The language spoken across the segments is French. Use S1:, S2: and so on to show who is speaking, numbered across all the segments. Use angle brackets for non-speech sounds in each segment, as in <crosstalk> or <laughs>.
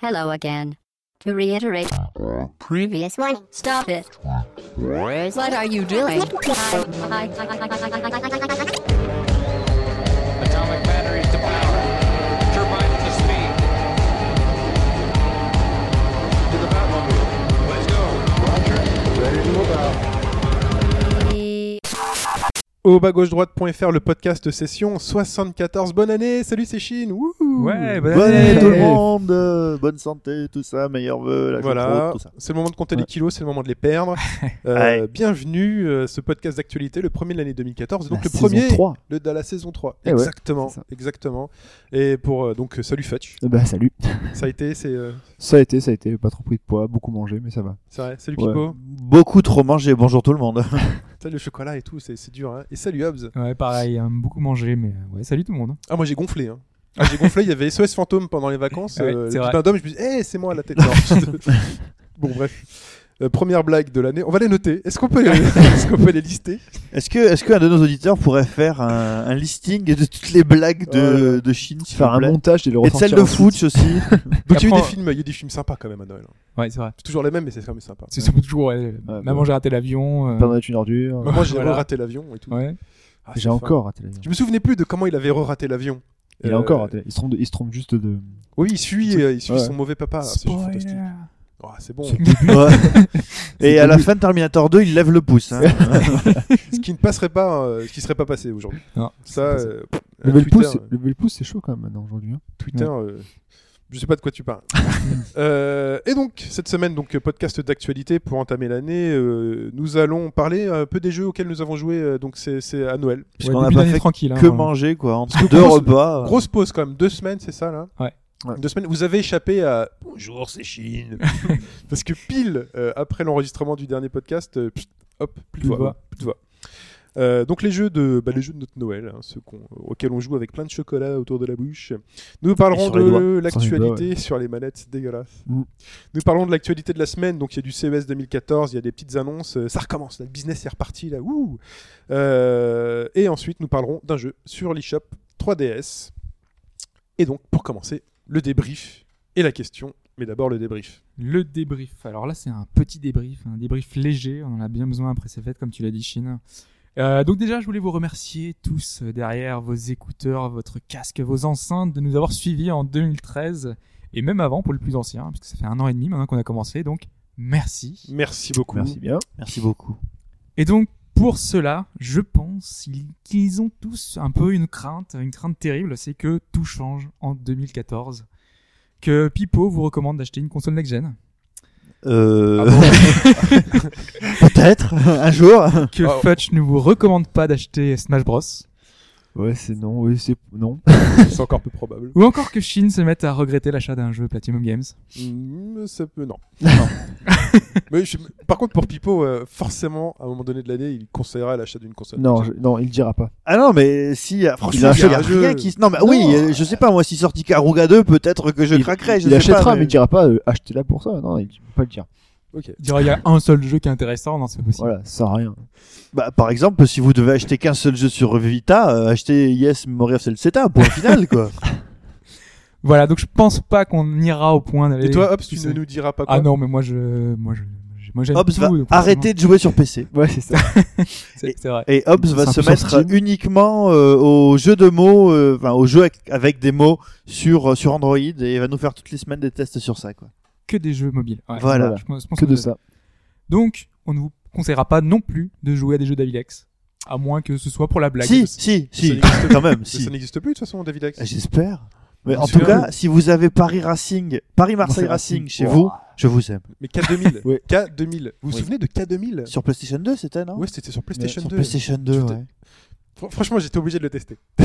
S1: Hello again. To reiterate, previous
S2: warning.
S1: Stop it. What are you doing? Hi, hi, hi, hi, hi, hi, hi, hi, hi, hi.
S3: Atomic batteries to power. Turbines to speed. To the Batmobile. Let's go.
S4: Au bas gauche droite.fr, le podcast session 74. Bonne année, salut c'est Chine. Wouhou.
S5: Ouais, bonne
S6: Bonne année
S5: année.
S6: tout le monde, euh, bonne santé, tout ça, meilleurs vœux, la
S4: Voilà,
S6: choucroute, tout ça.
S4: c'est le moment de compter les
S6: Ouais.
S4: kilos, c'est le moment de les perdre. Euh, Bienvenue, euh, ce podcast d'actualité, le premier de l'année 2014, donc
S6: La
S4: le
S6: Bah, saison
S4: premier
S6: 3.
S4: le- de la saison 3.
S6: Eh ouais,
S4: exactement,
S6: c'est ça.
S4: exactement. Et pour euh, donc euh, salut Fetch,
S5: Euh, Bah salut.
S4: ça a été, c'est euh,
S5: Ça a été, ça a été, pas trop pris de poids, beaucoup mangé, mais ça va.
S4: c'est vrai. Salut
S6: Ouais.
S4: Pipo,
S6: Beaucoup trop mangé, bonjour tout le monde. <laughs>
S4: salut le chocolat et tout, c'est c'est dur. hein. Et salut Hobbs.
S5: Ouais, pareil, hein, beaucoup mangé, mais euh, ouais, salut tout le monde.
S4: Ah moi j'ai gonflé. hein. Ah, j'ai gonflé, il y avait SOS fantôme pendant les vacances.
S5: Ouais,
S4: euh,
S5: Ah c'est
S4: le
S5: vrai.
S4: petit d'homme, je me suis dit, Eh, c'est moi la tête.
S5: <laughs>
S4: Non, bon bref. Euh, première blague de l'année, on va les noter. Est-ce qu'on
S5: <laughs>
S4: peut, les... est-ce qu'on peut les lister
S6: Est-ce que, est-ce qu'un de nos auditeurs pourrait faire un, un listing de toutes les blagues de,
S4: Ouais.
S6: de Chine, s'il
S5: Faire
S6: vous
S5: un
S6: plaît
S5: montage et le
S6: Et de
S5: ressortir.
S6: celle de
S5: ensuite.
S6: Fooch aussi.
S4: <laughs> Donc il y a eu des
S5: Après-
S4: films, il y a eu des films sympas quand même à Noël. hein.
S5: Ouais, c'est vrai.
S4: C'est toujours les mêmes, mais c'est quand même sympa.
S5: C'est surtout toujours. ouais, Maman,
S6: bah.
S5: j'ai raté l'avion. euh,
S6: Pendant une ordure.
S4: Moi j'ai
S5: Voilà.
S4: raté l'avion et tout.
S5: Ouais.
S4: Ah, c'est
S5: J'ai
S4: fin.
S5: encore raté l'avion.
S4: Je me souvenais plus de comment il avait raté l'avion.
S5: Il
S4: Euh,
S5: a encore raté. Il se trompe, de- il se trompe juste
S6: Euh,
S5: de.
S4: Oui, il suit, euh, il suit
S5: Ouais.
S4: son mauvais papa. Ah, C'est juste fantastique. Ah, c'est
S5: <laughs>
S4: bon.
S6: Ouais. <laughs> Et
S5: C'est
S6: à la
S5: début.
S6: fin de Terminator 2, il lève le pouce. hein.
S4: ce qui ne passerait pas, euh, ce qui serait pas passé aujourd'hui.
S5: Non,
S4: Ça,
S5: c'est pas
S4: euh, euh,
S5: Le bel
S4: Twitter,
S5: pouce,
S4: euh,
S5: le bel pouce, c'est chaud quand même maintenant aujourd'hui. hein.
S4: Twitter, euh, je sais pas de quoi tu <laughs> parles. Euh, et donc cette semaine, donc euh, podcast d'actualité pour entamer l'année, euh, nous allons parler un peu des jeux auxquels nous avons joué. euh, donc c'est c'est à Noël.
S6: Parce
S5: Ouais,
S6: qu'on a
S5: début
S6: pas
S5: d'année
S6: fait
S5: tranquille. hein,
S6: Que
S5: voilà.
S6: manger, quoi, entre
S4: Parce que
S6: deux
S4: grosse-
S6: repas.
S4: Grosse pause quand même, deux semaines, c'est ça là.
S5: Ouais.
S6: Ouais.
S4: Deux semaines. Vous avez échappé à bonjour, c'est <laughs> Chine. Parce que pile euh, après l'enregistrement du dernier podcast, euh, pfft, hop, plus de
S5: Plus de
S4: voix,
S5: voix.
S4: plus de voix. Euh, donc les jeux de bah, les jeux de notre Noël, hein, ceux qu'on- auxquels on joue avec plein de chocolat autour de la bouche. Nous parlerons
S6: sur les doigts.
S4: de
S5: doigts,
S4: l'actualité sur les manettes, c'est dégueulasse.
S5: Mm.
S4: Nous parlons de l'actualité de la semaine, donc il y a du E CES 2014, il y a des petites annonces, euh, ça recommence, là, le business est reparti là. Ouh Euh, et ensuite nous parlerons d'un jeu sur l'eShop 3DS. Et donc pour commencer, le débrief et la question, mais d'abord le débrief.
S5: Le débrief. Alors là, c'est un petit débrief, un débrief léger. On en a bien besoin après ces fêtes, comme tu l'as dit, Chine. Euh, donc déjà, je voulais vous remercier tous euh, derrière vos écouteurs, votre casque, vos enceintes, de nous avoir suivis en 2013 et même avant pour le plus ancien, parce que ça fait un an et demi maintenant qu'on a commencé. Donc merci.
S4: Merci beaucoup.
S5: Merci bien.
S6: Merci beaucoup.
S5: Et donc pour cela, je pense ils- qu'ils ont tous un peu une crainte, une crainte terrible, c'est que tout change en 2014, que Pipo vous recommande d'acheter une console next-gen,
S4: Ah
S6: Euh, <laughs>
S4: <laughs>
S6: Peut-être, un jour.
S5: que
S4: Oh.
S5: Fudge ne vous recommande pas d'acheter Smash Bros.
S6: Ouais, c'est non, oui, c'est non.
S4: <laughs> C'est encore peu probable.
S5: Ou encore que Shin se mette à regretter l'achat d'un jeu Platinum Games.
S4: Mm, ça peut,
S5: <laughs>
S4: non. Mais je- par contre, pour Pipo, euh, forcément, à un moment donné de l'année, il conseillera l'achat d'une
S6: Euh,
S4: console.
S5: Non, je- non, il dira pas.
S6: Ah non, mais si,
S4: Franchement,
S6: franchement, il
S4: il
S6: y a,
S4: y a
S6: il y a
S4: un jeu.
S6: rien qui. Non, mais oui, euh, je sais pas, moi, si sorti Karuga 2, peut-être que je
S5: il,
S6: craquerais. Je
S5: il
S6: sais
S5: achètera,
S6: pas,
S5: mais... il dira pas euh, achetez-la pour ça. Non, il peut pas le dire.
S4: Ok.
S5: Il dira il y a un seul jeu qui est intéressant, non, c'est pas possible.
S7: Voilà, ça sert à rien.
S6: Bah, par exemple, si vous devez acheter qu'un seul jeu sur Vita, euh, achetez Yes Memory of Celceta, point final, quoi.
S5: Voilà, donc je pense pas qu'on ira au point d'aller.
S4: Et toi, Hobbs, tu
S5: sais.
S4: ne nous diras pas quoi
S5: Ah non, mais moi je. Moi je. Moi j'aime
S6: Hobbs
S5: tout, hein,
S6: va
S5: donc forcément,
S6: arrêter de jouer sur PC.
S7: Ouais,
S6: <laughs>
S7: c'est ça.
S5: C'est c'est vrai.
S6: Et Hobbs va
S7: C'est un
S6: se
S7: peu
S6: mettre
S7: sorti.
S6: uniquement euh, aux jeux de mots, euh, enfin, aux jeux avec, avec des mots sur, euh, sur Android et va nous faire toutes les semaines des tests sur ça, quoi.
S5: Que des jeux mobiles. Ouais,
S6: Voilà.
S5: Je pense- je pense
S7: Que de ça.
S5: Donc, on ne vous conseillera pas non plus de jouer à des jeux d'Avilex. À moins que ce soit pour la blague.
S6: si, si,
S4: Ça
S6: si,
S4: n'existe
S6: <laughs> quand même,
S4: Ça
S6: si.
S4: n'existe plus de toute façon, David Axe.
S6: Ah, J'espère. Mais
S4: Bien
S6: en
S4: sûr.
S6: tout cas, si vous avez Paris Racing, Paris Marseille Racing chez vous, je vous aime.
S4: Mais K2000.
S7: Ouais.
S4: K2000. Vous vous
S6: Oui.
S4: souvenez de K2000
S6: Euh, Sur PlayStation 2, c'était non
S4: Ah Ouais, c'était sur PlayStation
S6: Sur
S4: 2.
S6: PlayStation 2,
S4: Tout est-
S6: ouais.
S4: Fr- Franchement, j'étais obligé de le tester. <laughs>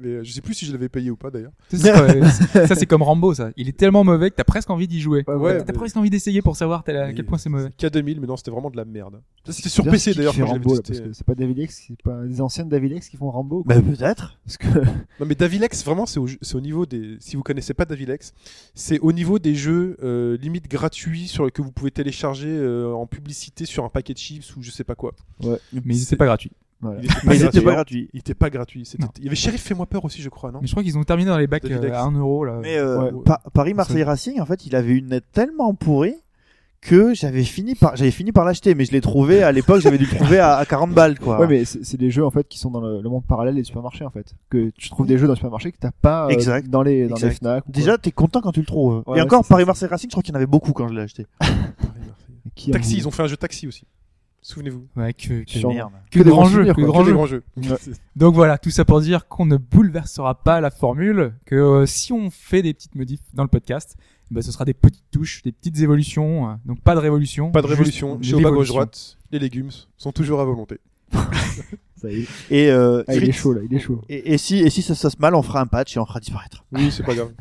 S4: Mais euh, je sais plus si je l'avais payé ou pas d'ailleurs.
S5: Ça, c'est
S4: <laughs>
S5: comme- ça, c'est comme Rambo, ça. Il est tellement mauvais que t'as presque envie d'y jouer.
S4: ouais,
S5: T'as
S4: mais-
S5: presque envie d'essayer pour savoir tel- à
S4: Oui,
S5: quel point c'est mauvais.
S4: K2000, mais non, c'était vraiment de la merde. Ça, C'était sur
S7: D'ailleurs,
S4: PC
S7: qui
S4: d'ailleurs
S7: fait
S4: quand je
S7: Rambo,
S4: l'avais
S7: là,
S4: testé.
S7: parce que c'est pas Davidex, c'est pas des anciennes Davidex qui font Rambo. quoi.
S6: Bah peut-être.
S7: Parce
S5: <laughs>
S7: que
S4: Non mais Davilex vraiment c'est au, c'est au niveau des si vous connaissez pas Davilex c'est au niveau des jeux euh, limite gratuits sur que vous pouvez télécharger euh, en publicité sur un paquet de chips ou je sais pas quoi
S5: Mais c'est pas gratuit.
S7: Voilà.
S4: Il était
S6: Mais
S4: pas
S6: ils étaient
S4: gratuit.
S6: pas gratuits.
S4: Il était pas gratuit. C'était-
S5: Non.
S4: Il y avait Sheriff Fais-moi peur aussi, je crois, non
S5: Mais je crois qu'ils ont terminé dans les bacs
S4: De
S5: euh,
S4: Videx.
S5: à 1 euro là.
S6: Mais euh,
S5: Ouais.
S6: Pa- Paris Marseille Racing, en fait, il avait une nette tellement pourrie que j'avais fini par j'avais fini par l'acheter, mais je l'ai trouvé à l'époque, j'avais dû le trouver à, à 40 balles quoi.
S7: <laughs> Ouais, mais c'est c'est des jeux en fait qui sont dans le, le monde parallèle des supermarchés en fait. Que tu trouves des jeux dans les supermarchés que t'as pas euh,
S6: Exact.
S7: dans les dans les
S6: Exact.
S7: Fnac. ou
S6: Déjà, t'es content quand tu le trouves. Et
S7: Ouais, ouais,
S6: encore,
S7: c'est ça,
S6: Paris
S7: c'est
S6: Marseille Racing, je crois qu'il y en avait beaucoup quand je l'ai acheté.
S7: quoi. Qui a
S4: Taxi,
S7: envie
S4: ils ont fait un jeu taxi aussi. Souvenez-vous.
S5: Ouais, que, que,
S7: Sûrement.
S6: Merde.
S5: que
S7: Que des
S5: grand
S7: bons
S5: jeu,
S7: souvenirs,
S5: que
S7: quoi,
S5: grand
S4: Que des
S5: jeu.
S4: grands jeux.
S5: Donc voilà, tout ça pour dire qu'on ne bouleversera pas la formule, que euh, si on fait des petites modifs dans le podcast, bah, ce sera des petites touches, des petites évolutions, euh, donc pas de révolution.
S4: <laughs> Pas de
S5: juste
S4: révolution.
S5: de
S4: Chez Oba gauche
S5: l'évolution.
S4: droite, les légumes sont toujours à volonté.
S7: Ça y est.
S6: Et, euh,
S7: Ah, il est
S6: Fritz,
S7: chaud là, il est chaud.
S6: et, et si et si ça se passe mal, on fera un patch et on fera disparaître.
S4: Oui, c'est pas
S5: <laughs>
S4: grave.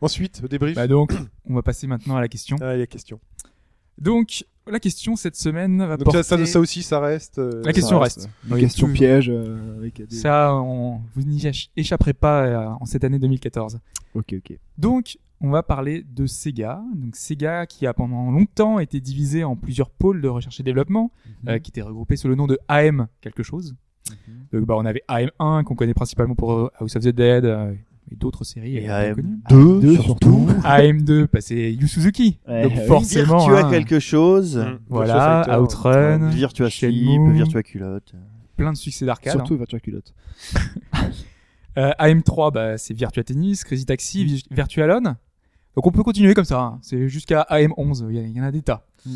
S4: Ensuite, débrief.
S5: Bah donc, <coughs> on va passer maintenant à la question.
S4: Ah, il y a question.
S5: Donc, la question cette semaine va
S4: Donc
S5: porter...
S4: ça, ça, ça aussi, ça reste. euh,
S5: La question
S4: ça
S5: reste.
S7: Une
S5: Oui,
S7: question
S5: tout-
S7: piège euh, avec des.
S5: Ça, on... vous n'y éch- échapperez pas euh, en cette année 2014.
S7: Ok, ok.
S5: Donc, on va parler de Sega. Donc, Sega qui a pendant longtemps été divisé en plusieurs pôles de recherche et développement,
S6: Mhm.
S5: euh, qui étaient regroupés sous le nom de AM quelque chose. Donc, bah, on avait AM1 qu'on connaît principalement pour euh, House of the Dead euh, et d'autres séries
S6: Et
S5: euh,
S6: AM.
S5: connues.
S6: Ah, Deux,
S7: Ah, Deux surtout.
S5: AM2, bah, c'est Yu Suzuki.
S7: Ouais,
S5: Donc,
S7: oui.
S5: forcément.
S6: Virtua
S5: hein,
S6: quelque chose.
S4: Mmh. euh,
S5: Voilà,
S4: Virtua Fighter.
S5: Outrun,
S6: Virtua Slip,
S5: Shenmue.
S6: Virtua Culotte.
S5: plein de succès d'arcade.
S7: Surtout Virtua Culotte.
S5: Euh, AM3, bah, c'est Virtua Tennis, Crazy
S7: Mm.
S5: Taxi, Vi- Virtua Lone. Donc on peut continuer comme ça, hein. c'est jusqu'à AM11, il y, a- il y en a des tas.
S7: Mm.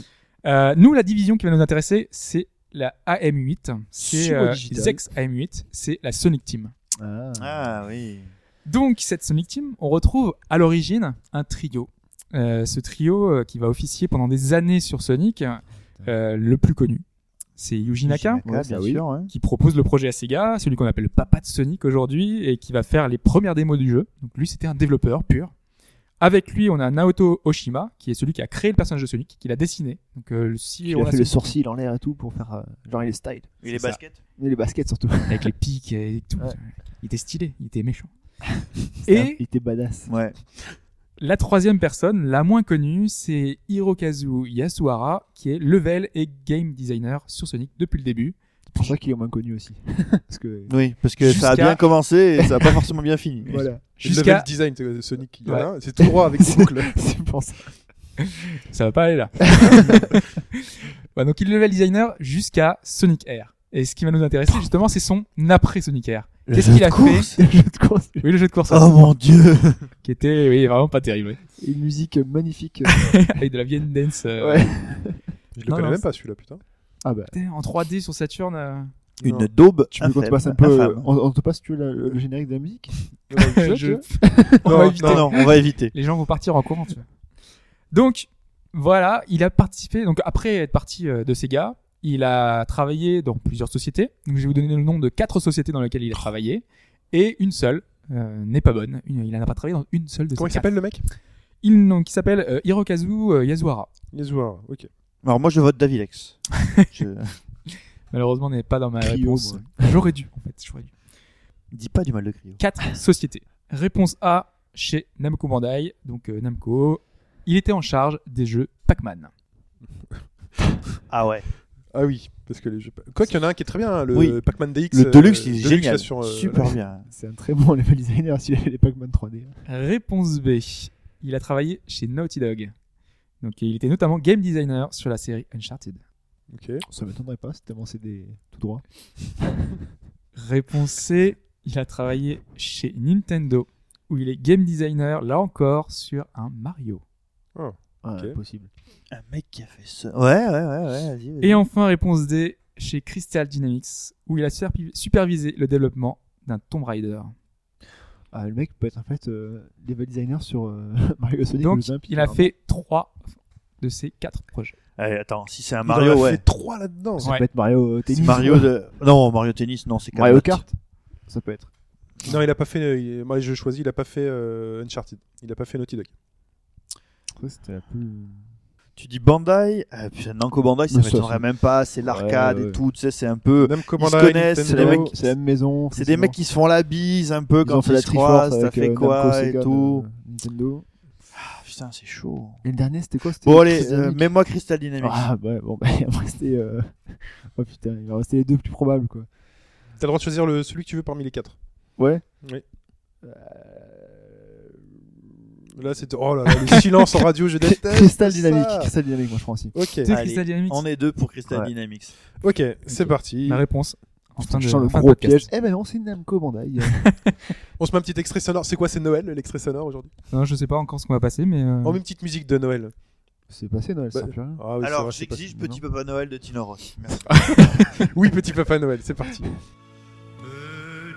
S5: Euh, nous, la division qui va nous intéresser, c'est la AM8, c'est
S7: Sumo
S5: euh,
S7: Digital.
S5: les ex-AM8, c'est la Sonic Team.
S7: Ah.
S6: Ah oui.
S5: Donc cette Sonic Team, on retrouve à l'origine un trio. Euh, ce trio euh, qui va officier pendant des années sur Sonic, euh, le plus connu, c'est Yuji Naka,
S6: Naka,
S7: Ouais,
S6: bien
S7: ça, oui.
S6: sûr. hein.
S5: qui propose le projet à Sega, celui qu'on appelle le papa de Sonic aujourd'hui, et qui va faire les premières démos du jeu. Donc lui, c'était un développeur pur. Avec lui, on a Naoto Oshima, qui est celui qui a créé le personnage de Sonic, qui l'a dessiné. Donc euh, si
S7: Il
S5: on
S7: a
S5: a
S7: fait le
S5: Sonic
S7: sourcil en l'air et tout pour faire euh, genre il est style.
S6: Et les
S5: ça.
S6: baskets.
S7: Mais les baskets surtout. <laughs>
S5: avec les pics et tout,
S7: Ouais.
S5: il était stylé, il était
S7: <laughs>
S5: méchant.
S7: Il
S5: et
S7: était badass.
S6: Ouais.
S5: la troisième personne, la moins connue, c'est Hirokazu Yasuhara, qui est level et game designer sur Sonic depuis le début.
S7: C'est pour ça qu'il est moins connu aussi. <laughs> Parce que
S6: Oui, parce que ça a
S5: Jusqu'à-
S6: bien commencé et ça a pas forcément bien fini.
S7: voilà, <laughs>
S4: Le level
S5: Jusqu'à...
S4: design de Sonic, il y en a un, c'est tout <laughs> droit avec des
S7: C'est-
S4: boucles.
S7: c'est pour ça.
S5: Ça va pas
S6: <laughs>
S5: aller là. <laughs> Bah, donc il est level designer jusqu'à Sonic Air. Et ce qui va nous intéresser justement, c'est son après Sonic Air.
S6: Le
S5: Qu'est-ce
S6: jeu
S5: qu'il
S6: de
S5: a
S6: course.
S7: Le jeu de course.
S5: Oui, le jeu de course, hein.
S6: Oh mon <laughs> dieu.
S5: qui était oui, vraiment pas terrible. oui.
S7: Et Une musique magnifique.
S5: Avec de la Vienne Dance euh,
S7: Ouais.
S4: Je le
S5: Non,
S4: connais
S5: non,
S4: même pas celui-là, putain.
S7: Ah bah.
S5: putain, en 3D sur Saturn. euh,
S6: Une
S4: Non.
S6: daube.
S7: Tu veux qu'on te
S6: infâme,
S7: passe un peu. euh,
S6: infâme.
S7: On, on te passe, tu veux, la- le, le générique de
S6: <laughs>
S7: la musique
S5: je-
S7: tu veux
S5: on
S4: Non,
S5: va éviter.
S6: Non, non, on va éviter.
S5: Les gens vont partir en courant. tu vois. Donc voilà, il a participé. Donc après être parti euh, de Sega, il a travaillé dans plusieurs sociétés. Donc je vais vous donner le nom de quatre sociétés dans lesquelles il a travaillé et une seule euh, n'est pas bonne. Une- il n'a pas travaillé dans une seule de
S4: Comment il
S5: ces quatre.
S4: s'appelle le mec
S5: Il non, qui s'appelle euh, Hirokazu euh, Yasuhara.
S4: Les joueurs, ok.
S6: Alors moi je vote Davilex. je
S5: Malheureusement, n'est pas dans ma
S7: Cryo,
S5: réponse.
S7: moi.
S5: J'aurais dû, en fait, j'aurais dû.
S6: dis pas du mal de Cryo.
S4: <laughs>
S5: Quatre sociétés. Réponse A chez Namco Bandai, donc euh, Namco. Il était en charge des jeux Pac-Man.
S6: Ah ouais.
S4: Ah oui, parce que les jeux. Quoi qu'il y en a un qui est très bien, hein, le
S6: Oui.
S4: Pac-Man DX.
S6: Le
S4: euh,
S6: Deluxe il est génial.
S4: là, sur, euh,
S6: Super bien.
S7: C'est un très bon level designer s'il avait les Pac-Man 3D.
S5: Réponse B. Il a travaillé chez Naughty Dog. Donc il était notamment game designer sur la série Uncharted.
S4: Ok.
S7: Ça m'étonnerait pas, c'est tellement c'est des tout droit.
S5: Réponse C. Il a travaillé chez Nintendo où il est game designer là encore sur un Mario.
S7: Ah,
S4: Ok.
S7: Impossible.
S6: Un mec qui a fait ça. Ouais ouais ouais ouais. Vas-y. vas-y.
S5: Et enfin, réponse D, chez Crystal Dynamics, où il a superpi- supervisé le développement d'un Tomb Raider.
S7: Ah, le mec peut être en fait euh, level designer sur euh, <laughs> Mario et Sonic.
S5: Donc,
S7: les Olympiques,
S5: il a
S7: hein.
S5: fait trois de ces quatre projets.
S6: Allez, Eh, attends, si c'est un
S4: Il
S6: Mario
S4: en a
S6: ouais.
S4: fait trois là-dedans.
S7: Ça
S5: Ouais.
S7: peut être Mario euh,
S6: C'est
S7: Tennis.
S6: Mario
S7: ouais.
S6: de... Non, Mario Tennis, non, c'est
S7: Mario
S6: Camelot.
S7: Kart. Ça peut être.
S4: Non, il a pas fait. euh, il- Moi, je choisis, il a pas fait euh, Uncharted. Il a pas fait Naughty Dog.
S7: Ouais, c'était la plus.
S6: Tu dis Bandai, euh, putain, Namco Bandai, ça
S7: Mais ça,
S6: m'étonnerait
S7: c'est-
S6: même pas, c'est l'arcade
S7: Ouais, ouais,
S6: et
S7: ouais.
S6: tout, tu sais, c'est un peu...
S4: Même
S6: connaissent, c'est les mecs-
S7: C'est la même maison.
S6: C'est des mecs qui se font la bise un peu
S7: Ils
S6: quand
S7: ont
S6: ils,
S7: fait la
S6: se croisent,
S7: Triforce
S6: ça
S7: avec
S6: fait
S7: euh,
S6: quoi
S7: Namco,
S6: et
S7: Sega,
S6: tout.
S7: euh, Nintendo.
S6: Putain, c'est chaud.
S7: Et le dernier, c'était quoi C'était
S6: Bon,
S7: Chris
S6: allez, euh,
S7: Dynamics.
S6: mets-moi Crystal Dynamics.
S7: Ah, ouais, bon, bah, <laughs> il va rester. euh, Oh putain, il va rester les deux plus probables, quoi.
S4: T'as le droit de choisir le, celui que tu veux parmi les quatre.
S7: Ouais.
S4: Là, c'est. Oh là là, le <laughs> silence en radio, je déteste.
S7: Crystal
S4: ça.
S7: Dynamics. Crystal Dynamics, moi, je prends aussi.
S4: Ok,
S5: Deux
S6: Allez,
S5: Crystal Dynamics.
S6: On est deux pour Crystal
S7: Ouais.
S6: Dynamics.
S4: ok, c'est parti.
S5: La réponse. En fin de,
S7: je sens le
S5: en fin de
S7: gros
S5: podcast.
S7: piège. Eh ben non, c'est Namco Bandai. <laughs>
S4: On se met un petit extrait sonore. C'est quoi, c'est Noël, l'extrait sonore aujourd'hui
S5: Non, je sais pas encore ce qu'on va passer, mais. euh,
S4: On met une petite musique de Noël.
S7: c'est passé, Noël, ça
S4: Bah,
S7: sert plus à rien.
S4: Ah oui, c'est
S6: Alors,
S4: vrai, c'est pas-
S6: j'exige Petit Papa Noël de Tino Rossi. Merci.
S4: Oui, petit papa Noël, c'est
S6: <laughs>
S4: parti.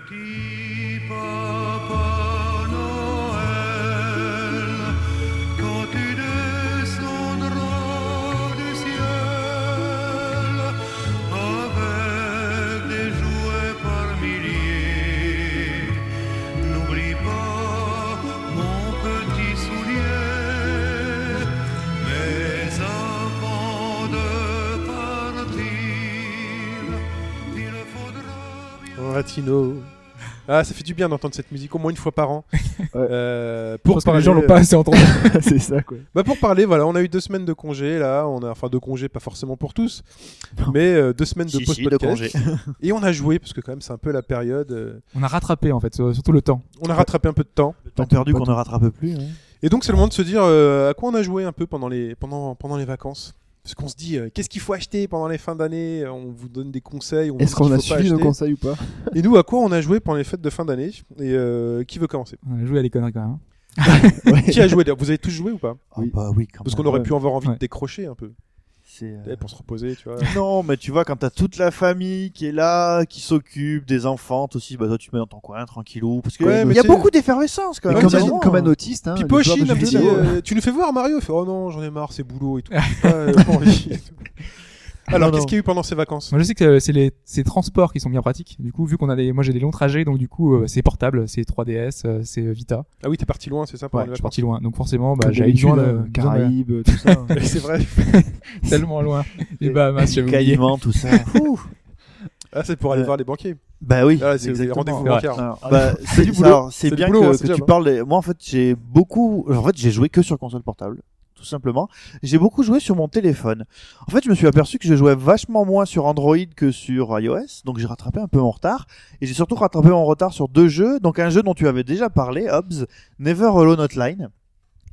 S2: Petit papa Noël, quand tu descendras du ciel, avec des jouets par milliers, n'oublie pas mon petit soulier, mais avant de partir, il faudra bien.
S4: Ratino. Ah, ça fait du bien d'entendre cette musique au moins une fois par an. Euh,
S5: Je
S4: pour
S5: pense que
S4: parler-
S5: les gens l'ont pas assez entendu.
S7: <laughs> c'est ça, quoi.
S4: Bah pour parler, voilà, on a eu deux semaines de congé là, on a enfin deux congés, pas forcément pour tous, mais euh, deux semaines de
S6: Si,
S4: post
S6: si, de
S4: podcast.
S6: congé.
S4: et on a joué parce que quand même c'est un peu la période. euh,
S5: On a rattrapé en fait, sur- surtout le temps.
S4: on a rattrapé un peu de temps.
S6: Tant perdu qu'on ne rattrape plus. hein.
S4: Et donc c'est le moment de se dire euh, à quoi on a joué un peu pendant les pendant pendant les vacances. Parce qu'on se dit euh, qu'est-ce qu'il faut acheter pendant les fins d'année. On vous donne des conseils. on vous
S7: Est-ce
S4: dit qu'il
S7: qu'on a
S4: faut pas
S7: suivi nos
S4: acheter.
S7: conseils ou pas
S4: Et nous à quoi on a joué pendant les fêtes de fin d'année Et euh, qui veut commencer
S5: On a joué à des conneries quand même. hein.
S4: Qui a joué d'ailleurs Vous avez tous joué ou pas
S6: Ah
S7: Oui.
S6: bah oui, quand
S4: Parce
S6: même.
S4: qu'on aurait pu avoir envie
S5: Ouais.
S4: de décrocher un peu
S6: C'est, euh,
S4: Eh, pour se reposer, tu
S7: Ah,
S4: vois.
S6: <laughs> Non, mais tu vois, quand t'as toute la famille qui est là, qui s'occupe, des enfants, toi aussi, bah toi tu te mets dans ton coin, tranquillou. Parce que
S4: Ouais, mais
S6: il y a
S4: c'est-
S6: beaucoup d'effervescence quand
S7: Mais
S6: même.
S7: comme,
S6: c'est
S4: t'as
S7: un,
S6: marrant,
S7: comme
S6: hein.
S7: un autiste, hein.
S4: Puis
S7: les joueurs de
S4: Pochine,
S7: jeux
S4: un petit,
S7: vidéo,
S4: euh, tu nous fais voir Mario Il fait, Oh non, j'en ai marre, c'est boulot et
S7: <laughs>
S4: tout. Ouais, pas envie. Alors,
S6: Non,
S4: qu'est-ce
S6: non.
S4: qu'il y a eu pendant ces vacances
S5: Moi, je sais que euh, c'est les ces transports qui sont bien pratiques. Du coup, vu qu'on a des, moi j'ai des longs trajets, donc du coup euh, c'est portable, c'est 3DS, euh, c'est Vita.
S4: Ah oui, t'es parti loin, c'est ça pendant
S5: je
S4: les
S5: suis
S4: vacances
S5: parti loin, donc forcément bah,
S7: comme
S5: j'avais
S7: d'habitude,
S5: besoin de
S7: euh,
S5: besoin de-
S7: Caraïbes, tout ça. hein.
S4: C'est vrai.
S5: tellement
S6: <laughs>
S5: loin. Et bah mince, j'avais oublié.
S6: Caïman, tout ça. Ouh.
S4: Ah, c'est pour aller
S6: Ouais.
S4: voir les banquiers.
S6: bah oui.
S4: Ah, c'est les
S6: exactement.
S4: rendez-vous
S5: Ouais.
S4: bancaires.
S7: Ah,
S6: Alors, bah, c'est
S4: du
S6: ça,
S4: boulot.
S6: alors, c'est
S4: C'est du
S6: bien
S4: boulot, hein,
S6: que,
S4: c'est
S6: que
S4: job,
S6: tu
S4: hein.
S6: parles. des- Moi, en fait, j'ai beaucoup. En fait, j'ai joué que sur console portable, tout simplement. J'ai beaucoup joué sur mon téléphone. En fait, je me suis aperçu que je jouais vachement moins sur Android que sur iOS, donc j'ai rattrapé un peu mon retard. Et j'ai surtout rattrapé mon retard sur deux jeux. Donc un jeu dont tu avais déjà parlé, Hobbs, Never Alone Hotline.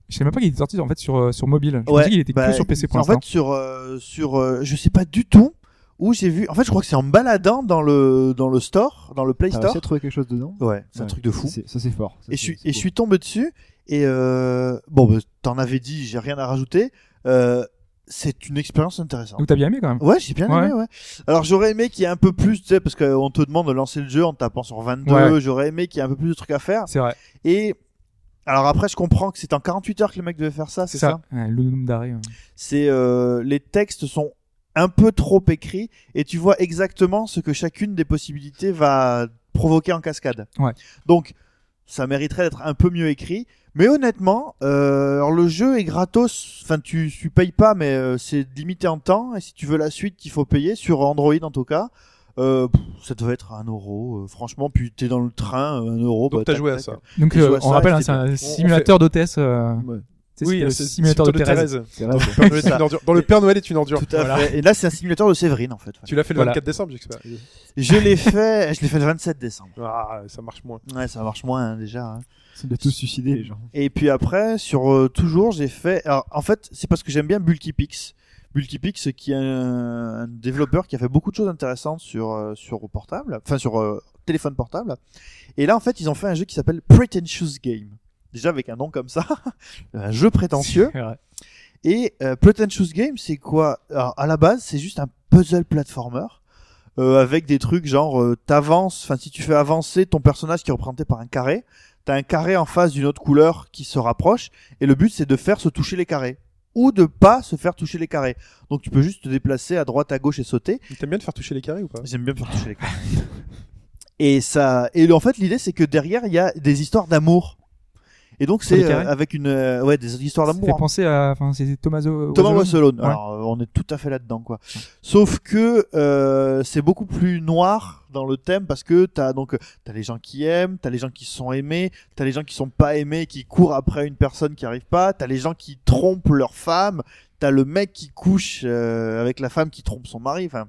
S5: Je sais même pas qu'il était sorti en fait sur euh, sur mobile. Je
S6: Ouais,
S5: pensais qu'il était
S6: bah,
S5: que sur PC pour
S6: En
S5: l'instant.
S6: fait, sur euh, sur, euh, je sais pas du tout où j'ai vu. En fait, je crois que c'est en me baladant dans le dans le store, dans le Play
S7: T'as réussi
S6: Store.
S7: à trouver quelque chose dedans
S6: Ouais, c'est un
S7: Ouais.
S6: truc de fou.
S7: Ça, c'est- Ça, c'est fort. Ça,
S6: et je
S7: c'est-
S6: suis,
S7: c'est
S6: et je
S7: beau.
S6: suis tombé dessus. Et euh, bon, bah, t'en avais dit, j'ai rien à rajouter. Euh, c'est une expérience intéressante.
S5: Donc t'as bien aimé quand même.
S6: Ouais, j'ai bien aimé,
S5: Ouais.
S6: ouais. Alors, j'aurais aimé qu'il y ait un peu plus, tu sais, parce qu'on te demande de lancer le jeu en tapant sur 22.
S5: Ouais.
S6: J'aurais aimé qu'il y ait un peu plus de trucs à faire.
S5: C'est vrai.
S6: Et alors, après, je comprends que c'est en 48 heures que le mec devait faire ça, c'est ça,
S5: Ouais, le nombre d'arrêts. ouais.
S6: C'est euh, les textes sont un peu trop écrits et tu vois exactement ce que chacune des possibilités va provoquer en cascade.
S5: Ouais.
S6: Donc ça mériterait d'être un peu mieux écrit. Mais honnêtement, euh, alors le jeu est gratos. Enfin, tu, tu payes pas, mais euh, c'est limité en temps. Et si tu veux la suite, il faut payer sur Android en tout cas. Euh, pff, ça devait être un euro, euh, franchement. Puis t'es dans le train, euh, un euro.
S4: Donc,
S6: bah,
S4: t'as
S6: tac,
S4: joué à
S6: tac.
S4: ça.
S5: Donc
S6: Je
S5: euh,
S6: vois
S5: on
S6: ça,
S5: rappelle, hein, c'est
S6: c'était
S5: un
S6: bien.
S5: simulateur d'hôtesse. euh, tu
S7: Ouais,
S5: sais, c'était le
S4: c'est-
S5: simulateur de
S4: Simulateur
S5: Thérèse.
S7: c'est
S4: Le
S7: vrai.
S4: Père Noël
S6: C'est
S4: est une
S6: ça.
S4: ordure. Dans le Père Noël est une ordure.
S6: Tout à fait. Et là, c'est un simulateur de Séverine en fait.
S4: Tu l'as fait le
S5: Voilà.
S4: 24 décembre, j'espère.
S6: Je l'ai fait. Je l'ai fait le 27 décembre.
S4: Ah, ça marche moins.
S6: Ouais, ça marche moins hein, déjà. hein.
S7: C'est de tous suicider, les gens.
S6: Et puis après, sur euh, toujours, j'ai fait. Alors, en fait, c'est parce que j'aime bien Bulkipix. Bulkipix, qui est un, un développeur qui a fait beaucoup de choses intéressantes sur euh, sur portable, enfin sur euh, téléphone portable. Et là, en fait, ils ont fait un jeu qui s'appelle Pretentious Game. Déjà avec un nom comme ça, <laughs> un jeu prétentieux.
S5: <laughs> C'est vrai.
S6: Et euh, Pretentious Game, c'est quoi Alors, à la base, c'est juste un puzzle platformer euh, avec des trucs genre euh, t'avances, enfin si tu fais avancer ton personnage qui est représenté par un carré, t'as un carré en face d'une autre couleur qui se rapproche et le but c'est de faire se toucher les carrés ou de pas se faire toucher les carrés. Donc tu peux juste te déplacer à droite, à gauche et sauter.
S4: T'aimes bien te faire toucher les carrés ou pas
S6: J'aime bien me faire toucher les carrés.
S5: <laughs>
S6: et ça et en fait l'idée c'est que derrière il y a des histoires d'amour. Et donc
S5: Sur
S6: c'est
S5: des carrés
S6: euh, avec une euh, ouais des histoires
S5: Ça
S6: d'amour.
S5: fait penser à, enfin, c'est Tomaso.
S6: Thomas
S5: Wazzolo.
S6: Wasselone.
S5: Ouais.
S6: Alors, euh, on est tout à fait là-dedans, quoi. Sauf que euh, c'est beaucoup plus noir dans le thème parce que t'as donc euh, t'as les gens qui aiment, t'as les gens qui sont aimés, t'as les gens qui sont pas aimés, qui courent après une personne qui arrive pas, t'as les gens qui trompent leur femme, t'as le mec qui couche euh, avec la femme qui trompe son mari. Enfin,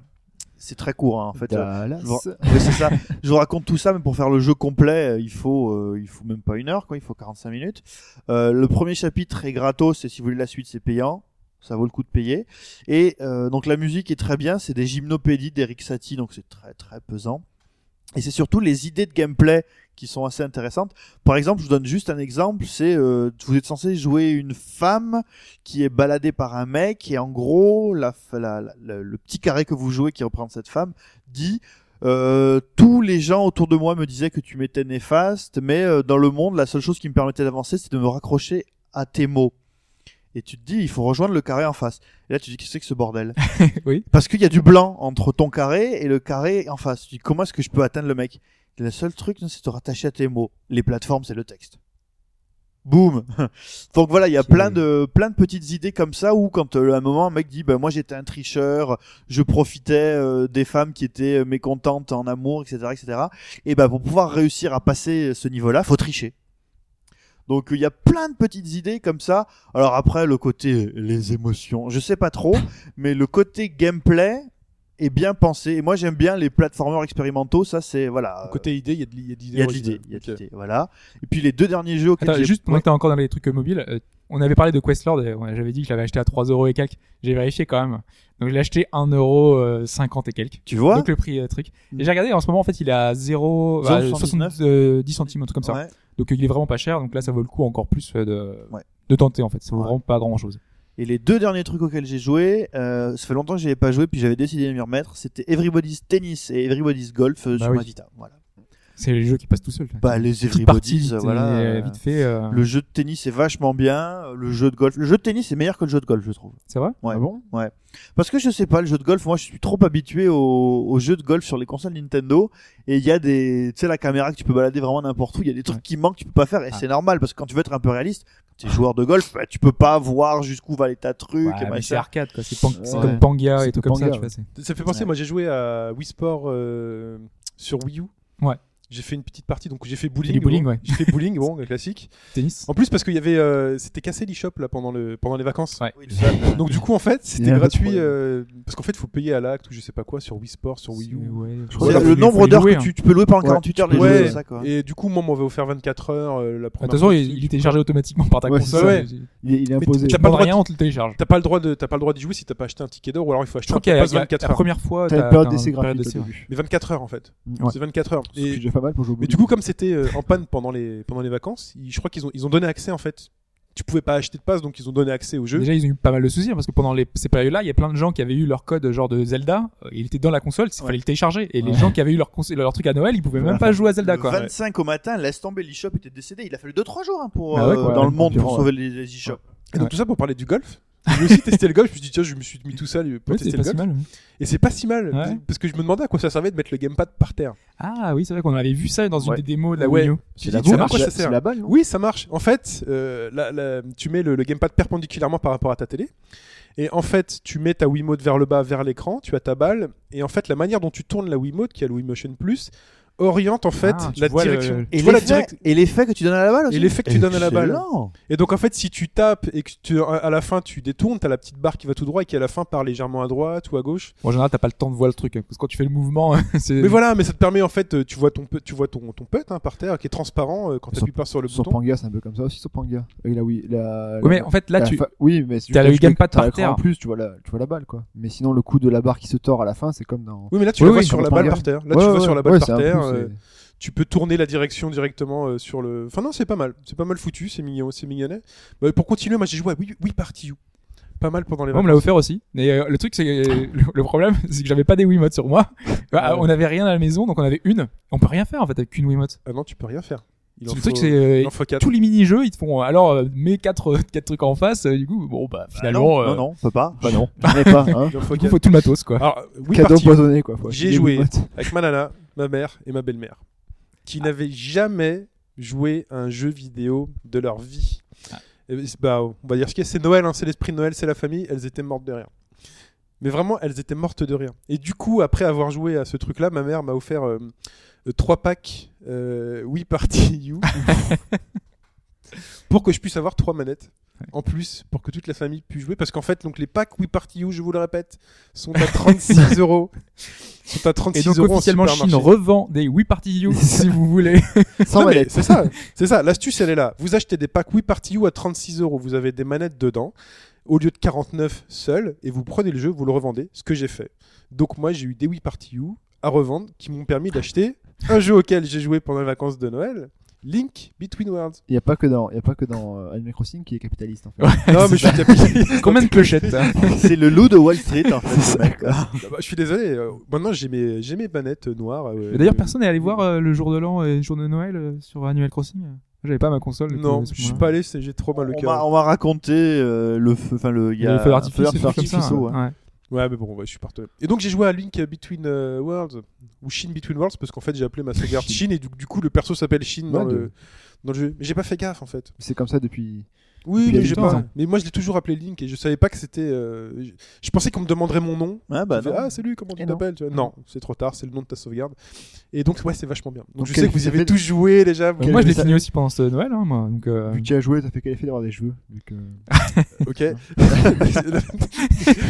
S6: c'est très court hein, en fait.
S7: Dallas.
S6: Bon, <laughs> ouais, c'est ça. Je vous raconte tout ça, mais pour faire le jeu complet, euh, il faut, euh, il faut même pas une heure, quoi. Il faut 45 minutes. Euh, le premier chapitre est gratos, et si vous voulez la suite, c'est payant. Ça vaut le coup de payer. Et euh, donc la musique est très bien. C'est des gymnopédies d'Eric Satie, donc c'est très très pesant. Et c'est surtout les idées de gameplay qui sont assez intéressantes. Par exemple, je vous donne juste un exemple. C'est euh, vous êtes censé jouer une femme qui est baladée par un mec et en gros la, la- la- le- le petit carré que vous jouez qui représente cette femme dit euh, tous les gens autour de moi me disaient que tu m'étais néfaste, mais euh, dans le monde, la seule chose qui me permettait d'avancer, c'est de me raccrocher à tes mots. Et tu te dis, il faut rejoindre le carré en face. Et là, tu te dis, qu'est-ce que c'est que ce bordel
S5: Oui.
S6: Parce qu'il y a du blanc entre ton carré et le carré en face. Tu te dis, comment est-ce que je peux atteindre le mec Le seul truc, c'est de te rattacher à tes mots. Les plateformes, c'est le texte. Boum <laughs> Donc voilà, il y a
S5: Qui-
S6: plein de, plein de petites idées comme ça où quand euh, à un moment, un mec dit, ben moi j'étais un tricheur, je profitais euh, des femmes qui étaient euh, mécontentes en amour, etc., etc. Et ben pour pouvoir réussir à passer ce niveau-là, faut tricher. Donc il y a plein de petites idées comme ça. Alors après le côté euh, les émotions, je sais pas trop, mais le côté gameplay est bien pensé. Et moi j'aime bien les plateformeurs expérimentaux, ça c'est voilà. euh,
S4: Côté idée, il y a de l'idée.
S6: il y a de l'idée, il y a de l'idée, voilà. Et puis les deux derniers jeux auxquels
S5: Attends,
S6: j'ai
S5: juste pendant
S6: Ouais.
S5: que t'es encore dans les trucs euh, mobiles, euh, on avait parlé de Questlord, et, ouais, j'avais dit que je l'avais acheté à 3 euros et quelques. J'ai vérifié quand même. Donc je l'ai acheté 1 euro euh, 50 et quelques.
S6: tu vois
S5: Donc le prix euh, truc.
S6: Hmm.
S5: Et j'ai regardé en ce moment en fait, il est à 0 bah,
S6: 0,79.
S5: 70, euh, 10 centimes un truc comme ça.
S6: Ouais.
S5: Donc euh, il est vraiment pas cher. Donc là ça vaut le coup encore plus euh, de
S6: Ouais.
S5: de tenter en fait. Ça vaut
S6: Ouais.
S5: vraiment pas grand chose.
S6: Et les deux derniers trucs auxquels j'ai joué, euh, ça fait longtemps que j'avais pas joué, puis j'avais décidé de m'y remettre, c'était Everybody's Tennis et Everybody's Golf euh,
S5: Bah
S6: sur
S5: oui.
S6: ma Vita. Voilà.
S5: C'est les jeux qui passent tout seuls.
S6: Bah, les
S5: Petite partie
S6: Everybody's,
S5: vite,
S6: euh, voilà.
S5: et,
S6: euh,
S5: euh, vite fait. euh,
S6: Le jeu de tennis est vachement bien, euh, le jeu de golf. Le jeu de tennis est meilleur que le jeu de golf, je trouve.
S5: C'est vrai.
S6: Ouais.
S7: Ah bon
S6: Parce que je sais pas, le jeu de golf, moi je suis trop habitué au, au jeu de golf sur les consoles Nintendo. Et il y a des, tu sais, la caméra que tu peux balader vraiment n'importe où. Il y a des trucs
S5: Ouais.
S6: qui manquent, tu peux pas faire. Et
S5: Ah.
S6: c'est normal, parce que quand tu veux être un peu réaliste, quand t'es joueur de golf, bah, tu peux pas voir jusqu'où va aller ta truc. eh
S5: Ouais,
S6: ben, et
S5: mais c'est
S6: machin.
S5: arcade quoi. C'est pan- c'est
S7: Ouais.
S5: comme Panga
S7: C'est
S5: et tout
S7: comme
S5: comme ça.
S7: Panga,
S5: Tu vois, c'est-
S4: Ça fait penser,
S6: Ouais.
S4: moi j'ai joué à Wii Sport euh, sur Wii U.
S5: Ouais.
S4: J'ai fait une petite partie, donc j'ai fait bowling.
S5: du bowling,
S4: bon.
S5: ouais. <laughs>
S4: J'ai fait bowling, bon, classique.
S5: Tennis.
S6: Oh,
S4: En plus, parce qu'il y avait, euh, c'était cassé l'eShop là pendant le pendant les vacances.
S5: <laughs> Ouais.
S6: Oui, tout ça.
S4: Donc du coup, en fait,
S7: Il y
S4: c'était
S7: a un
S4: gratuit
S7: autre problème.
S4: euh, parce qu'en fait, faut payer à l'acte ou je sais pas quoi sur Wii Sport, sur Wii U.
S5: Ouais, je
S6: C'est
S5: crois que
S6: bah le
S5: faut- faut
S6: nombre
S5: y
S6: d'heures
S5: jouer,
S6: que
S5: hein.
S6: tu, tu peux louer pendant 48 heures les
S4: Ouais.
S6: jeux, c'est ça, quoi.
S4: Et du coup, moi, on m'avait offert 24 heures euh, la
S5: De
S4: première.
S5: toute façon,
S4: fois.
S5: il, il est téléchargé automatiquement par ta
S7: Ouais,
S5: console.
S4: c'est
S7: Il est, il
S4: Mais
S7: est imposé.
S5: T'as
S4: t'as
S5: pas
S4: pas
S5: le
S4: le droit
S5: rien,
S4: de-
S5: on te le télécharge.
S4: T'as pas le droit de, t'as pas le droit d'y jouer si t'as pas acheté un ticket d'or ou alors il faut
S5: Je
S4: acheter
S5: crois
S4: un
S5: qu'il y a-
S4: pass
S5: il y a-
S4: 24
S5: la
S4: heures.
S5: première fois,
S7: T'as une
S5: t'as-
S7: période
S5: t'as
S7: d'essai
S5: une période
S7: gratuite
S5: d'essai,
S7: au
S5: ouais.
S7: début.
S4: Mais 24 heures en fait.
S7: Ouais.
S4: C'est 24 heures.
S7: C'est
S4: Et
S7: déjà pas mal pour jouer au
S4: Mais
S7: bowling.
S4: du coup, comme c'était euh, en panne pendant les, pendant les vacances, ils- je crois qu'ils ont, ils ont donné accès en fait. Tu pouvais pas acheter de passe, donc ils ont donné accès au jeu.
S5: Déjà, ils ont eu pas mal de soucis hein, parce que pendant les- ces périodes-là, il y a plein de gens qui avaient eu leur code genre de Zelda. euh, Il était dans la console, il fallait le télécharger. Et les gens qui avaient eu leur, cons- leur truc à Noël, ils pouvaient même pas jouer à Zelda
S6: Le
S5: quoi.
S6: 25 au matin, laisse tomber l'eShop était décédé. Il a fallu 2-3 jours hein, pour,
S5: Ah ouais,
S6: euh,
S5: quoi,
S6: dans le
S7: ouais,
S6: monde pour
S7: environ,
S6: sauver les, les eShops.
S4: Et donc
S5: Ouais.
S4: tout ça pour parler du golf. J'ai aussi testé le golf, je me suis dit tiens, je me suis mis tout seul pour
S5: Ouais,
S4: tester
S5: c'est
S4: le
S5: pas
S4: golf.
S5: si mal. ouais.
S4: Et c'est pas si mal,
S5: Ouais.
S4: parce que je me demandais à quoi ça servait de mettre le gamepad par terre.
S5: Ah oui, c'est vrai qu'on avait vu ça dans une
S4: Ouais.
S5: des démos de la
S4: Ouais.
S5: Wii U.
S4: J'ai
S7: la
S4: dit, ça
S7: boule,
S4: marche,
S7: c'est
S4: ça
S7: la-
S4: sert.
S7: c'est la balle, non
S4: Oui, ça marche. En fait, euh, la- la- tu mets le, le gamepad perpendiculairement par rapport à ta télé. Et en fait, tu mets ta Wiimote vers le bas, vers l'écran, tu as ta balle. Et en fait, la manière dont tu tournes la Wiimote, qui a le Wiimotion Plus, oriente en fait
S5: Ah, tu
S4: la
S5: vois le-
S4: direction.
S6: Et
S4: Tu vois la
S6: l'effet-
S4: direct-
S6: et l'effet que tu donnes à la balle aussi.
S4: Et l'effet que tu donnes à la balle.
S6: Excellent.
S4: Et donc en fait, si tu tapes et que tu, à la fin tu détournes, t'as la petite barre qui va tout droit et qui à la fin part légèrement à droite ou à gauche.
S5: Bon, en général, t'as pas le temps de voir le truc hein, parce que quand tu fais le mouvement, <laughs> c'est.
S4: Mais voilà, mais ça te permet en fait, euh, tu vois ton pe- tu vois ton ton putt hein, par terre qui est transparent euh, quand
S7: Sur-
S4: t'appuies pas sur le
S7: Sur
S4: bouton.
S7: Panga, c'est un peu comme ça aussi, sur Panga. Et là, oui. La,
S5: Ouais, mais
S7: la-
S5: en fait, là,
S7: la
S5: tu.
S7: fa- Oui, mais c'est
S5: t'as le
S7: juste que
S5: gamepad
S7: t'as
S5: par
S7: l'écran
S5: terre.
S7: En plus, tu vois, la, tu vois la balle, quoi. Mais sinon, le coup de la barre qui se tord à la fin, c'est comme dans.
S4: Oui, mais là tu
S7: Oui,
S4: la vois
S7: oui,
S4: sur
S7: sur
S4: la
S7: le
S4: balle
S7: panga.
S4: par terre. Là
S7: Ouais,
S4: tu vois
S7: ouais,
S4: sur la
S7: ouais,
S4: balle
S7: ouais,
S4: par
S7: c'est un
S4: terre.
S7: plus,
S4: euh, tu peux tourner la direction directement euh, sur le. Enfin non, c'est pas mal. C'est pas mal foutu, c'est mignon, c'est mignonnet. Bah, pour continuer, moi j'ai joué à oui oui party You. Pas mal pendant les
S5: Moi, on
S4: vacances.
S5: me l'a offert aussi. Mais euh, le truc, c'est que, euh, le- le problème, <laughs> c'est que j'avais pas des Wiimotes
S4: <laughs>
S5: sur moi. Bah,
S4: Ah Ouais.
S5: On avait rien à la maison, donc on avait une. On peut rien faire en fait avec une Wiimote.
S4: Ah non, tu peux rien faire. Il en
S5: Le
S4: faut-
S5: truc, c'est euh,
S4: il en faut quatre.
S5: tous les mini-jeux, ils te font euh, alors euh, mets quatre euh, quatre trucs en face. euh, du coup, bon bah
S6: Ah
S5: finalement,
S6: Non,
S5: euh,
S6: non, non, peut pas.
S7: Bah non, on est pas, hein.
S4: Il en faut
S5: il
S4: quatre.
S5: faut tout le matos quoi.
S4: Alors <laughs> oui
S7: Cadeau
S4: party You.
S7: empoisonné, quoi. faut
S4: J'y ai
S7: acheter des
S4: joué.
S7: boîtes.
S4: avec ma nana, ma mère et ma belle-mère, qui n'avaient jamais jouer à un jeu vidéo de leur vie.
S5: Ah.
S4: Et ben, c'est- bah, on va dire ce qu'il y a, c'est Noël, hein, c'est l'esprit de Noël, c'est la famille, elles étaient mortes de rire. Mais vraiment, elles étaient mortes de rire. Et du coup, après avoir joué à ce truc-là, ma mère m'a offert euh, euh, trois packs euh, Wii Party <laughs> You pour que je puisse avoir trois manettes. En plus, pour que toute la famille puisse jouer, parce qu'en fait, donc les packs Wii Party You, je vous le répète, sont à
S5: <laughs>
S4: 36 euros. Sont à 36
S5: Et donc
S4: euros en
S5: officiellement,
S4: supermarché.
S5: Chine revend des Wii Party
S4: <laughs>
S5: You si vous voulez.
S4: <laughs> Non,
S7: Sans
S4: mais
S7: mallette.
S4: C'est ça, c'est ça. L'astuce, elle est là. Vous achetez des packs Wii Party You à 36 euros. Vous avez des manettes dedans, au lieu de 49 seules, et vous prenez le jeu, vous le revendez. Ce que j'ai fait. Donc moi, j'ai eu des Wii Party You à revendre qui m'ont permis d'acheter un jeu auquel j'ai joué pendant les vacances de Noël. Link Between Worlds.
S7: Il n'y a pas que dans, il y a pas que dans euh, Animal Crossing qui est capitaliste en
S5: <laughs>
S7: fait.
S4: Non, mais je suis, capitaliste.
S5: Combien de
S4: <laughs>
S5: clochettes hein <laughs>
S6: C'est le loup de Wall Street, en fait. ce mec.
S4: Ah bah, je suis désolé. euh, Maintenant, j'ai mes, j'ai mes manettes euh, noires. euh,
S5: D'ailleurs,
S4: euh,
S5: personne n'est allé voir euh, le jour de l'an et le jour de Noël euh, sur Animal Crossing. J'avais pas ma console. euh, du coup,
S4: Non,
S5: à ce
S4: je suis
S5: moment-là.
S4: pas allé. c'est- J'ai trop mal le
S6: On
S4: cœur.
S6: m'a on m'a raconté euh, le feu, enfin le, il
S5: Il
S6: y
S5: y
S6: a
S5: a le feu
S6: un
S5: d'artifice,
S6: feu
S5: des trucs comme ça,
S6: d'artifice, ouais.
S5: hein.
S4: Ouais, mais bon, ouais, je suis partenaire. Et donc j'ai joué à Link Between euh, Worlds, ou Shin Between Worlds, parce qu'en fait j'ai appelé ma sauvegarde Shin, et du, du coup le perso s'appelle Shin dans,
S7: Ouais,
S4: le,
S7: de-
S4: dans le jeu. Mais j'ai pas fait gaffe en fait.
S7: <laughs> C'est comme ça depuis.
S4: Oui,
S7: Il y a
S4: mais
S7: du
S4: j'ai
S5: temps,
S4: pas.
S5: hein.
S4: Mais moi je l'ai toujours appelé Link, et je savais pas que c'était. euh, je- Je pensais qu'on me demanderait mon nom.
S6: Ah bah
S4: Je fais,
S6: non.
S4: ah, salut, comment tu
S7: Et non.
S4: t'appelles Tu vois, Non, c'est trop tard, c'est le nom de ta sauvegarde. Et donc, ouais, c'est vachement bien. Donc,
S7: Donc,
S4: je
S7: quel-
S4: sais que vous y
S7: ça
S4: avez
S7: fait-
S4: tous joué déjà. vous-
S5: Ouais. Moi, je l'ai
S7: ça-
S5: fini aussi pendant ce Noël, hein, moi. Donc, euh,
S7: Vu que tu as joué, t'as fait quel effet d'avoir des cheveux vu que...
S4: Ok. <laughs>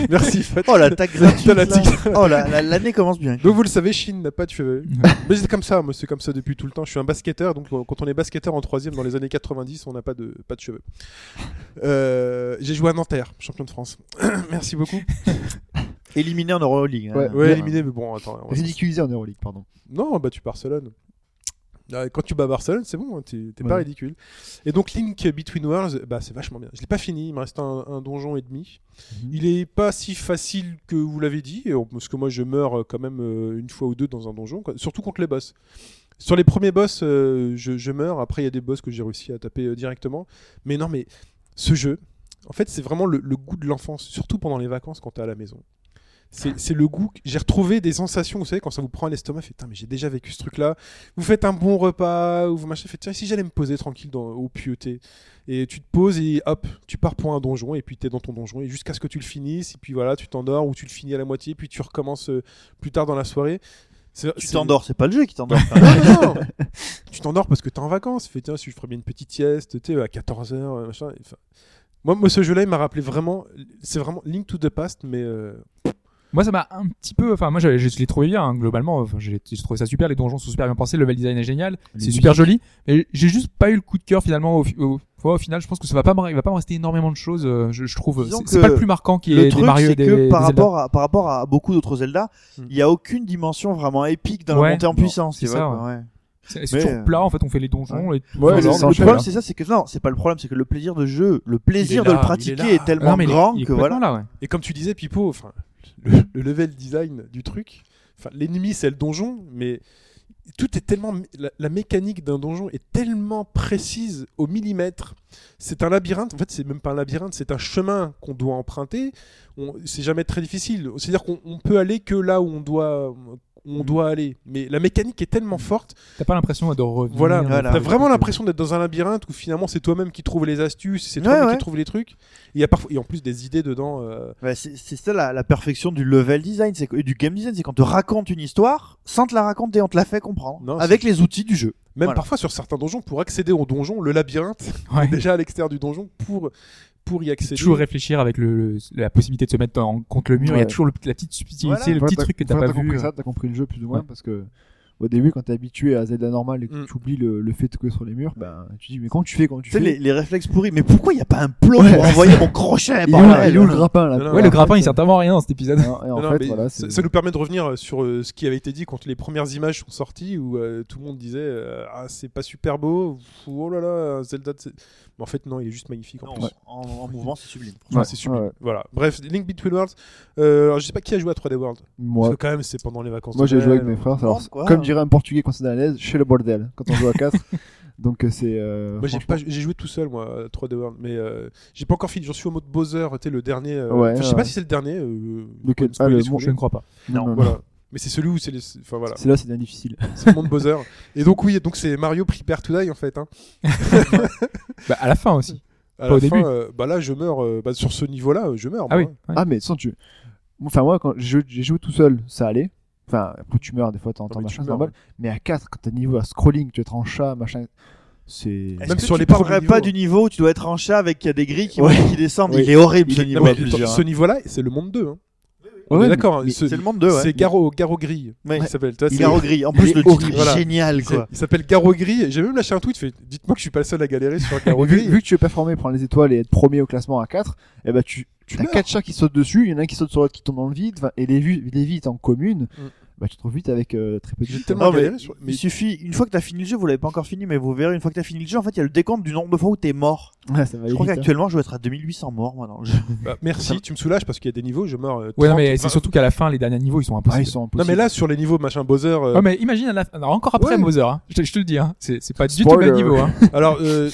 S4: Merci, Fat.
S6: Oh l'attaque gratuite.
S4: T'as <laughs> la
S6: là.
S4: tique.
S6: Oh la- la- l'année commence bien.
S4: Donc vous le savez, Chine n'a pas de cheveux. Mais c'est comme ça, moi, c'est comme ça depuis tout le temps. Je suis un basketteur, donc euh, quand on est basketteur en troisième dans les années 90, on n'a pas de, pas de cheveux. Euh, J'ai joué à Nanterre, champion de France. <coughs> Merci beaucoup.
S6: Éliminé en Euroleague. hein.
S7: Ouais,
S4: Ouais, éliminé, mais bon, attends. on va-
S7: Ridiculisé en Euroleague, pardon.
S4: Non, bah tu Barcelone. Ah, Quand tu bats Barcelone, c'est bon, hein, t'es t'es pas
S5: Ouais.
S4: ridicule. Et donc Link Between Worlds, bah, c'est vachement bien. Je l'ai pas fini, il me reste un, un donjon et demi.
S5: Mhm.
S4: Il est pas si facile que vous l'avez dit, et on- parce que moi je meurs euh, quand même euh, une fois ou deux dans un donjon, quoi. surtout contre les boss. Sur les premiers boss, euh, je, je meurs. Après, il y a des boss que j'ai réussi à taper euh, directement. Mais non, mais ce jeu, en fait, c'est vraiment le, le goût de l'enfance, surtout pendant les vacances quand t'es à la maison. C'est c'est le goût. que- J'ai retrouvé des sensations, vous savez, quand ça vous prend à l'estomac, fait, putain, mais j'ai déjà vécu ce truc-là. Vous faites un bon repas, ou vous machin, faites, tiens, si j'allais me poser tranquille dans, au pieuté. Et tu te poses et hop, tu pars pour un donjon, et puis t'es dans ton donjon, et jusqu'à ce que tu le finisses, et puis voilà, tu t'endors, ou tu le finis à la moitié, puis tu recommences euh, plus tard dans la soirée. C'est-
S6: Tu
S4: c'est-
S6: t'endors, c'est pas le jeu
S4: <laughs>
S6: qui t'endort. enfin.
S4: non, non, non. tu t'endors parce que t'es en vacances. Fais, tiens, si je ferais bien une petite sieste, tu sais, à 14h, machin. Enfin, moi, moi, ce jeu-là, il m'a rappelé vraiment. C'est vraiment Link to the Past, mais. euh,
S5: Moi, ça m'a un petit peu. Enfin, moi, j'avais- je l'ai trouvé bien, hein, globalement. Enfin, j'ai j'ai trouvé ça super. Les donjons sont super bien pensés. Le level design est génial. C'est super joli. Mais j'ai juste pas eu le coup de cœur, finalement. Au, fi- au- au- au final, je pense que ça va pas me, il va pas me rester énormément de choses, euh, je, je trouve.
S6: Disons
S5: C'est- C'est
S6: que
S5: pas le plus marquant qui est
S6: Le
S5: des
S6: truc,
S5: Mario et
S6: c'est
S5: des,
S6: que
S5: des
S6: par
S5: Zelda.
S6: rapport, à, par rapport à beaucoup d'autres Zelda,
S4: Hmm.
S6: il y a aucune dimension vraiment épique dans
S5: Ouais.
S6: la montée en
S5: Non,
S6: puissance.
S5: c'est
S6: tu vois,
S5: ça, Ah,
S6: quoi, ouais.
S5: C'est c'est
S6: Mais,
S5: toujours
S6: euh,
S5: plat, en fait. On fait les donjons. et tout
S7: Ouais,
S5: dans
S7: c'est-
S5: l'ordre,
S7: c'est-
S6: le
S5: et
S6: problème,
S5: puis
S6: c'est ça, c'est que non, c'est pas le problème, c'est que le plaisir de jeu, le plaisir
S4: Il est
S6: de
S4: là,
S6: le
S4: il
S6: pratiquer
S4: est là.
S6: est,
S5: voilà.
S6: tellement
S5: Non, mais il est-
S6: grand
S5: il est
S6: que voilà.
S5: complètement là, ouais.
S4: Et comme tu disais, Pipo, enfin, le, le level design du truc, enfin, l'ennemi c'est le donjon, mais tout est tellement la, la mécanique d'un donjon est tellement précise au millimètre. C'est un labyrinthe. En fait, c'est même pas un labyrinthe, c'est un chemin qu'on doit emprunter. On- C'est jamais très difficile. C'est-à-dire qu'on on peut aller que là où on doit. où On doit aller, mais la mécanique est tellement forte.
S5: T'as pas l'impression de revenir.
S4: Voilà,
S5: de
S6: voilà.
S5: faire
S4: T'as
S5: des
S4: vraiment
S5: trucs, euh,
S4: l'impression d'être dans un labyrinthe où finalement c'est toi-même qui trouve les astuces, c'est
S6: Ouais,
S4: toi-même qui
S6: ouais.
S4: trouve les trucs. Et il y a parfois, et en plus des idées dedans. euh,
S6: Ouais, Bah, c'est c'est ça la, la perfection du level design, c'est que- et du game design, c'est qu'on te raconte une histoire sans te la raconter, on te la fait comprendre
S4: Non,
S6: avec les outils du jeu.
S4: Même
S6: Voilà.
S4: parfois sur certains donjons, pour accéder au donjon, le labyrinthe <laughs>
S5: Ouais.
S4: est déjà à l'extérieur du donjon pour, pour y accéder.
S5: toujours réfléchir avec le, le- la possibilité de se mettre en, contre le mur. Il y a
S7: Ouais.
S5: toujours le- la petite subtilité,
S6: Voilà.
S5: le
S7: Voilà,
S5: petit truc que t'as
S7: voilà,
S5: pas vu. euh.
S7: compris ça, t'as compris le jeu plus ou moins
S5: Ouais.
S7: parce que au début, quand t'es habitué à Zelda normal et que
S4: Mm.
S7: tu oublies le, le fait de courir sur les murs, ben tu dis mais quand tu fais, quand tu
S6: Tu sais,
S7: fais.
S6: les, les réflexes pourris, mais pourquoi il n'y a pas un plomb pour envoyer mon crochet
S7: Il est
S6: par
S7: où,
S6: là,
S7: il est où le grappin là
S4: Non, non,
S5: Ouais,
S4: en
S5: le grappin, il sert avant à rien dans cet épisode.
S7: Non, et en
S4: Non, non,
S7: fait,
S4: mais
S7: voilà,
S4: ça,
S7: c'est-
S4: ça nous permet de revenir euh, sur euh, ce qui avait été dit quand les premières images sont sorties, où euh, tout le monde disait euh, Ah, c'est pas super beau, ou, oh là là, Zelda. c'est- Mais en fait, non, il est juste magnifique en
S6: Non,
S4: plus.
S6: en, en mouvement, c'est sublime.
S4: Enfin,
S7: Ouais.
S4: c'est sublime.
S7: Ouais.
S4: Voilà. Bref, Link Between Worlds. Euh, alors, je sais pas qui a joué à 3D World. Parce
S7: Moi,
S4: que quand même, c'est pendant les vacances.
S7: moi
S4: de
S7: j'ai joué
S4: Noël. euh,
S7: avec mes frères. Alors,
S6: Quoi
S7: comme dirait un portugais quand c'est à l'aise, chez le bordel quand on joue à 4. Donc euh, c'est. euh,
S4: Moi, j'ai
S7: franchement-
S4: pas- j'ai joué tout seul moi à 3D World mais euh, j'ai pas encore fini j'en suis au mode Bowser tu sais le dernier euh,
S7: Ouais,
S4: enfin, je sais pas
S7: ouais.
S4: si c'est le dernier euh, vous pouvez
S7: Lequel
S4: me spoiler
S7: Ah, le
S4: si vous
S7: mon-
S4: voulez.
S5: Je ne crois pas.
S7: Non,
S4: voilà Mais c'est celui où c'est les. Enfin voilà,
S7: C'est là, c'est bien difficile.
S4: c'est le monde Bowser. Et donc, oui, donc c'est Mario Prepare to Die en fait. Hein.
S5: Bah, à la fin aussi.
S4: À
S5: Pas
S4: la
S5: au
S4: fin,
S5: début.
S4: euh, bah là, je meurs. euh, bah, sur ce niveau-là, euh, je meurs.
S5: Ah oui.
S4: moi, hein.
S5: ouais.
S7: Ah, mais sans tu. Enfin, moi, quand j'ai joué- j'ai joué tout seul, ça allait. Enfin, après, tu meurs, des fois,
S4: mais
S7: t'entends
S4: Ah tu
S7: machin, c'est
S4: meurs,
S7: normal. Mais à 4, quand t'as niveau à scrolling, tu es en chat, machin. C'est.
S4: Même
S6: Même
S4: sur
S6: sur tu
S4: les paroles
S6: parlerais
S4: du
S6: pas
S4: niveau.
S6: du niveau où tu dois être en chat avec qu'il y a des grilles qui,
S7: Ouais.
S6: montent et qui descendent.
S7: Oui.
S6: Il est horrible ce
S7: Il est-
S6: niveau.
S4: Non, mais
S6: à plusieurs,
S4: attends,
S6: hein.
S4: ce niveau-là, c'est le monde 2. Hein. On est
S7: mais-
S4: d'accord. hein,
S7: mais-
S4: ce-
S6: C'est le monde 2,
S4: C'est
S6: ouais.
S4: Garo, Garo Gris.
S6: Ouais.
S4: Il s'appelle. tu vois,
S6: Il
S4: c'est-
S6: est en gris. En plus,
S7: il est
S6: le titre
S7: horrible.
S6: est
S4: Voilà.
S6: génial,
S4: c'est-
S6: quoi.
S4: Il s'appelle Garo Gris. J'ai même lâché un tweet. Fait, dites-moi que je suis pas le seul à galérer sur Garo
S7: <laughs> vu,
S4: Gris.
S7: vu que tu es performé, prendre les étoiles et être premier au classement à 4, et ben tu, tu as
S4: meurs.
S7: 4 chats qui sautent dessus, il y en a un qui saute sur l'autre qui tombe dans le vide, enfin, et les, vues- les vies étant communes,
S4: Mm.
S7: bah, tu te retrouves vite avec euh, très peu de
S4: J'ai
S7: vies.
S4: tellement
S6: Non, mais-
S4: galéré sur. Mais
S6: Il suffit, une fois que t'as fini le jeu, vous l'avez pas encore fini, mais vous verrez, une fois que t'as fini le jeu, en fait, il y a le décompte du nombre de fois où t'es mort.
S7: Ouais, ça
S6: Je
S7: va aller
S6: crois
S7: vite, hein.
S6: qu'actuellement, je dois être à 2800 morts, moi, dans le jeu.
S4: bah, merci, tu me soulages parce qu'il y a des niveaux, je meurs. euh,
S5: Ouais, non,
S4: 30,
S5: mais c'est
S4: 20.
S5: surtout qu'à la fin, les derniers niveaux, ils sont
S7: bah, Ah,
S5: impossibles.
S7: ils sont
S4: Non,
S7: impossibles.
S4: mais là, sur les niveaux, machin Bowser. euh,
S5: Ouais, mais imagine, à la fin- alors, encore après
S4: Ouais.
S5: Mother, hein. je, je te le dis, hein. c'est c'est pas du tout le
S7: Spoiler.
S5: même niveau. Hein.
S4: Alors, euh,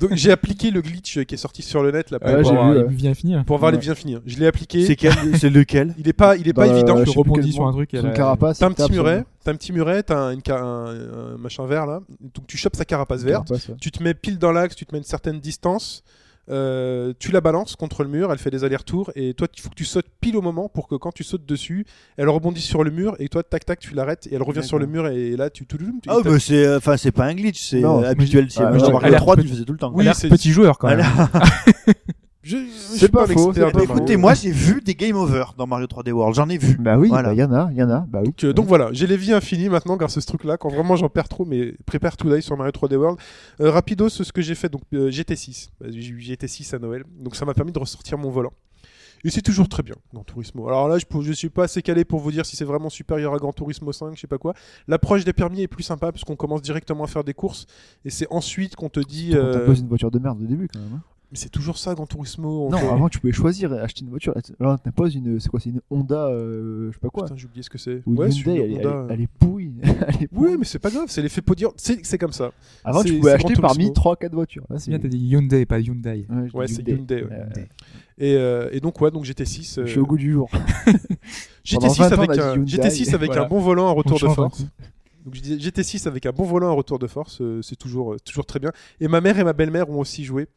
S4: donc, j'ai appliqué le glitch qui est sorti sur le net là, pour,
S7: Ouais,
S5: Pour
S7: j'ai
S4: voir,
S5: avoir
S7: vu,
S5: les
S7: ouais.
S5: bien hein. fini.
S4: pour voir les
S7: Ouais.
S4: biens finis. Je l'ai appliqué.
S6: C'est <laughs> quel- c'est lequel
S4: Il est pas, il est pas
S7: Dans, euh,
S4: évident.
S7: je
S5: Je
S7: sais plus
S5: rebondis
S7: quel
S5: sur un truc.
S7: Son
S5: elle a-
S7: carapace,
S4: T'as un
S7: c'était
S4: petit muret,
S7: absolument-
S4: t'as un petit muret, t'as un, ca- un- un machin vert là. Donc tu chopes sa carapace verte.
S7: Carapace, ouais.
S4: Tu te mets pile dans l'axe, tu te mets une certaine distance, euh, tu la balances contre le mur, elle fait des allers-retours, et toi, il faut que tu sautes pile au moment pour que quand tu sautes dessus, elle rebondisse sur le mur, et toi, tac-tac, tu l'arrêtes, et elle revient sur le mur, et là, tu... tu- tu- tu-
S6: Ah,
S4: t'as-
S6: bah, c'est, euh, enfin, c'est pas un glitch, c'est
S7: Non.
S6: euh, habituel. C'est,
S7: Ah,
S6: moi, j'en
S7: ouais.
S6: marquais
S5: Elle a
S6: 3, tu
S5: peut-
S6: le faisais tout le temps.
S5: Oui,
S4: Elle a
S5: c'est
S4: l'air
S5: petit joueur quand même.
S4: Je- je suis
S7: C'est pas
S4: un
S7: faux,
S4: expert
S7: c'est
S6: Bah,
S7: pas
S4: de-
S7: faux.
S6: écoutez, moi, j'ai vu des game over dans Mario 3D World. J'en ai vu.
S7: Bah oui,
S6: Voilà.
S7: bah, il y en a, il y en a, bah oui.
S4: Donc, euh, donc voilà, j'ai les vies infinies maintenant grâce à ce truc-là. Quand vraiment j'en perds trop, mais prépare tout d'ailleurs sur Mario 3D World. Euh, rapido, ce ce que j'ai fait, donc euh, GT6. Bah, J'ai eu GT6 à Noël, donc ça m'a permis de ressortir mon volant. Et c'est toujours très bien dans Turismo. Alors là, je ne suis pas assez calé pour vous dire si c'est vraiment supérieur à Gran Turismo 5, je sais pas quoi. L'approche des permis est plus sympa parce qu'on commence directement à faire des courses et c'est ensuite qu'on te dit.
S7: On
S4: euh,
S7: t'impose une voiture de merde au début quand même. hein.
S4: Mais c'est toujours ça, Gran Turismo. on
S7: Non,
S4: fait-
S7: avant tu pouvais choisir et acheter une voiture. Là, on t'impose une, c'est quoi, c'est une Honda, euh, je sais pas quoi.
S4: Putain, j'ai oublié ce que c'est.
S7: Ou une
S4: Ouais, c'est
S7: Hyundai,
S4: une
S7: elle, est-
S4: Honda.
S7: elle, elle est pourrie. <laughs> Elle est pourrie.
S4: Oui, mais c'est pas grave, c'est l'effet podium. C'est c'est comme ça.
S7: Avant,
S4: c'est-
S7: tu pouvais
S4: c'est
S7: acheter
S4: Gran
S7: parmi
S4: Turismo.
S7: 3-4 voitures. Là,
S5: C'est bien, t'as dit Hyundai, pas Hyundai.
S7: Ouais, je
S4: Ouais,
S7: dis
S4: c'est Hyundai,
S7: Hyundai.
S4: ouais.
S7: Euh,
S4: Et, euh, et donc, ouais, donc GT6. euh,
S7: Je suis au goût du jour. Pendant
S4: GT6
S7: vingt ans,
S4: avec,
S7: on a dit
S4: un,
S7: Hyundai.
S4: GT6 avec
S5: Voilà.
S4: un bon volant en
S5: On
S4: retour de
S5: change d'un
S4: force.
S5: coup.
S4: Donc, je disais GT6 avec un bon volant en retour de force, euh, c'est toujours, euh, toujours très bien. Et ma mère et ma belle-mère ont aussi joué.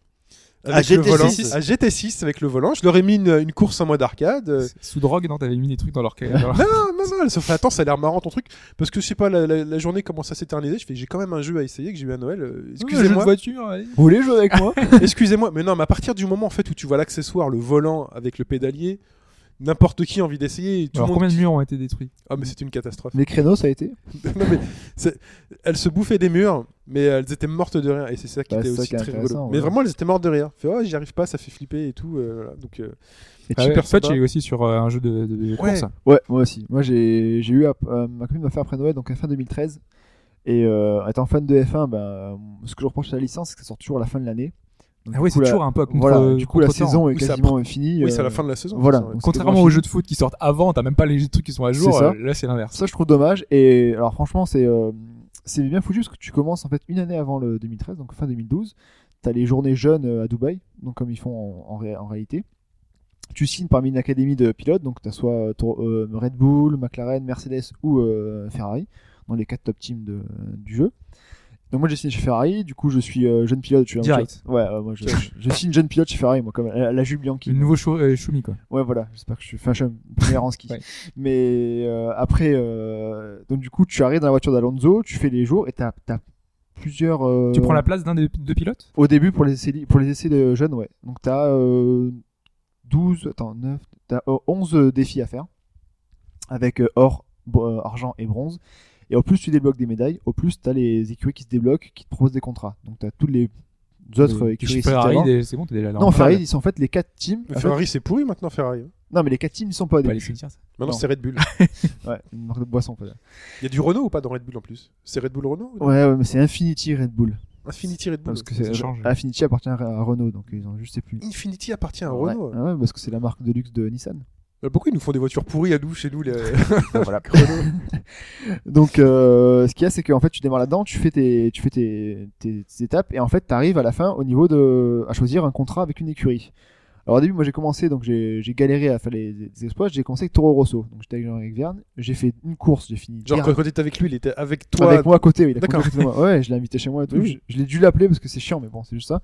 S7: Ah,
S6: À
S4: avec le
S6: GT6.
S4: volant. À GT6 avec le volant. Je leur ai mis une, une course en mode arcade. euh,
S5: Sous drogue, non, t'avais mis des trucs dans leur dans
S7: <laughs>
S5: leur-
S4: Non, non, non, elle se fait attends, ça a l'air marrant ton truc. Parce que je sais pas, la, la- la journée commence à s'éterniser. Je fais, j'ai quand même un jeu à essayer que j'ai eu à Noël. euh,
S5: Ouais, jeu de
S4: Excusez-moi.
S5: voiture, allez.
S7: Vous voulez jouer
S4: <laughs>
S7: avec moi
S4: Excusez-moi, mais non, mais à partir du moment en fait où tu vois l'accessoire, le volant avec le pédalier, n'importe qui a envie d'essayer. et Tout le
S5: Alors,
S4: monde...
S5: combien de murs ont été détruits
S4: Ah, mais c'est une catastrophe. <laughs>
S7: Les créneaux, ça a été
S4: non, mais c'est- elles se bouffaient des murs, mais elles étaient mortes de rire. Et c'est ça qui
S7: Bah,
S4: était
S7: c'est ça
S4: aussi
S7: qui est
S4: très
S7: intéressant,
S4: rigolo.
S7: ouais.
S4: Mais vraiment, elles étaient mortes de rire. Fait, oh, j'y arrive pas, ça fait flipper et tout. euh, voilà. Donc, euh,
S7: Et
S5: Ah
S7: tu
S5: ouais,
S7: perds-
S5: Toi,
S4: sympa.
S5: tu es aussi sur euh, un jeu de, de- de
S4: Ouais.
S5: course.
S7: Ouais, moi aussi. Moi, j'ai j'ai eu. à- euh, ma copine m'a fait après Noël, donc à fin 2013. Et euh, étant fan de F1, ben, euh, ce que je reproche à la licence, c'est que ça sort toujours à la fin de l'année. Donc,
S5: Ah ouais,
S7: du
S5: c'est
S7: coup, la-
S5: toujours un peu à contre, euh,
S7: Voilà, du coup, la
S5: contre-temps. hein.
S7: saison est
S4: Oui, c'est
S7: quasiment finie.
S4: oui, c'est à la
S7: euh,
S4: fin de la saison.
S7: voilà.
S4: ça, ouais.
S7: Donc,
S5: Contrairement
S7: c'était
S5: aux jeux de foot qui sortent avant, t'as même pas les trucs qui sont à jour.
S7: C'est ça.
S5: euh, Là, c'est l'inverse.
S7: Ça, je trouve dommage. Et alors, franchement, c'est euh, c'est bien foutu parce que tu commences en fait une année avant le 2013, donc fin 2012. T'as les journées jeunes euh, à Dubaï, donc comme ils font en, en ré- en réalité. Tu signes parmi une académie de pilotes, donc t'as soit euh, ton- euh, Red Bull, McLaren, Mercedes ou euh, Ferrari, dans les quatre top teams de- du jeu. Donc moi j'ai signé chez Ferrari, du coup je suis euh, jeune pilote. Je suis un-
S5: Direct.
S7: Ouais, euh, moi je, je signe jeune pilote chez Ferrari, moi comme la, la Jules Bianchi.
S5: Le nouveau show, euh, Shumi, quoi.
S7: Ouais, voilà, j'espère que je suis enfin, je suis meilleur en ski.
S5: <laughs> Ouais.
S7: Mais euh, après, euh, donc du coup, tu arrives dans la voiture d'Alonso, tu fais les jours et t'as as plusieurs. euh,
S5: Tu prends la place d'un des deux pilotes
S7: Au début, pour les essais, li- pour les essais de jeunes, ouais. Donc t'as euh, 12, attends, 9, t'as euh, 11 défis à faire avec euh, or, bo- euh, argent et bronze. Et au plus tu débloques des médailles, au plus t'as les écuries qui se débloquent, qui te proposent des contrats. Donc t'as toutes les autres
S5: Des-
S7: écuries.
S5: des
S7: citées
S5: Euh, Ferrari,
S7: avant.
S5: des- c'est bon, t'es déjà là.
S7: Non, Ferrari, ils sont en fait les 4 teams.
S4: Mais
S7: en fait-
S4: Ferrari, c'est pourri maintenant, Ferrari.
S7: non, mais les 4 teams, ils sont pas au
S5: Pas
S7: début.
S5: les cimetières, ça.
S4: Maintenant,
S7: Non.
S4: c'est Red Bull.
S7: Ouais, une marque de boisson, peut-être.
S4: Il y a du Renault ou pas dans Red Bull en plus C'est Red Bull Renault ou non
S7: Ouais, ouais, mais c'est Infinity Red Bull.
S4: Infinity Red Bull.
S7: Parce que c'est
S5: Ça change.
S7: Infinity appartient à Renault, donc ils ont, je sais plus.
S4: Infinity appartient à
S7: Ouais,
S4: Ah,
S7: Ah
S4: Renault.
S7: ouais, ouais, parce que c'est la marque de luxe de Nissan.
S4: Euh, Pourquoi ils nous font des voitures pourries à nous chez
S7: <laughs>
S4: nous les...
S7: voilà. donc, euh, ce qu'il y a, c'est qu'en fait, tu démarres là-dedans, tu fais tes, tu fais tes, tes, tes étapes, et en fait, t'arrives à la fin au niveau de, à choisir un contrat avec une écurie. Alors au début, moi j'ai commencé, donc j'ai j'ai galéré à faire les, les exploits. J'ai commencé avec Toro Rosso. Donc j'étais avec Jean-Eric Verne. J'ai fait une course, j'ai fini.
S4: Genre,
S7: dernier.
S4: quand, quand t'étais avec lui, il était avec toi.
S7: Avec moi à côté, oui. il a
S4: D'accord.
S7: complètement à côté de moi. Ouais, je l'ai invité chez moi et tout.
S4: Oui.
S7: Je, je l'ai dû l'appeler parce que c'est chiant, mais bon, c'est juste ça.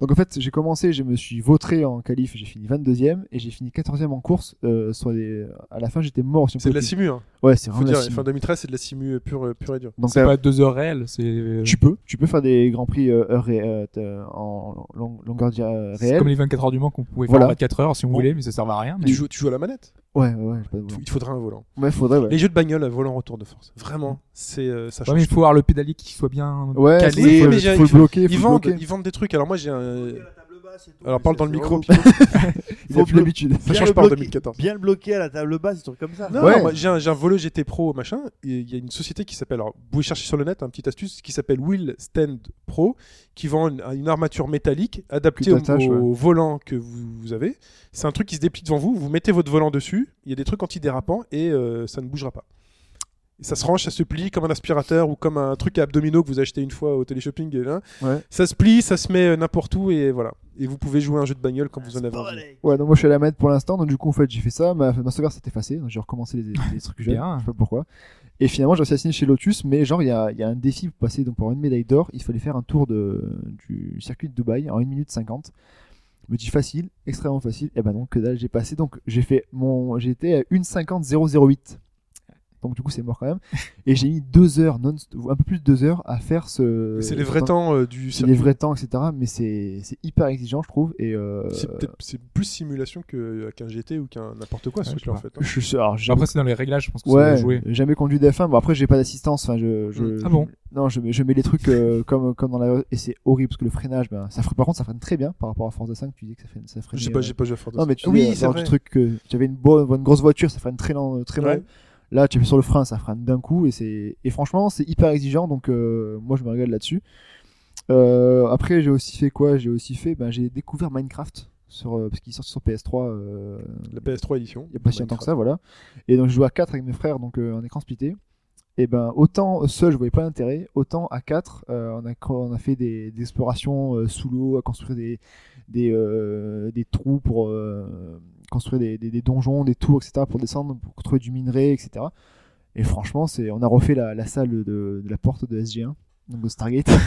S7: Donc en fait, j'ai commencé, je me suis vautré en qualif, j'ai fini 22ème et j'ai fini 14ème en course. euh, sur les- À la fin, j'étais mort. sur
S4: C'est de la
S7: Poppy.
S4: simu, hein.
S7: Ouais, c'est
S4: Faut
S7: vraiment de la
S4: dire,
S7: sim.
S4: fin 2013, c'est de la simu euh, pure, euh, pure et dure.
S7: Donc
S5: C'est
S7: euh,
S5: pas deux heures réelles,
S4: euh,
S5: c'est. euh,
S7: tu peux, tu peux faire des grands prix euh, heure et, euh, t- euh, en long- longueur di- euh,
S5: C'est
S7: réelle.
S5: comme les 24 heures du Mans qu'on pouvait
S7: Voilà.
S5: faire en 24 heures si on
S7: Bon.
S5: voulait, mais ça servait à rien. Mais...
S4: Tu, joues, tu joues à la manette.
S7: Ouais, ouais, ouais. j'ai pas de
S4: Il faut-
S7: volant.
S4: Il faudrait un volant.
S7: Ouais, faudrait. Ouais.
S4: Les jeux de bagnole, euh, volant retour de force. Vraiment, c'est euh, ça
S5: Ouais,
S4: change.
S5: mais il faut avoir le pédalier qui soit bien
S7: Ouais,
S5: calé.
S4: oui,
S7: faut,
S4: euh, mais
S7: le-
S4: j'ai-
S7: faut le
S4: faut-
S7: bloquer. faut
S4: ils
S7: le
S4: vendent,
S7: bloquer.
S4: ils vendent des trucs. Alors moi, j'ai un. Euh, Alors parle dans le micro. puis-
S7: Il a plus l'habitude.
S4: Ça change pas en 2014.
S6: Bien le bloquer à la table basse, des trucs comme ça.
S4: Non,
S7: Ouais.
S4: non, moi, j'ai un, j'ai un voleux GT Pro machin. et Il y a une société qui s'appelle, alors vous pouvez chercher sur le net, un petit astuce qui s'appelle Wheel Stand Pro, qui vend une, une armature métallique adaptée au,
S7: Que t'attaches,
S4: au volant que vous, vous avez. C'est un truc qui se déplie devant vous. Vous mettez votre volant dessus. Il y a des trucs anti-dérapants et euh, ça ne bougera pas. Et ça se range, ça se plie comme un aspirateur ou comme un truc à abdominaux que vous achetez une fois au téléshopping. et là.
S7: Ouais.
S4: Ça se plie, ça se met euh, n'importe où et voilà. Et vous pouvez jouer à un jeu de bagnole quand vous en avez envie.
S7: Ouais, donc moi je suis à la manette pour l'instant, donc du coup en fait j'ai fait ça, ma, ma sauvegarde s'est effacée, donc j'ai recommencé les, les trucs que j'avais,
S5: Bien.
S7: je sais pas pourquoi. Et finalement j'ai réussi à signer chez Lotus, mais genre il y a, il y a un défi pour passer, donc pour avoir une médaille d'or, il fallait faire un tour de, du circuit de Dubaï en 1 minute 50. Je me dis facile, extrêmement facile, et ben non, que dalle, j'ai passé, donc j'ai fait mon. J'étais à 1 50 008. Donc du coup c'est mort quand même. Et j'ai mis 2 heures, non, un peu plus de 2 heures à faire ce.
S4: C'est les vrais temps euh, du
S7: C'est
S4: circuit.
S7: les vrais temps, etc. Mais c'est c'est hyper exigeant, je trouve. Et euh,
S4: C'est peut-être c'est plus simulation que- euh, qu'un GT ou qu'un n'importe quoi, ce
S5: Ouais,
S4: truc-là, en
S5: je sais
S4: fait. <laughs> hein.
S7: je suis. alors, j'ai-
S5: Après, c'est dans les réglages, je pense que ça
S7: Ouais,
S5: va jouer.
S7: j'ai jamais conduit d'F1. Bon, après, j'ai pas d'assistance. Enfin, je, je,
S5: Ah bon
S7: Non, je, mets- je mets les trucs euh, <laughs> comme, comme dans la. Et c'est horrible parce que le freinage, ben, ça freine, par contre, ça freine très bien par rapport à Forza 5. Tu disais que ça freine. Ça freine euh,
S4: Je sais pas, j'ai pas joué à Ford.
S7: Non, mais tu
S4: euh, oui,
S7: disais,
S4: c'est
S7: lors
S4: vrai.
S7: du truc que tu avais une, bonne, une grosse voiture, ça freine très lent, euh, très
S4: Ouais.
S7: mal. Là, tu appuies sur le frein, ça freine d'un coup. Et, c'est- et franchement, c'est hyper exigeant. Donc, euh, moi, je me régale là-dessus. Euh, après, j'ai aussi fait quoi J'ai aussi fait. Ben, j'ai découvert Minecraft. Sur, euh, parce qu'il est sorti sur PS3 euh,
S4: La PS3 édition.
S7: il n'y a pas si longtemps que ça, voilà. Et donc je jouais à 4 avec mes frères, donc euh, un écran splitté. Et ben autant seul je voyais pas l'intérêt, autant à 4 on, a, cro- on a fait des, des explorations euh, sous l'eau, à construire des, des, euh, des trous pour euh, construire des, des- des donjons, des tours, etc. pour descendre, pour trouver du minerai, etc. Et franchement, c'est, on a refait la, la salle de, de la porte de SG1, donc de Stargate, <laughs>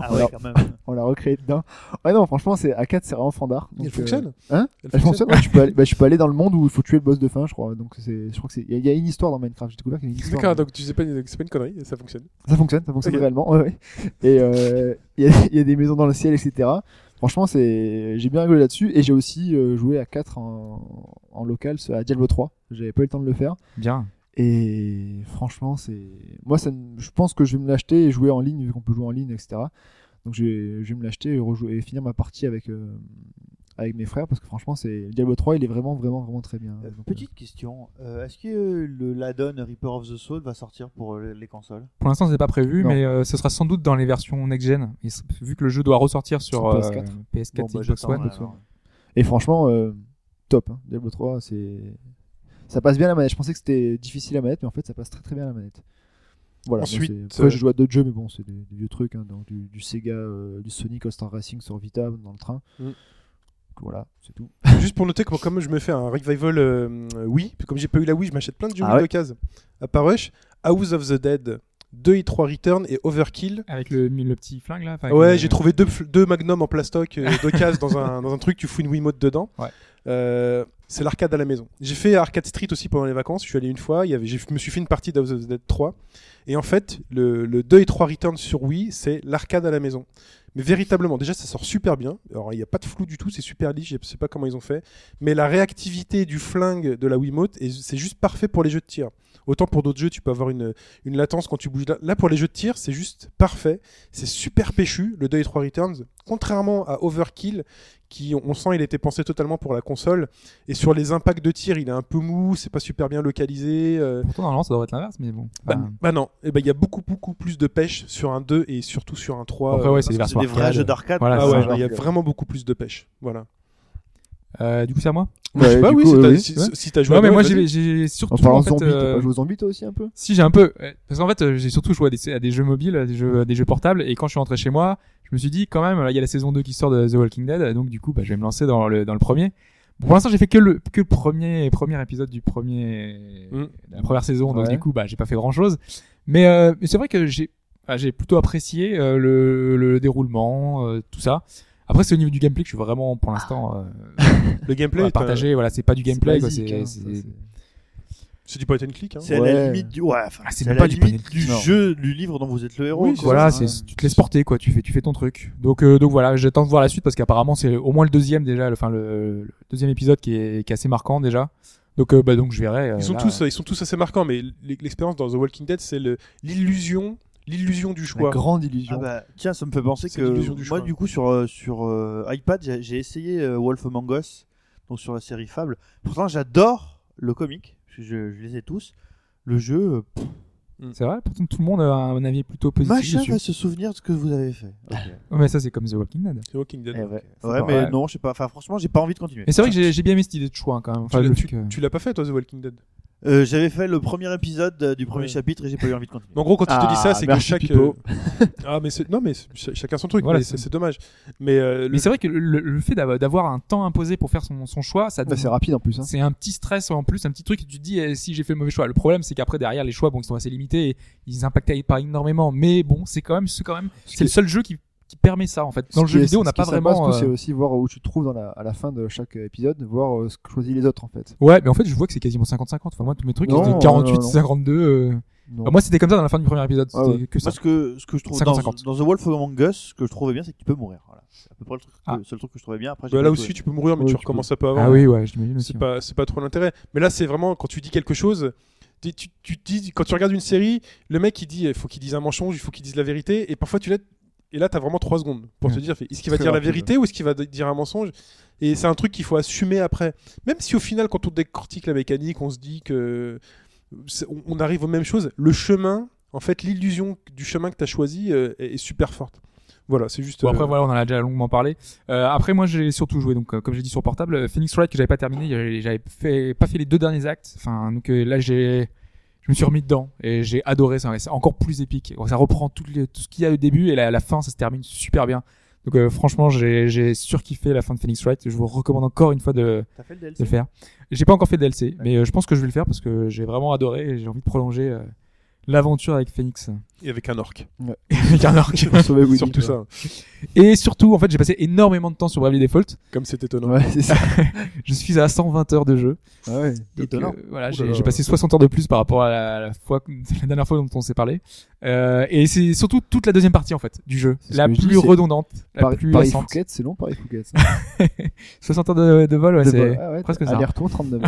S6: Ah ouais,
S7: Alors-
S6: quand même.
S7: on l'a recréé dedans. Ouais non, franchement, c'est, à 4 c'est vraiment fandard.
S4: Elle
S7: Donc, euh,
S4: fonctionne
S7: hein Elle fonctionne ouais, tu, peux aller, bah, tu peux aller dans le monde où il faut tuer le boss de fin, je crois. Donc c'est, je crois que c'est, il y, a- il y a une histoire dans Minecraft. J'ai découvert qu'il y a une histoire.
S4: D'accord, donc tu sais pas, c'est pas une connerie, ça fonctionne.
S7: Ça fonctionne, ça fonctionne
S4: Ok.
S7: réellement. Ouais, ouais. Et euh, il y, a- il y a des maisons dans le ciel, etc. Franchement, c'est, j'ai bien rigolé là-dessus et j'ai aussi euh, joué à 4 en, en local ce- à Diablo 3. J'avais pas eu le temps de le faire.
S5: Bien.
S7: Et franchement, c'est, moi, ça, me- je pense que je vais me l'acheter et jouer en ligne vu qu'on peut jouer en ligne, etc. Donc je vais, je vais me l'acheter et, rejouer, et finir ma partie avec. euh, avec mes frères parce que franchement c'est Diablo 3 il est vraiment vraiment vraiment très bien
S6: Euh,
S7: Donc, euh,
S6: Petite question, Euh, est-ce que euh, le l'addon Reaper of the Soul va sortir pour euh, les consoles
S5: Pour l'instant, c'est pas prévu,
S7: Non.
S5: mais euh, ce sera sans doute dans les versions next-gen. Et s- Vu que le jeu doit ressortir sur
S7: Sur
S5: euh,
S7: PS4.
S5: PS4
S7: Bon, bah,
S5: Xbox
S7: j'attends,
S5: One.
S7: ouais. Et franchement, euh, top. hein. Diablo 3, c'est. Ça passe bien à la manette. Je pensais que c'était difficile à la manette, mais en fait, ça passe très très bien à la manette. Voilà. moi,
S4: Ensuite,
S7: c'est- Après,
S4: euh,
S7: je joue à d'autres jeux, mais bon, c'est des, des vieux trucs. hein, donc du, du Sega, euh, du Sonic All-Star Racing sur Vita, dans le train.
S4: Mm.
S7: Donc, Voilà, c'est tout.
S4: <laughs> Juste pour noter que moi, comme je me fais un revival euh, euh, Wii, puis comme j'ai pas eu la Wii, je m'achète plein de jeux
S7: Ah
S4: Wii
S7: ouais
S4: d'occasion. À part Rush, House of the Dead 2 et 3 Return et Overkill.
S5: Avec le, le petit flingue là. enfin, avec
S4: Ouais,
S5: le-
S4: j'ai trouvé deux, fl- deux magnums en plastoc, euh,
S5: <laughs>
S4: d'occasion dans un, dans un truc, tu fous une Wiimote dedans.
S5: Ouais.
S4: Euh, c'est l'arcade à la maison. J'ai fait Arcade Street aussi pendant les vacances. Je suis allé une fois. Il y avait, j'ai- je me suis fait une partie d'House of the Dead 3. Et en fait, le, le 2 et 3 Return sur Wii, c'est l'arcade à la maison. Mais véritablement, déjà, ça sort super bien. Alors, il n'y a pas de flou du tout. C'est super lisse. Je sais pas comment ils ont fait. Mais la réactivité du flingue de la Wiimote, et c'est juste parfait pour les jeux de tir. Autant pour d'autres jeux, tu peux avoir une, une latence quand tu bouges. Là, là, pour les jeux de tir, c'est juste parfait. C'est super péchu, le 2 et 3 Returns. Contrairement à Overkill, qui, on sent, il était pensé totalement pour la console. Et sur les impacts de tir, il est un peu mou, c'est pas super bien localisé. euh,
S5: Pourtant, normalement, ça devrait être l'inverse, mais bon.
S4: bah,
S5: Enfin,
S4: bah non, Eh ben, il y a beaucoup, beaucoup plus de pêche sur un 2 et surtout sur un 3.
S5: Après,
S4: euh,
S5: ouais,
S4: parce
S5: c'est des
S4: que-
S5: versions
S6: C'est des vrais
S5: arcade.
S6: jeux d'arcade.
S5: Voilà,
S4: Ah
S5: c'est
S4: ouais,
S5: genre
S4: il y a vraiment beaucoup plus de pêche. Voilà.
S5: Euh, du coup, c'est à moi
S4: je sais
S7: Ouais,
S4: pas,
S7: du
S4: oui,
S7: coup,
S4: si
S7: euh,
S4: t'as-
S7: oui,
S4: si-
S7: ouais.
S4: si t'as joué
S5: Non,
S4: à
S5: mais
S4: Noël,
S5: moi,
S4: vas-y.
S5: j'ai j'ai
S7: En
S5: surtout.
S7: parlant
S5: en
S7: de
S5: fait,
S7: zombies, t'as
S5: euh,
S7: pas joué aux zombies toi aussi un peu
S5: Si j'ai un peu, euh, parce qu'en fait euh, j'ai surtout joué à des, à des jeux mobiles, à des jeux, à des jeux portables, et quand je suis rentré chez moi, je me suis dit quand même, là, il y a la saison 2 qui sort de The Walking Dead, donc du coup, bah, je vais me lancer dans le, dans le premier. Bon, pour l'instant, j'ai fait que le, que le premier, premier épisode du premier,
S4: Mm.
S5: de la première saison, donc
S7: Ouais.
S5: du coup, bah, j'ai pas fait grand chose. Mais, euh, mais c'est vrai que j'ai, ah, j'ai plutôt apprécié euh, le, le déroulement, euh, tout ça. Après, c'est au niveau du gameplay que je suis vraiment, pour
S7: <laughs>
S5: l'instant, euh,
S4: Le gameplay, est un-
S5: partagé. Voilà, c'est pas du gameplay, quoi,
S7: basique,
S5: c'est,
S7: hein,
S5: c'est-
S7: ça,
S4: c'est du point and click. hein.
S6: C'est à
S7: Ouais.
S6: la limite du, ouais, enfin,
S5: Ah, c'est
S6: c'est à
S5: même pas
S6: la
S5: du
S6: limite
S5: panel
S6: du
S5: culture.
S6: jeu, du livre dont vous êtes le héros.
S4: Oui,
S6: quoi.
S5: voilà,
S7: ça,
S5: c'est,
S7: ouais.
S5: tu te laisses porter, quoi. Tu fais, tu fais ton truc. Donc, euh, donc voilà, j'attends de voir la suite parce qu'apparemment c'est au moins le deuxième déjà, le, enfin le, le deuxième épisode qui est, qui est assez marquant déjà. Donc, euh, bah donc je verrai. euh,
S4: Ils sont
S5: là.
S4: tous, ils sont tous assez marquants, mais l- l'expérience dans The Walking Dead, c'est le- l'illusion, l'illusion du
S7: La
S4: choix.
S7: grande
S6: Ah
S7: illusion.
S6: bah, tiens, ça me fait penser
S4: C'est
S6: que
S4: l'illusion du
S6: moi,
S4: choix.
S6: du coup, sur, euh, sur euh, iPad, j'ai- j'ai essayé euh, Wolf Among Us, donc sur la série Fable. Pourtant, j'adore le comic, parce que je, je les ai tous. Le jeu, euh, pff,
S5: C'est vrai. Pourtant tout le monde a un avis plutôt positif
S6: machin
S5: dessus.
S6: va se souvenir de ce que vous avez fait.
S5: Ouais, mais ça c'est comme The Walking Dead.
S4: The Walking Dead.
S7: Eh ouais.
S6: Ouais,
S5: pas
S6: mais
S5: vrai.
S6: non, je sais pas. Enfin, franchement, j'ai pas envie de continuer.
S5: Mais c'est vrai que j'ai, j'ai bien aimé cette idée de choix hein, quand même. Enfin,
S4: Tu l'as-
S5: le
S4: tu,
S5: fait que-
S4: tu l'as pas fait toi The Walking Dead
S6: Euh, J'avais fait le premier épisode euh, du premier
S4: Ouais.
S6: chapitre et j'ai pas eu envie de continuer.
S4: Mais en gros quand tu te
S7: Ah,
S4: dis ça c'est que
S7: merci,
S4: chaque
S7: Pipo.
S4: euh, ah mais c'est- non mais c'est- ch- chacun son truc
S5: Voilà,
S4: mais c'est
S5: c'est-
S4: c'est dommage mais euh, le-
S5: Mais c'est vrai que le, le fait d'avoir d'avoir un temps imposé pour faire son, son choix, ça
S7: Bah, c'est rapide en plus. Hein.
S5: C'est un petit stress en plus, un petit truc. Tu te dis eh, si j'ai fait le mauvais choix. Le problème, c'est qu'après derrière les choix, bon, ils sont assez limités et ils impactent pas énormément. Mais bon, c'est quand même, c'est quand même,
S7: Ce
S5: c'est
S7: qui-
S5: le seul jeu qui, qui permet ça en fait. Dans
S7: ce
S5: le
S7: qui
S5: jeu
S7: est-
S5: vidéo, on
S7: ce
S5: n'a
S7: qui
S5: pas
S7: est sympa,
S5: vraiment.
S7: surtout,
S5: euh,
S7: C'est aussi voir où tu te trouves dans la, à la fin de chaque épisode, voir euh, ce que choisissent les autres en fait.
S5: Ouais, mais en fait, je vois que c'est quasiment 50-50. Enfin, moi, tous mes trucs,
S7: Non,
S5: c'était
S7: non,
S5: 48,
S7: non, non.
S5: 52. euh.
S7: Non.
S5: Enfin, moi, c'était comme ça dans la fin du premier épisode.
S7: Ah
S5: C'était
S7: ouais.
S5: que ça.
S6: Moi, ce que, ce que je trouve
S5: 50-50.
S6: dans, dans The Wolf Among Us, ce que je trouvais bien, c'est que tu peux mourir. Voilà. C'est à peu près le truc que-
S5: Ah.
S6: seul truc que je trouvais bien. Après, j'ai
S4: bah,
S6: pas
S4: là
S6: tout
S4: aussi
S6: aimé.
S4: tu peux mourir mais
S7: Ouais,
S4: tu
S7: tu
S4: recommences un peu avant
S5: Ah oui, ouais, j'imagine aussi.
S4: c'est
S5: ouais.
S4: pas c'est pas trop l'intérêt mais là c'est vraiment quand tu dis quelque chose tu, tu, tu te dis quand tu regardes une série le mec il dit il faut qu'il dise un mensonge il faut qu'il dise la vérité et parfois tu l'as et là t'as vraiment trois secondes pour te
S5: Ouais.
S4: dire fait, est-ce qu'il va
S7: Très
S4: dire la
S7: rapide.
S4: vérité ou est-ce qu'il va d- dire un mensonge et c'est un truc qu'il faut assumer après même si au final quand on décortique la mécanique on se dit que c'est- on- on arrive aux mêmes choses le chemin en fait l'illusion du chemin que t'as choisi euh, est, est super forte voilà c'est juste
S5: Bon, après,
S4: euh,
S5: voilà, on en a déjà longuement parlé. Euh, après, moi, j'ai surtout joué, donc, euh, comme j'ai dit sur portable, euh, Phoenix Wright que j'avais pas terminé, j'avais- j'avais fait, pas fait les deux derniers actes. Enfin, donc euh, là, j'ai, je me suis remis dedans et j'ai adoré ça. C'est encore plus épique. Ça reprend tout, les, tout ce qu'il y a au début et la, la fin, ça se termine super bien. Donc, euh, franchement, j'ai, j'ai surkiffé la fin de Phoenix Wright. Je vous recommande encore une fois de,
S6: T'as fait le DLC
S5: de le faire. J'ai pas encore fait de DLC, mais euh, je pense que je vais le faire parce que j'ai vraiment adoré et j'ai envie de prolonger euh, l'aventure avec Phoenix.
S4: et avec un orc
S5: avec un arc.
S7: Pour sauver Woody,
S4: surtout
S7: quoi.
S4: ça
S5: Et surtout, en fait, j'ai passé énormément de temps sur Bravely Default.
S4: comme c'est étonnant
S7: <laughs> Ouais,
S5: <laughs>
S7: c'est ça.
S5: Je suis à 120 heures de jeu.
S7: Ah ouais.
S5: Donc,
S6: Étonnant.
S5: euh, voilà,
S4: Ouh là
S5: j'ai
S4: là.
S5: j'ai passé 60 heures de plus par rapport à la, la fois, <laughs> la dernière fois dont on s'est parlé. Euh, et c'est surtout toute la deuxième partie en fait du jeu,
S7: C'est ce
S5: la
S7: que je
S5: plus
S7: dis, c'est
S5: redondante, la
S7: Paris,
S5: plus
S7: Paris
S5: récente.
S7: Fouquet, c'est long Paris Fouquet.
S5: 60 heures de, de vol, ouais,
S7: De
S5: c'est
S7: bol. Ah <laughs> ouais,
S5: presque ça.
S7: Aller-retour 39.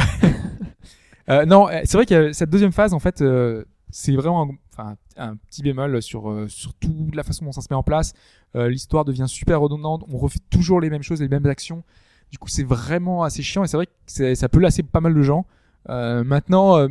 S5: Euh, non, euh, c'est vrai que euh, cette deuxième phase, en fait, euh, c'est vraiment un, enfin, un petit bémol sur, euh, sur toute la façon dont ça se met en place. Euh, L'histoire devient super redondante. On refait toujours les mêmes choses, les mêmes actions. Du coup, c'est vraiment assez chiant et c'est vrai que c'est- ça peut lasser pas mal de gens. Euh, maintenant, euh,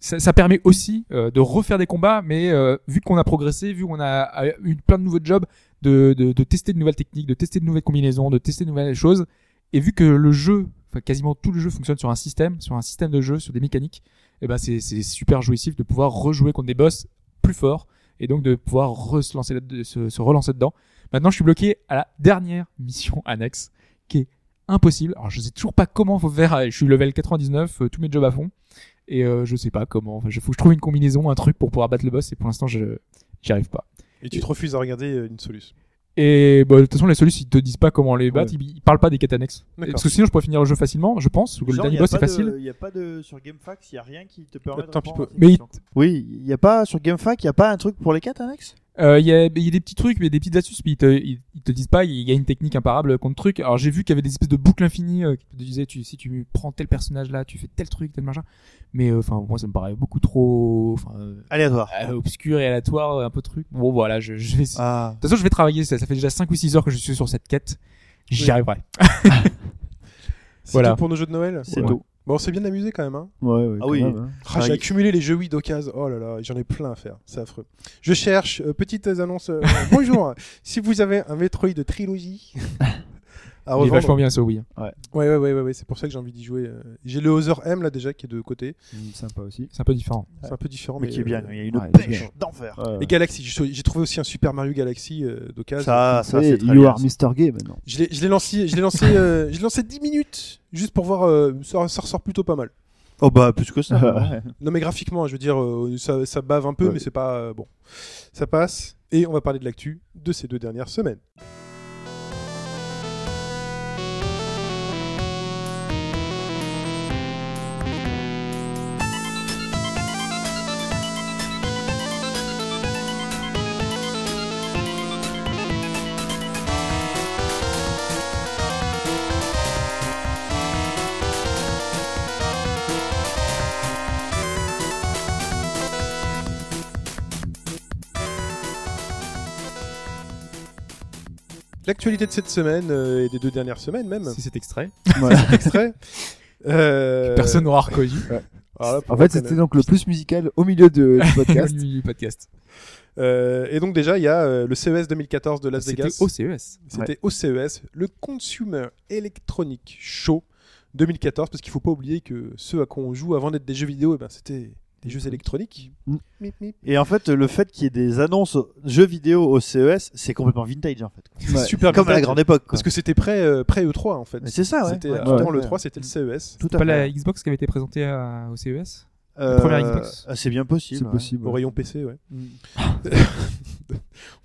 S5: ça, ça permet aussi euh, de refaire des combats, mais euh, vu qu'on a progressé, vu qu'on a, a eu plein de nouveaux jobs, de, de, de tester de nouvelles techniques, de tester de nouvelles combinaisons, de tester de nouvelles choses. Et vu que le jeu, enfin quasiment tout le jeu fonctionne sur un système, sur un système de jeu, sur des mécaniques, et ben c'est c'est super jouissif de pouvoir rejouer contre des boss plus forts et donc de pouvoir re- se, lancer là- de se, se relancer dedans. Maintenant, je suis bloqué à la dernière mission annexe qui est impossible. Alors, je sais toujours pas comment faut faire. Je suis level 99, euh, tous mes jobs à fond et euh, je sais pas comment. Enfin, je faut que je trouve une combinaison, un truc pour pouvoir battre le boss et pour l'instant, je j'y arrive pas.
S4: et tu te refuses à regarder euh, une solution
S5: Et bah, de toute façon, les solutions, ils te disent pas comment les battre, ils, ils parlent pas des quêtes annexes.
S4: D'accord.
S5: Parce que sinon, je pourrais finir le jeu facilement, je pense. Le
S6: Genre,
S5: dernier
S6: y a
S5: boss
S6: pas
S5: est facile.
S6: de- y a pas de sur GameFAQ, il y a rien qui te permet
S4: Attends,
S6: de répondre
S4: Pipo.
S6: à ces
S5: Mais il-
S6: questions. Oui, il y a pas sur GameFAQ, il y a pas un truc pour les quêtes annexes
S5: Euh, Il y, a, il y a des petits trucs, mais des petites astuces, mais ils te, ils, ils te disent pas, il y a une technique imparable contre truc. Alors j'ai vu qu'il y avait des espèces de boucles infinies euh, qui te disaient, tu, si tu prends tel personnage là, tu fais tel truc, tel machin. Mais euh, enfin, moi ça me paraît beaucoup trop enfin, euh,
S6: Aléatoire.
S5: euh, obscur et aléatoire, euh, un peu truc. Bon voilà, je, je vais... De
S6: Ah.
S5: toute façon, je vais travailler, ça, ça fait déjà 5 ou 6 heures que je suis sur cette quête. J'y
S4: Oui. Ah,
S5: arriverai.
S4: C'est
S5: Voilà.
S4: tout pour nos jeux de Noël
S6: C'est
S4: Ouais.
S6: tout.
S4: Bon, on s'est bien amusé quand même. Hein.
S7: Ouais, ouais,
S6: Ah
S7: quand
S6: oui.
S7: même, hein.
S4: Ah, j'ai
S6: Ouais.
S4: accumulé les jeux Wii d'occasion. Oh là là, j'en ai plein à faire. C'est affreux. Je cherche. euh, petites annonces. euh, bonjour. Si vous avez un Metroid de trilogie. à
S5: Il est
S4: revendre.
S5: vachement bien ce Wii.
S4: Ouais, ouais, ouais, ouais, ouais, c'est pour ça que j'ai envie d'y jouer. euh. J'ai le Other M là déjà qui est de côté.
S7: Mm, Sympa aussi.
S5: C'est un peu différent.
S4: C'est un peu différent, mais,
S6: Mais qui est bien,
S4: euh,
S6: il y a une
S7: ouais,
S6: pêche d'enfer.
S7: Ouais, ouais.
S4: Et Galaxy, j'ai j'ai trouvé aussi un Super Mario Galaxy euh, d'occasion.
S6: Ça, ça,
S7: Et
S6: c'est très
S7: You
S6: bien.
S7: are Mr.
S5: <laughs>
S7: Gay maintenant.
S4: Je l'ai je l'ai lancé, je l'ai lancé, euh, je l'ai lancé 10 minutes juste pour voir. euh, ça, ça ressort plutôt pas mal.
S6: Oh bah, plus que ça.
S7: <laughs>
S4: Non mais graphiquement, je veux dire, euh, ça, ça bave un peu,
S7: Ouais.
S4: mais c'est pas euh, bon. Ça passe. Et on va parler de l'actu de ces deux dernières semaines. L'actualité de cette semaine euh, et des deux dernières semaines même.
S5: Si cet extrait,
S4: <laughs> Extrait. Euh,
S5: personne n'aura reconnu
S4: alors là, pour
S7: En
S4: moi,
S7: fait,
S4: qu'on a-
S7: c'était donc le plus musical au milieu de,
S5: <laughs>
S7: du podcast.
S5: du podcast.
S4: Euh, et donc déjà, il y a euh, le CES 2014 de Las
S5: C'était E
S4: Vegas.
S5: au CES.
S4: C'était au CES, le Consumer Electronic Show 2014, parce qu'il faut pas oublier que ceux à quoi on joue avant d'être des jeux vidéo, eh ben, c'était des jeux électroniques.
S7: Mm.
S4: Mip, mip.
S6: Et en fait, le fait qu'il y ait des annonces jeux vidéo au CES, c'est complètement vintage en fait.
S7: Ouais.
S4: Super
S6: Comme à la
S4: vintage.
S6: grande époque. quoi.
S4: Parce que c'était près, euh, près E3 en fait.
S6: Mais C'est ça, ouais.
S4: C'était
S6: Ouais,
S4: euh,
S6: tout à
S4: avant
S6: fait.
S4: le 3, c'était le E CES.
S6: Tout
S5: Pas
S6: à fait.
S5: la Xbox qui avait été présentée à- au E CES
S6: Euh,
S5: première Xbox.
S6: ah, C'est bien possible.
S7: C'est
S6: ouais.
S7: possible.
S4: Au
S7: ouais.
S4: rayon PC, ouais. Mm. On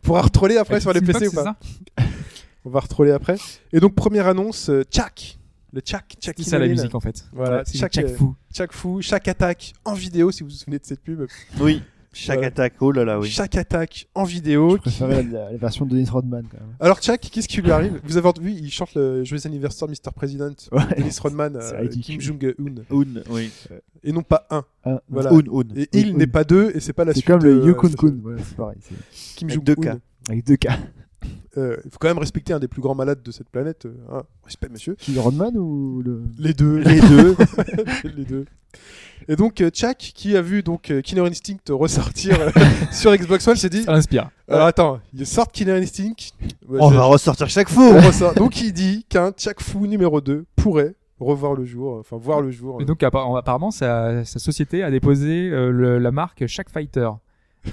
S4: pourra retroller après sur les
S5: Xbox,
S4: PC ou
S5: c'est
S4: pas
S5: ça
S4: On va retroller après. Et donc, première annonce, euh, Tchak. Le Tchak. Tchak
S5: C'est ça la
S4: Kinolin.
S5: musique en fait.
S4: Voilà,
S5: Ouais, c'est
S4: chaque- euh,
S5: chaque
S4: <laughs>
S5: fou.
S4: Chaque fou, chaque attaque en vidéo, si vous vous souvenez de cette pub.
S6: Oui. Chaque
S4: Voilà.
S6: attaque, oh là là, oui.
S4: Chaque attaque en vidéo.
S7: Je préférais la, la version de Dennis Rodman quand même.
S4: Alors, Chuck, qu'est-ce qui lui arrive Vous avez entendu, il chante le Joyeux anniversaire, Mr. President, Dennis Rodman,
S7: C'est
S4: euh,
S7: ridicule.
S4: Kim Jong-un,
S6: Un, oui.
S4: et non pas un.
S7: Ah,
S4: Voilà.
S6: Un, un.
S4: Et il
S7: Oui,
S4: n'est
S7: oui.
S4: pas deux, et c'est pas la
S7: C'est
S4: suite.
S7: comme
S4: euh,
S7: le Yukon
S4: c'est-
S7: Kun. Voilà, c'est pareil. c'est-
S4: Kim
S6: Avec deux
S4: Jong-un.
S7: Avec deux cas.
S4: Euh, Il faut quand même respecter un des plus grands malades de cette planète. euh, hein. Respect, monsieur.
S7: Qui, le Rodman ou le.
S4: Les deux. Les deux. <laughs> les deux. Et donc, euh, Chuck, qui a vu donc euh, Killer Instinct ressortir
S6: <laughs>
S4: euh, sur Xbox One, s'est dit
S5: Ça
S6: Ah.
S5: l'inspire.
S4: Alors attends, ils sortent Killer Instinct. Ouais,
S6: Oh, On
S4: je-
S6: va ressortir chaque hein. faux.
S4: On ressort. Donc il dit qu'un Chuck Fu numéro 2 pourrait revoir le jour, enfin voir le jour.
S5: Et donc appa- apparemment sa, sa société a déposé euh, le- la marque Shack Fighter.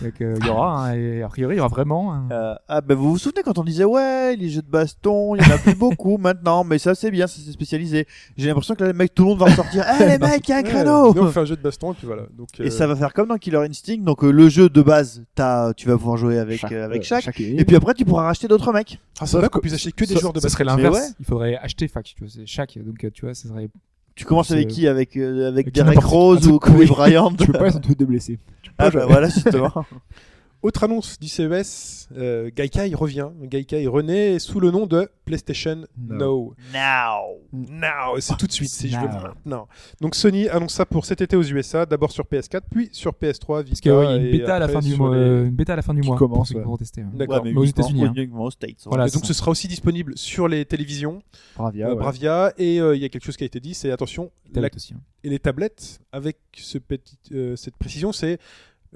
S5: Donc euh, il y aura un- et a priori il y aura vraiment un-
S6: <laughs> Euh, ah ben vous vous souvenez quand on disait ouais les jeux de baston il y en a plus beaucoup <laughs> maintenant mais ça c'est bien ça c'est spécialisé j'ai l'impression que là les mecs tout le monde va ressortir <laughs> Eh les mecs il y a
S4: Ouais,
S6: un créneau
S4: donc, on fait un jeu de baston et puis voilà. Donc,
S6: et
S4: euh,
S6: ça va faire comme dans Killer Instinct donc euh, le jeu de base t'as tu vas pouvoir jouer avec euh, avec chaque et puis après tu pourras racheter d'autres mecs
S4: Ah, c'est
S5: Sauf
S4: vrai
S5: que-
S4: qu'on puisse acheter que des
S5: Ce-
S4: joueurs de
S5: ce
S4: basket.
S5: serait l'inverse.
S6: Mais ouais.
S5: Il faudrait acheter fac, tu vois, c'est chaque. Donc euh, tu vois,
S4: <laughs>
S5: ça serait.
S6: tu commences
S5: C'est-
S6: avec qui avec euh, avec
S5: Avec
S6: Derek
S5: n'importe qui.
S6: Rose ou Kobe <laughs> Bryant
S7: Tu peux pas, ils sont tous deux blessés.
S6: ah bah voilà justement
S4: Autre annonce du CES, euh, Gaikai revient. Gaikai renaît sous le nom de PlayStation
S7: No.
S4: Now.
S6: <laughs> now
S4: Now, Bah, c'est tout de suite, c'est je veux
S5: Now.
S4: maintenant. Donc Sony annonce ça pour cet été aux USA, d'abord sur PS4, puis sur PS3, Vita.
S5: Parce qu'il y a une
S4: Ah, et
S5: bêta à la
S4: après
S5: fin du
S4: sur
S5: mois. euh,
S4: les-
S5: Une bêta à la fin du
S7: Qui
S5: mois.
S7: commence,
S5: pour ceux qui
S7: ouais.
S5: vont tester. ouais.
S4: D'accord.
S5: mais aux
S6: uniquement-
S5: États-Unis, hein.
S6: uniquement aux States
S5: Voilà.
S4: Et donc ce sera aussi disponible sur les télévisions
S7: Bravia.
S4: euh,
S7: ouais.
S4: Bravia et euh, il y a quelque chose qui a été dit, c'est attention, la
S5: Tablette aussi, hein.
S4: et les tablettes, avec ce petit, euh, cette précision, c'est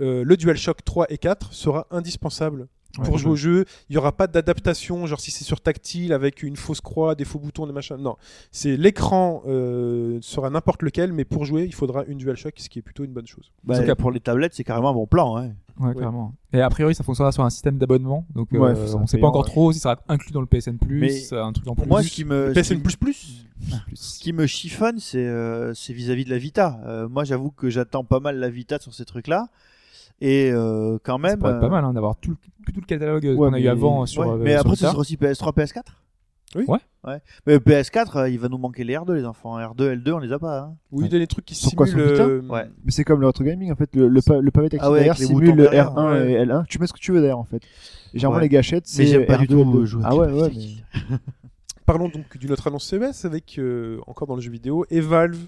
S4: euh, le DualShock 3 et 4 sera indispensable
S5: Ouais,
S4: pour
S5: ouais.
S4: jouer au jeu. Il n'y aura pas d'adaptation, genre si c'est sur tactile avec une fausse croix, des faux boutons, des machins. Non, c'est l'écran euh, sera n'importe lequel, mais pour jouer, il faudra une DualShock, ce qui est plutôt une bonne chose.
S6: Bah,
S5: En tout cas,
S6: pour les tablettes c'est carrément un bon plan hein.
S5: Ouais, clairement. Et a priori, ça fonctionnera sur un système d'abonnement. Donc euh,
S7: Ouais, ça sera
S5: on sait pas
S7: payant,
S5: encore
S7: ouais.
S5: trop si ça sera inclus dans le PSN Plus,
S6: Mais
S5: euh, un truc en
S6: pour
S5: plus.
S6: moi ce qui me ce qui
S4: PSN
S6: me-
S4: plus plus.
S6: Ce qui me chiffonne, c'est euh, c'est vis-à-vis de la Vita. Euh, moi, j'avoue que j'attends pas mal la Vita sur ces trucs-là. Et euh, quand
S5: Ça
S6: même.
S5: pourrait être pas
S6: euh,
S5: mal hein, d'avoir tout, le- tout le catalogue
S7: Ouais,
S5: qu'on a eu
S7: mais-
S5: avant euh, sur.
S6: ouais.
S5: euh,
S6: mais
S5: sur
S6: après, ce
S5: Vita.
S6: sera aussi PS3, PS4
S4: Oui.
S5: Ouais.
S6: Mais PS4, euh, il va nous manquer les R2, les enfants. R2, L2, on les a pas. hein.
S4: Oui, il y a des trucs qui
S7: Sur quoi,
S4: simulent.
S7: sur Vita
S4: euh,
S6: Ouais.
S7: Mais c'est comme le retro gaming en fait, le, le, pa- le pavé tactile
S6: Ah ouais,
S7: derrière
S6: avec les
S7: simule
S6: boutons
S7: le
S6: derrière,
S7: R1
S4: ouais.
S7: et L1. Tu mets ce que tu veux derrière en fait. Et Généralement
S6: Ouais.
S7: les gâchettes, c'est
S6: Mais j'aime pas
S7: R2,
S6: du tout
S7: L2.
S6: jouer.
S7: Ah ouais, ouais, mais
S6: mais...
S4: Parlons donc d'une autre annonce CES avec euh, encore dans le jeu vidéo et Valve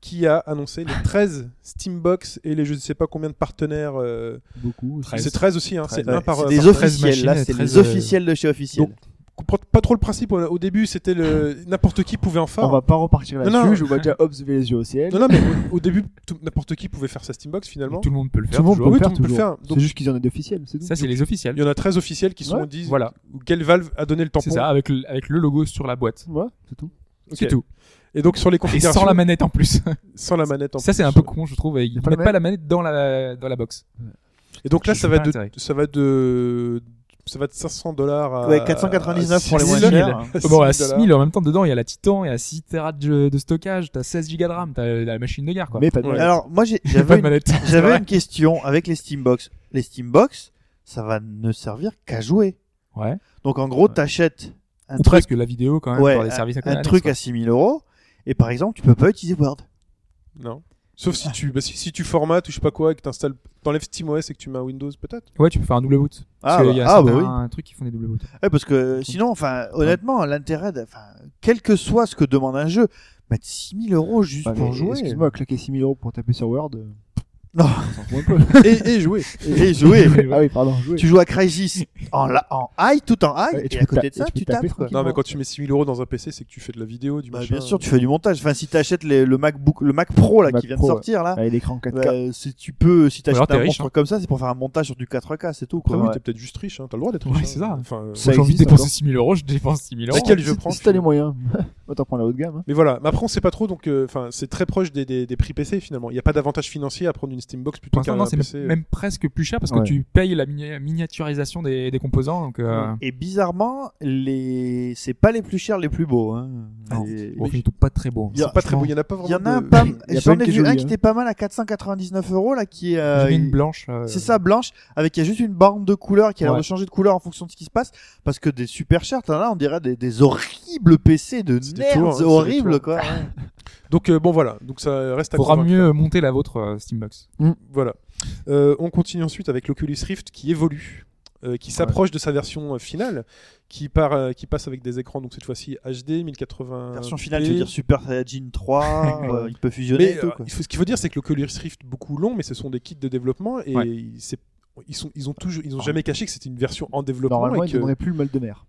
S4: qui a annoncé les 13 Steambox et les je ne sais pas combien de partenaires. euh,
S7: beaucoup.
S5: Très- 13.
S4: C'est 13 aussi, hein, c'est
S6: Ouais,
S4: un par
S6: c'est
S4: par
S6: des
S4: 13
S6: officiels,
S5: machines,
S6: là, c'est
S5: treize,
S6: les
S5: euh,
S6: officiels de chez officiel.
S4: Donc, comprends pas trop le principe. Au au début, c'était le n'importe qui pouvait en faire.
S7: On va pas repartir
S4: Non, non.
S7: là-dessus. Je vois déjà Hobbs lever les yeux au ciel.
S4: Non, non, mais au, au début, tout- n'importe qui pouvait faire sa Steambox finalement. Ah
S5: Tout le monde peut le
S7: Tout le
S5: faire.
S7: monde peut
S5: toujours.
S4: Oui,
S7: le faire.
S4: tout le monde peut le
S7: toujours.
S4: faire. Donc-
S7: C'est juste qu'ils en aient d'officiel, c'est tout.
S5: Ça, c'est les
S4: Il
S5: officiels.
S4: y en a 13 officiels qui sont
S7: Ouais.
S4: dit
S5: Voilà,
S4: quelle valve a donné le tampon.
S5: c'est ça, avec le, avec le logo sur la boîte.
S7: Ouais, c'est tout.
S4: Ok.
S5: C'est tout.
S4: Et donc sur les <laughs>
S5: Et
S4: configurations.
S5: sans la manette en plus.
S4: sans la manette en
S5: ça, c'est
S4: plus.
S5: un peu con, je trouve. Ils
S7: Y a pas
S5: mettent
S7: la
S5: pas la manette dans la, dans la box.
S4: Et donc là,
S5: Je
S4: ça
S5: vois
S4: va,
S5: pas
S4: de,
S5: l'intérêt.
S4: ça va de. Ça va de 500 dollars à.
S6: Ouais, 499 pour les moins
S4: 6 000.
S6: chers.
S4: À 6
S5: Bon, à
S4: 000
S5: 6000, en même temps, dedans, il y a la Titan, il y a 6 Tera de, de stockage, t'as 16 Go de RAM, t'as la machine de guerre, quoi.
S7: Mais pas de
S4: Ouais.
S6: Alors, moi, j'ai-
S5: pas
S6: j'avais
S5: de
S6: une,
S5: manette.
S6: j'avais
S5: <laughs> Ouais.
S6: une question avec les Steambox. Les Steambox, ça va ne servir qu'à jouer.
S5: Ouais.
S6: Donc, en gros, t'achètes un
S5: Ou
S6: truc,
S5: presque la vidéo, quand même,
S6: Ouais,
S5: pour les services à côté
S6: un
S5: annexes,
S6: truc
S5: quoi.
S6: à 6000 euros. Et par exemple, tu peux pas utiliser Word.
S4: Non. Sauf si tu, bah, si, si tu formates ou je sais pas quoi, et que t'installes, t'enlèves SteamOS et que tu mets un Windows, peut-être.
S5: Ouais, tu peux faire un double boot.
S6: Ah,
S5: parce
S6: bah,
S5: qu'il y a
S6: ah, bah
S5: certains
S6: oui.
S5: trucs qui font des double boots.
S6: Ouais, parce que euh, sinon, enfin, honnêtement, l'intérêt, de- enfin, quel que soit ce que demande un jeu, mettre 6000 euros juste
S7: Bah,
S6: pour
S7: mais
S6: jouer.
S7: Excuse-moi, claquer 6000 euros pour taper sur Word. euh,
S6: Non.
S7: on s'en fout un peu.
S4: Et, et jouer.
S7: <laughs>
S6: Et jouer.
S7: ah oui, pardon, jouer.
S6: tu joues à Crysis en, la- en high, tout en high,
S7: Ouais,
S6: et,
S7: tu
S6: à
S7: peux
S6: côté de ça,
S7: ta- et tu peux
S6: tu
S7: taper
S6: tapes. quoi.
S7: tranquille.
S4: Non, mais quand tu mets 6000 euros dans un PC, c'est que tu fais de la vidéo, du
S6: Bah,
S4: machin.
S6: bien sûr, tu fais du montage. Enfin, si t'achètes les- le MacBook, le Mac Pro là
S7: Le Mac
S6: qui vient
S7: Pro,
S6: de sortir là,
S7: Avec l'écran 4K.
S6: bah, si tu peux, si
S5: alors
S6: t'achètes
S5: t'es
S6: un
S5: riche,
S6: monstre
S5: hein.
S6: comme ça, c'est pour faire un montage sur du 4K, c'est tout.
S4: Après,
S6: Quoi.
S4: oui,
S6: Ouais.
S4: t'es peut-être juste riche, hein. T'as le droit d'être
S5: Ouais,
S4: riche.
S5: c'est ça.
S4: Enfin, euh,
S7: Ça
S5: J'ai envie de
S7: existe
S5: dépenser
S7: encore.
S5: 6000 euros, je dépense 6000 euros.
S4: Bah, quel
S7: Si-
S4: jeu
S7: si-
S4: prends,
S7: Si t'as
S4: tu-
S7: les moyens, <laughs> autant prendre la haut de gamme. hein.
S4: Mais voilà, mais après on sait pas trop, donc euh, enfin c'est très proche des, des, des prix PC finalement. Il n'y a pas d'avantage financier à prendre une Steambox
S5: Pour
S4: plutôt
S5: l'instant,
S4: qu'un euh.
S5: non, c'est
S4: PC.
S5: même, même presque plus cher parce que
S7: Ouais.
S5: tu payes la mini- miniaturisation des, des composants. Donc, euh,
S6: Et bizarrement, les... c'est pas les plus chers, les plus beaux. Hein.
S5: Non.
S6: Les-
S5: bon, ils sont pas très hein. beaux.
S4: Ils sont pas très beau, il y en a pas
S6: Il y
S4: vraiment.
S6: en a un
S4: de-
S6: pas.
S7: y a pas
S6: J'en
S7: une
S6: ai
S7: qui est
S6: vu un
S7: jolie,
S6: qui
S7: hein.
S6: était pas mal à 499 euros là, qui est.
S5: J'ai
S6: euh,
S5: mis une blanche. euh,
S6: C'est ça, blanche, avec il y a juste une bande de couleur qui a l'air
S5: Ouais.
S6: de changer de couleur en fonction de ce qui se passe, parce que des super chers, t'en as, on dirait des, des horribles PC de
S4: C'est des
S6: nerds
S4: tours, hein, c'est des
S6: horribles
S4: tours.
S6: quoi.
S4: Donc euh, bon voilà, donc ça reste à
S5: Faudra
S4: convaincre.
S5: mieux monter la vôtre euh, Steambox.
S4: Voilà. Euh, on continue ensuite avec l'Oculus Rift qui évolue, euh, qui s'approche de sa version euh, finale, qui, part, euh, qui passe avec des écrans, donc cette fois-ci HD 1080.
S6: Version finale, tu veux dire Super Saiyajin
S5: <laughs>
S6: 3, euh, il peut fusionner
S4: Mais
S6: et tout
S4: euh,
S6: quoi.
S4: il faut- ce qu'il faut dire, c'est que l'Oculus Rift beaucoup long, mais ce sont des kits de développement et
S5: Ouais.
S4: il- c'est- Ils, sont, ils ont toujours,
S6: Ah.
S4: ils ont jamais caché que c'était une version en développement
S7: Normalement,
S4: et
S7: ils
S4: que,
S7: donneraient plus le mal de mer.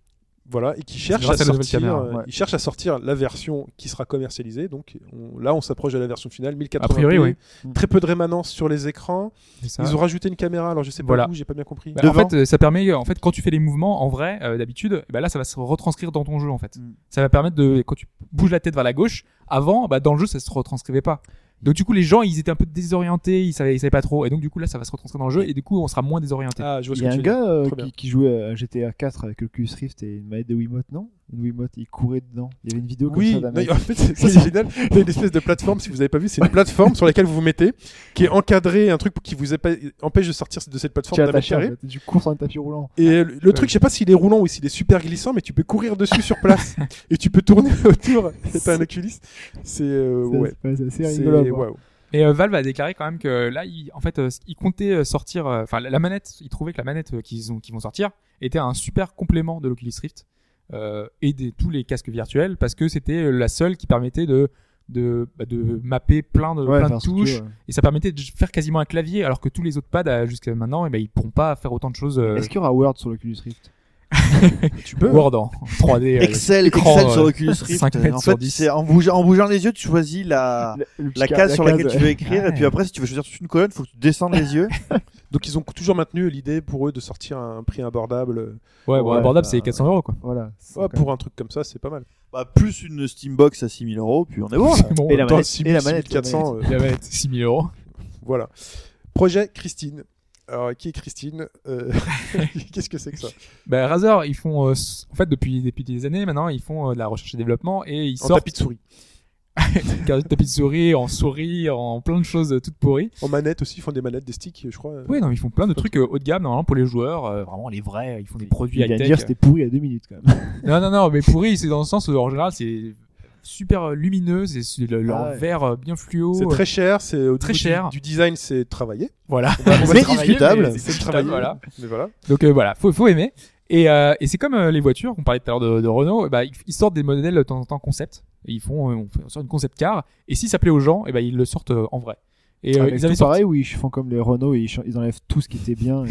S4: voilà et qui cherchent à
S5: grâce à la nouvelle
S4: sortir,
S5: caméra,
S4: euh,
S7: ouais.
S4: ils cherchent à sortir la version qui sera commercialisée. Donc on- là, on s'approche de la version finale 1080p.
S5: A priori, oui.
S7: Mm.
S4: Très peu de rémanence sur les écrans.
S5: C'est ça.
S4: Ils ont rajouté une caméra. Alors je sais pas
S5: Voilà.
S4: où, j'ai pas bien compris.
S5: Bah, en
S6: devant.
S5: fait, euh, ça permet, en fait, quand tu fais les mouvements, en vrai, euh, d'habitude, bah là, ça va se retranscrire dans ton jeu, en fait.
S6: Mm.
S5: Ça va permettre de, quand tu bouges la tête vers la gauche, avant, bah, dans le jeu, ça se retranscrivait pas. Donc, du coup, les gens, ils étaient un peu désorientés, ils savaient, ils savaient pas trop. Et donc, du coup, là, ça va se retranscrire dans le jeu, et du coup, on sera moins désorienté.
S4: Ah, je vois ce
S7: Il
S4: que
S7: y a
S4: tu
S7: un
S4: veux dire.
S7: gars euh,
S4: Très bien.
S7: qui, qui jouait à GTA 4 avec le Oculus Rift et une manette de Wiimote, non Une Wiimote, il courait dedans. Il y avait une vidéo comme
S4: Oui,
S7: ça bah, d'un mec.
S4: non, en
S7: <laughs>
S4: fait, c'est- ça c'est génial. Il y a une espèce de plateforme, si vous n'avez pas vu, c'est une plateforme sur laquelle vous vous mettez, qui est encadrée, un truc qui vous épa- empêche de sortir de cette
S7: Tu
S4: plateforme
S7: as
S4: d'un mètre
S7: attaché, en
S4: carré.
S7: fait. Tu cours sur un tapis roulant.
S4: Et le, le truc, je sais pas s'il est roulant ou s'il est super glissant, mais tu peux courir dessus sur
S5: <laughs>
S4: place et tu peux tourner <laughs> autour. C'est pas un oculiste. C'est euh,
S7: Ça,
S4: ouais.
S7: c'est pas- C'est assez
S4: C'est-
S7: rigolo. à voir.
S4: waouh.
S5: Mais euh, Valve a déclaré quand même que là, il, en fait, euh, il comptait euh, sortir, euh, enfin, la- la manette, il trouvait que la manette euh, qu'ils ont, qu'ils vont sortir était un super complément de l'Oculus Rift euh, et de tous les casques virtuels parce que c'était euh, la seule qui permettait de de, bah, de mapper plein de,
S7: Ouais, euh,
S5: plein
S7: enfin,
S5: de
S7: si tu
S5: touches
S7: veux.
S5: et ça permettait de faire quasiment un clavier alors que tous les autres pads euh, jusqu'à maintenant eh ben, ils pourront pas faire autant de choses euh,
S7: Est-ce qu'il y aura Word sur l'Oculus Rift
S4: Tu peux.
S5: Word en 3D euh,
S6: Excel,
S5: écran,
S6: Excel sur
S5: euh,
S6: Oculus Rift.
S5: 5 mètres
S6: en
S5: sur
S6: fait,
S5: 10.
S6: c'est en bougeant, en bougeant les yeux, tu choisis la,
S7: Le- le petit
S6: la
S7: car-
S6: case sur laquelle tu veux écrire,
S5: Ouais.
S6: et puis après, si tu veux choisir toute une colonne, faut que tu descendes les yeux.
S4: Donc ils ont toujours maintenu l'idée pour eux de sortir à un prix abordable.
S5: ouais bon
S7: Ouais,
S5: abordable
S7: bah,
S5: c'est 400 euros quoi
S7: Voilà. c'est
S4: Ouais,
S7: quand
S4: pour un truc comme ça, c'est pas mal.
S6: <laughs> Bah, plus une Steambox à 6000 euros, puis on est bon. là.
S5: C'est bon,
S7: Et la
S4: Dans
S7: manette-
S4: 6
S7: et la manette,
S4: 400,
S5: la manette 6000 euros
S4: euh, Voilà. Projet Christine. Alors, qui est Christine Euh, <laughs> Qu'est-ce que c'est que ça
S5: bah, Razer ils font euh, s- en fait depuis depuis des années maintenant ils font euh, de la recherche et développement et ils
S4: En
S5: sortent
S4: tapis de
S5: <laughs>
S4: souris.
S5: Car- tapis de souris, en souris, en plein de choses euh, toutes pourries.
S4: En manette aussi, ils font des manettes, des sticks, je crois.
S5: Oui, non, mais ils font plein de trucs euh, haut de gamme normalement pour les joueurs, euh, vraiment les vrais, ils font des produits
S7: Il vient
S5: high
S7: de dire
S5: tech.
S7: <laughs> c'était pourri à deux minutes quand même.
S5: Non, non, non, mais pourri, c'est dans le sens où en général c'est super euh, lumineux, c'est c'est le- leur
S7: Ah ouais.
S5: verre euh, bien fluo.
S4: C'est très cher, c'est au
S5: Très
S4: niveau du-
S5: cher.
S4: Du, design, c'est travaillé.
S5: Voilà.
S6: va Mais travailler, discutable. mais
S5: C'est
S4: travaillé,
S5: discutable, voilà.
S4: Mais <laughs> voilà.
S5: Donc euh, voilà, faut, faut aimer. Et, euh, et c'est comme euh, les voitures, on parlait tout à l'heure de, de Renault, eh ben, ils, ils sortent des modèles de temps en temps concept. Et ils font, euh, on fait- on sort une concept car, et si ça plaît aux gens, eh ben, ils le sortent euh, en vrai. Et
S6: Ah,
S5: euh,
S7: Avec
S5: ils avaient
S7: tout
S5: sorti-
S7: Ah, pareil où ils font comme les Renault et ils, ch- ils enlèvent tout ce qui était bien et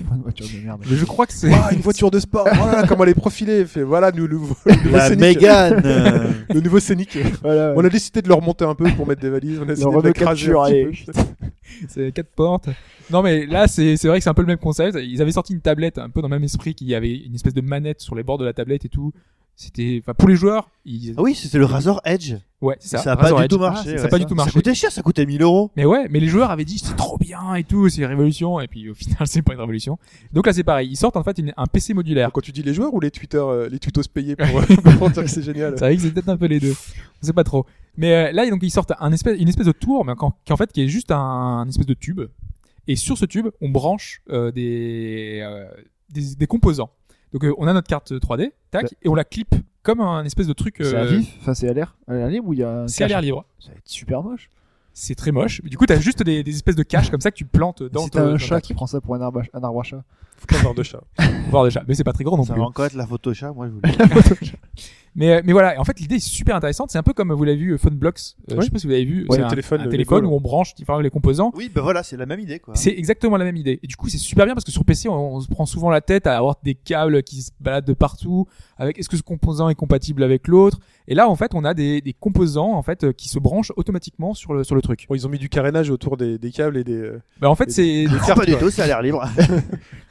S7: ils font une voiture de merde.
S5: Mais je crois que c'est.
S4: Ah, une voiture de <laughs> sport, voilà comment elle est profilée. Fait, voilà, nous, le, nouveau- le nouveau
S6: La
S4: Scénic.
S6: Mégane
S5: <laughs>
S6: euh,
S4: Le nouveau Scénic.
S7: Voilà.
S4: On a décidé de le remonter un peu pour mettre des valises. On a décidé de
S7: Renault
S4: la craser un
S7: Capture,
S4: petit
S7: allez.
S4: peu.
S5: <laughs> C'est quatre portes. Non, mais là, c'est c'est vrai que c'est un peu le même concept. Ils avaient sorti une tablette un peu dans le même esprit, qu'il y avait une espèce de manette sur les bords de la tablette et tout. C'était, enfin, pour les joueurs, ils...
S6: ah oui, c'était le Razor Edge.
S5: ouais, c'est ça.
S6: Ça a pas
S5: Razor
S6: du tout
S5: Edge. Ah,
S6: marché.
S5: Ça a
S6: ouais.
S5: pas du tout
S6: Ça
S5: marché.
S6: coûtait cher, ça coûtait 1000 euros.
S5: Mais ouais, mais les joueurs avaient dit c'est trop bien et tout, c'est une révolution. Et puis au final, <laughs> c'est pas une révolution. Donc là, c'est pareil. Ils sortent en fait une- un PC modulaire.
S4: Quand tu dis les joueurs ou les tweeters, euh, les tutos payés
S5: <laughs>
S4: pour, euh, pour dire que c'est génial.
S5: C'est vrai que c'est peut-être un peu les deux. On sait pas trop. Mais euh, là, donc ils sortent un espèce, une espèce de tour, mais qu'en qu'en fait, qui est juste un, un espèce de tube. Et sur ce tube, on branche euh, des, euh, des des composants. Donc euh, on a notre carte 3D, tac, et on la clip comme un espèce de truc.
S7: C'est à
S5: euh,
S7: vif, enfin c'est à l'air, à l'air libre où il y a. un
S5: C'est à
S7: cache-
S5: l'air libre.
S7: Ça va être super moche.
S5: C'est très moche. Mais du coup, t'as juste des, des espèces de caches comme ça que tu plantes dans
S7: si
S5: ton-
S7: t'as
S5: dans
S7: un
S5: ta
S7: chat qui
S5: truc.
S7: prend ça pour un arbre, à- un arbre à chat.
S4: Faut pas avoir de chat.
S5: Voir déjà. Mais c'est pas très grand non
S6: Ça
S5: plus.
S6: va encore être la Photoshop, moi je vous
S5: <laughs>
S6: le dis.
S5: Mais, euh, mais voilà, Et en fait, l'idée est super intéressante. C'est un peu comme vous l'avez vu, euh, Funblocks. Euh, Je sais pas si vous l'avez vu.
S4: Ouais,
S5: c'est
S4: le Ah.
S5: un
S4: téléphone,
S5: un
S4: euh,
S5: téléphone
S4: l'épaule.
S5: où on branche différents les composants.
S6: Oui, ben voilà, c'est la même idée quoi.
S5: C'est exactement la même idée. Et du coup, c'est super bien parce que sur PC, on, on se prend souvent la tête à avoir des câbles qui se baladent de partout. Avec est-ce que ce composant est compatible avec l'autre Et là, en fait, on a des, des composants en fait euh, qui se branchent automatiquement sur le sur le truc.
S4: Bon, ils ont mis du carénage autour des, des câbles et des. euh,
S5: Bah en fait, c'est
S4: des
S6: Ah,
S4: cartes,
S6: pas du
S4: quoi.
S6: tout, c'est à
S5: <laughs>
S6: l'air libre.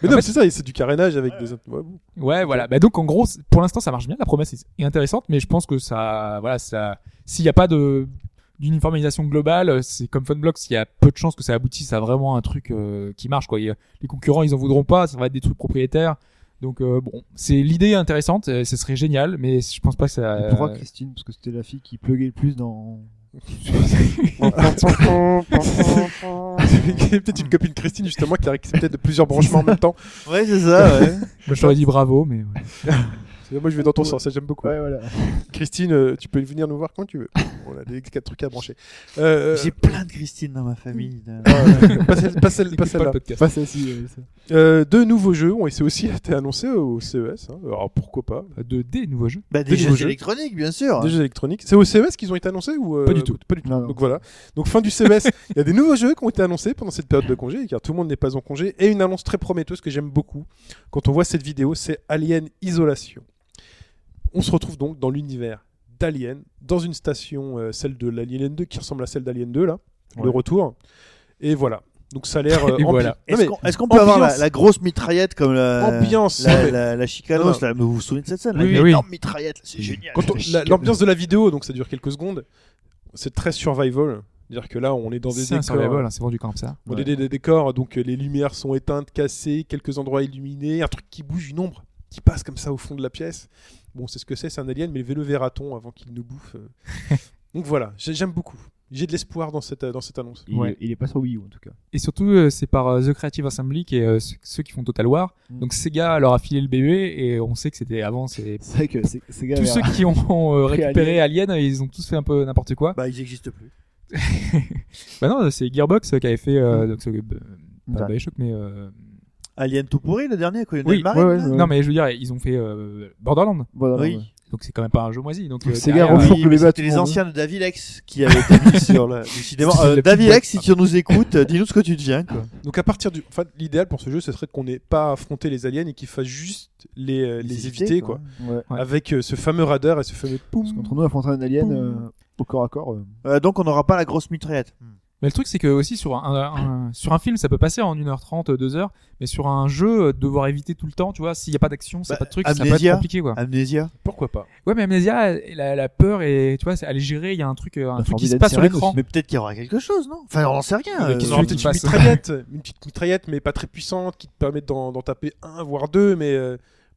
S4: Mais non, mais c'est ça, c'est du carénage avec des. ouais, bon. <laughs>
S5: ouais, voilà. Bah donc en gros, c'est- pour l'instant, ça marche bien. La promesse est- est intéressante, mais je pense que ça, voilà, ça, s'il n'y a pas de d'uniformisation globale, euh, c'est comme Funblocks, il y a peu de chances que ça aboutisse à vraiment un truc euh, qui marche quoi. Il y a- les concurrents, ils en voudront pas, ça va être des trucs propriétaires. Donc euh, bon, c'est l'idée est intéressante, euh, ce serait génial, mais je pense pas que ça.
S7: Et pourquoi Christine Parce que c'était la fille qui pluguait le plus dans.
S4: Il y a peut-être une copine Christine justement qui a accepté de
S5: <laughs>
S4: plusieurs branchements en même temps.
S6: ouais, c'est ça, ouais.
S5: Moi, je t'aurais dit bravo, mais ouais.
S4: C'est- Moi je vais dans ton sens, ça j'aime beaucoup.
S7: Ouais, voilà.
S4: Christine, euh, tu peux venir nous voir quand tu veux. On a des quatre trucs à brancher. Euh,
S6: J'ai plein de Christine dans ma famille.
S5: Bah,
S4: euh, <laughs> pas celle- pas celle- pas
S5: Écoute pas
S4: celle-là.
S5: le podcast.
S7: Pas celle-ci. euh, ça.
S4: Euh, deux nouveaux jeux ont et aussi été annoncés au CES. hein. Alors pourquoi pas
S5: De des nouveaux jeux.
S6: Bah,
S4: Des
S6: des jeux
S4: nouveaux jeux.
S6: électroniques, bien sûr.
S4: Des jeux électroniques. C'est au CES qu'ils ont été annoncés ou euh,
S5: Pas du tout.
S4: Pas du tout.
S7: Non, non.
S4: Donc voilà. Donc fin du CES, il y a des nouveaux jeux qui ont été annoncés pendant cette période de congé, car tout le monde n'est pas en congé, et une annonce très prometteuse que j'aime beaucoup. Quand on voit cette vidéo, c'est Alien Isolation. On se retrouve donc dans l'univers d'Alien, dans une station, euh, celle de l'Alien 2, qui ressemble à celle d'Alien 2 là, le
S7: Ouais.
S4: retour. Et voilà. Donc ça a
S5: <laughs>
S4: l'air. euh,
S5: Et
S4: ambi-
S5: voilà.
S4: Non,
S6: Est-ce
S4: mais
S6: qu'on est-ce qu'on peut avoir la,
S4: ambiance.
S6: la grosse mitraillette comme la,
S4: Ambiance.
S6: la,
S4: Mais-
S6: la, la
S4: Non,
S6: Chicanos
S4: non.
S6: là, mais Vous vous souvenez de cette scène là,
S5: Oui,
S6: Une
S5: oui.
S6: énorme mitraillette, là, c'est génial.
S4: Quand on-
S5: <laughs>
S4: la- l'ambiance de la vidéo, donc ça dure quelques secondes, c'est très survival. C'est-à-dire que là, on est dans des
S5: C'est un
S4: décors.
S5: survival, hein, c'est vendu comme ça.
S4: On est des, des décors, donc euh, les lumières sont éteintes, cassées, quelques endroits illuminés, un truc qui bouge, une ombre qui passe comme ça au fond de la pièce. Bon, c'est ce que c'est, c'est un alien, mais le verra-t-on avant qu'il nous bouffe euh. Donc voilà, j'ai- j'aime beaucoup. J'ai de l'espoir dans cette, euh, dans cette annonce.
S7: Il,
S5: Ouais.
S7: il est pas sur Wii U en tout cas.
S5: Et surtout, euh, c'est par euh, The Creative Assembly qui est euh, ce- ceux qui font Total War.
S7: Mm.
S5: Donc Sega leur a filé le BE et on sait que c'était avant. C'est
S7: C'est vrai que c'est- ces gars.
S5: tous ceux qui ont, ont, euh,
S7: Pris
S5: récupéré Alien, euh, ils ont tous fait un peu n'importe quoi.
S6: Bah, ils n'existent plus.
S5: Bah non, c'est Gearbox euh, qui avait fait euh, donc, ce- euh, pas
S7: Ouais.
S5: BioShock, mais euh,
S6: Alien tout pourri le dernier, quoi.
S5: Oui.
S6: Oui,
S7: Ouais, ouais, ouais.
S5: non mais je veux dire, ils ont fait euh, Borderlands.
S7: Voilà,
S6: oui.
S7: ouais.
S5: Donc c'est quand même pas un jeu moisi. Donc
S7: Donc
S5: euh,
S7: Sega
S5: derrière,
S7: refourgue
S5: euh,
S7: Faut que
S6: Oui,
S7: les
S6: mais
S7: battes
S6: c'était les
S7: tournent.
S6: anciens de Davilex qui avaient été mis sur la. Décidément,
S5: C'est
S6: euh,
S5: la
S6: Davilex, si tu nous écoutes, euh, dis-nous ce que tu deviens, quoi.
S4: Donc à partir du. Enfin, l'idéal pour ce jeu, ce serait qu'on n'ait pas affronté les aliens et qu'il fasse juste les, euh, les éviter, quoi.
S7: Ouais.
S5: Ouais.
S4: Avec euh, ce fameux radar et ce fameux
S5: euh,
S7: Parce
S4: poum.
S7: qu'entre nous, affronter un alien euh, au corps à corps. euh,
S6: Euh, donc, on n'aura pas la grosse mitraillette.
S5: Mais le truc c'est que aussi sur un, un- sur un film ça peut passer en 1h30, 2h, mais sur un jeu euh, devoir éviter tout le temps, tu vois, s'il y a pas d'action, c'est
S6: Bah,
S5: pas de truc, ça peut
S6: Amnesia.
S5: être compliqué quoi.
S6: Amnésia.
S4: Pourquoi pas
S5: Ouais, mais Amnesia elle- la, la peur et tu vois, c'est- elle est gérée, il y a un truc euh, un
S7: La
S5: truc qui se
S7: Forbidden
S5: passe sur
S7: Siren
S5: l'écran.
S6: Mais peut-être qu'il y aura quelque chose, non Enfin, on n'en sait rien.
S5: Mais
S6: euh,
S5: qu'est-ce
S4: On
S5: que
S4: aura
S5: tu veux
S4: peut-être
S5: qu'il
S4: une
S5: fasse
S4: mitraillette, euh, une petite mitraillette, mais pas très puissante, qui te permet d'en d'en taper un, voire deux, mais euh,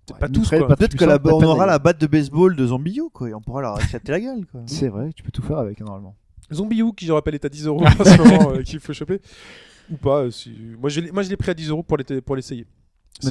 S4: peut-être
S7: Ouais,
S4: pas
S7: une
S4: tous.
S7: mitraillette,
S4: Quoi.
S6: Peut-être
S7: Tu
S6: que la,
S7: sens pas
S6: on
S7: ta
S6: aura
S7: gueule.
S6: la batte de baseball de Zombio, quoi, et on pourra leur éclater la gueule, quoi.
S7: C'est vrai, tu peux tout faire avec hein, normalement.
S4: Zombie Hook, qui je rappelle, est à 10 euros
S5: <laughs>
S4: en ce moment, euh, qu'il faut choper. Ou pas. euh, si- Moi, je l'ai moi, je l'ai pris à 10 euros pour l'é- pour l'essayer.
S7: Mais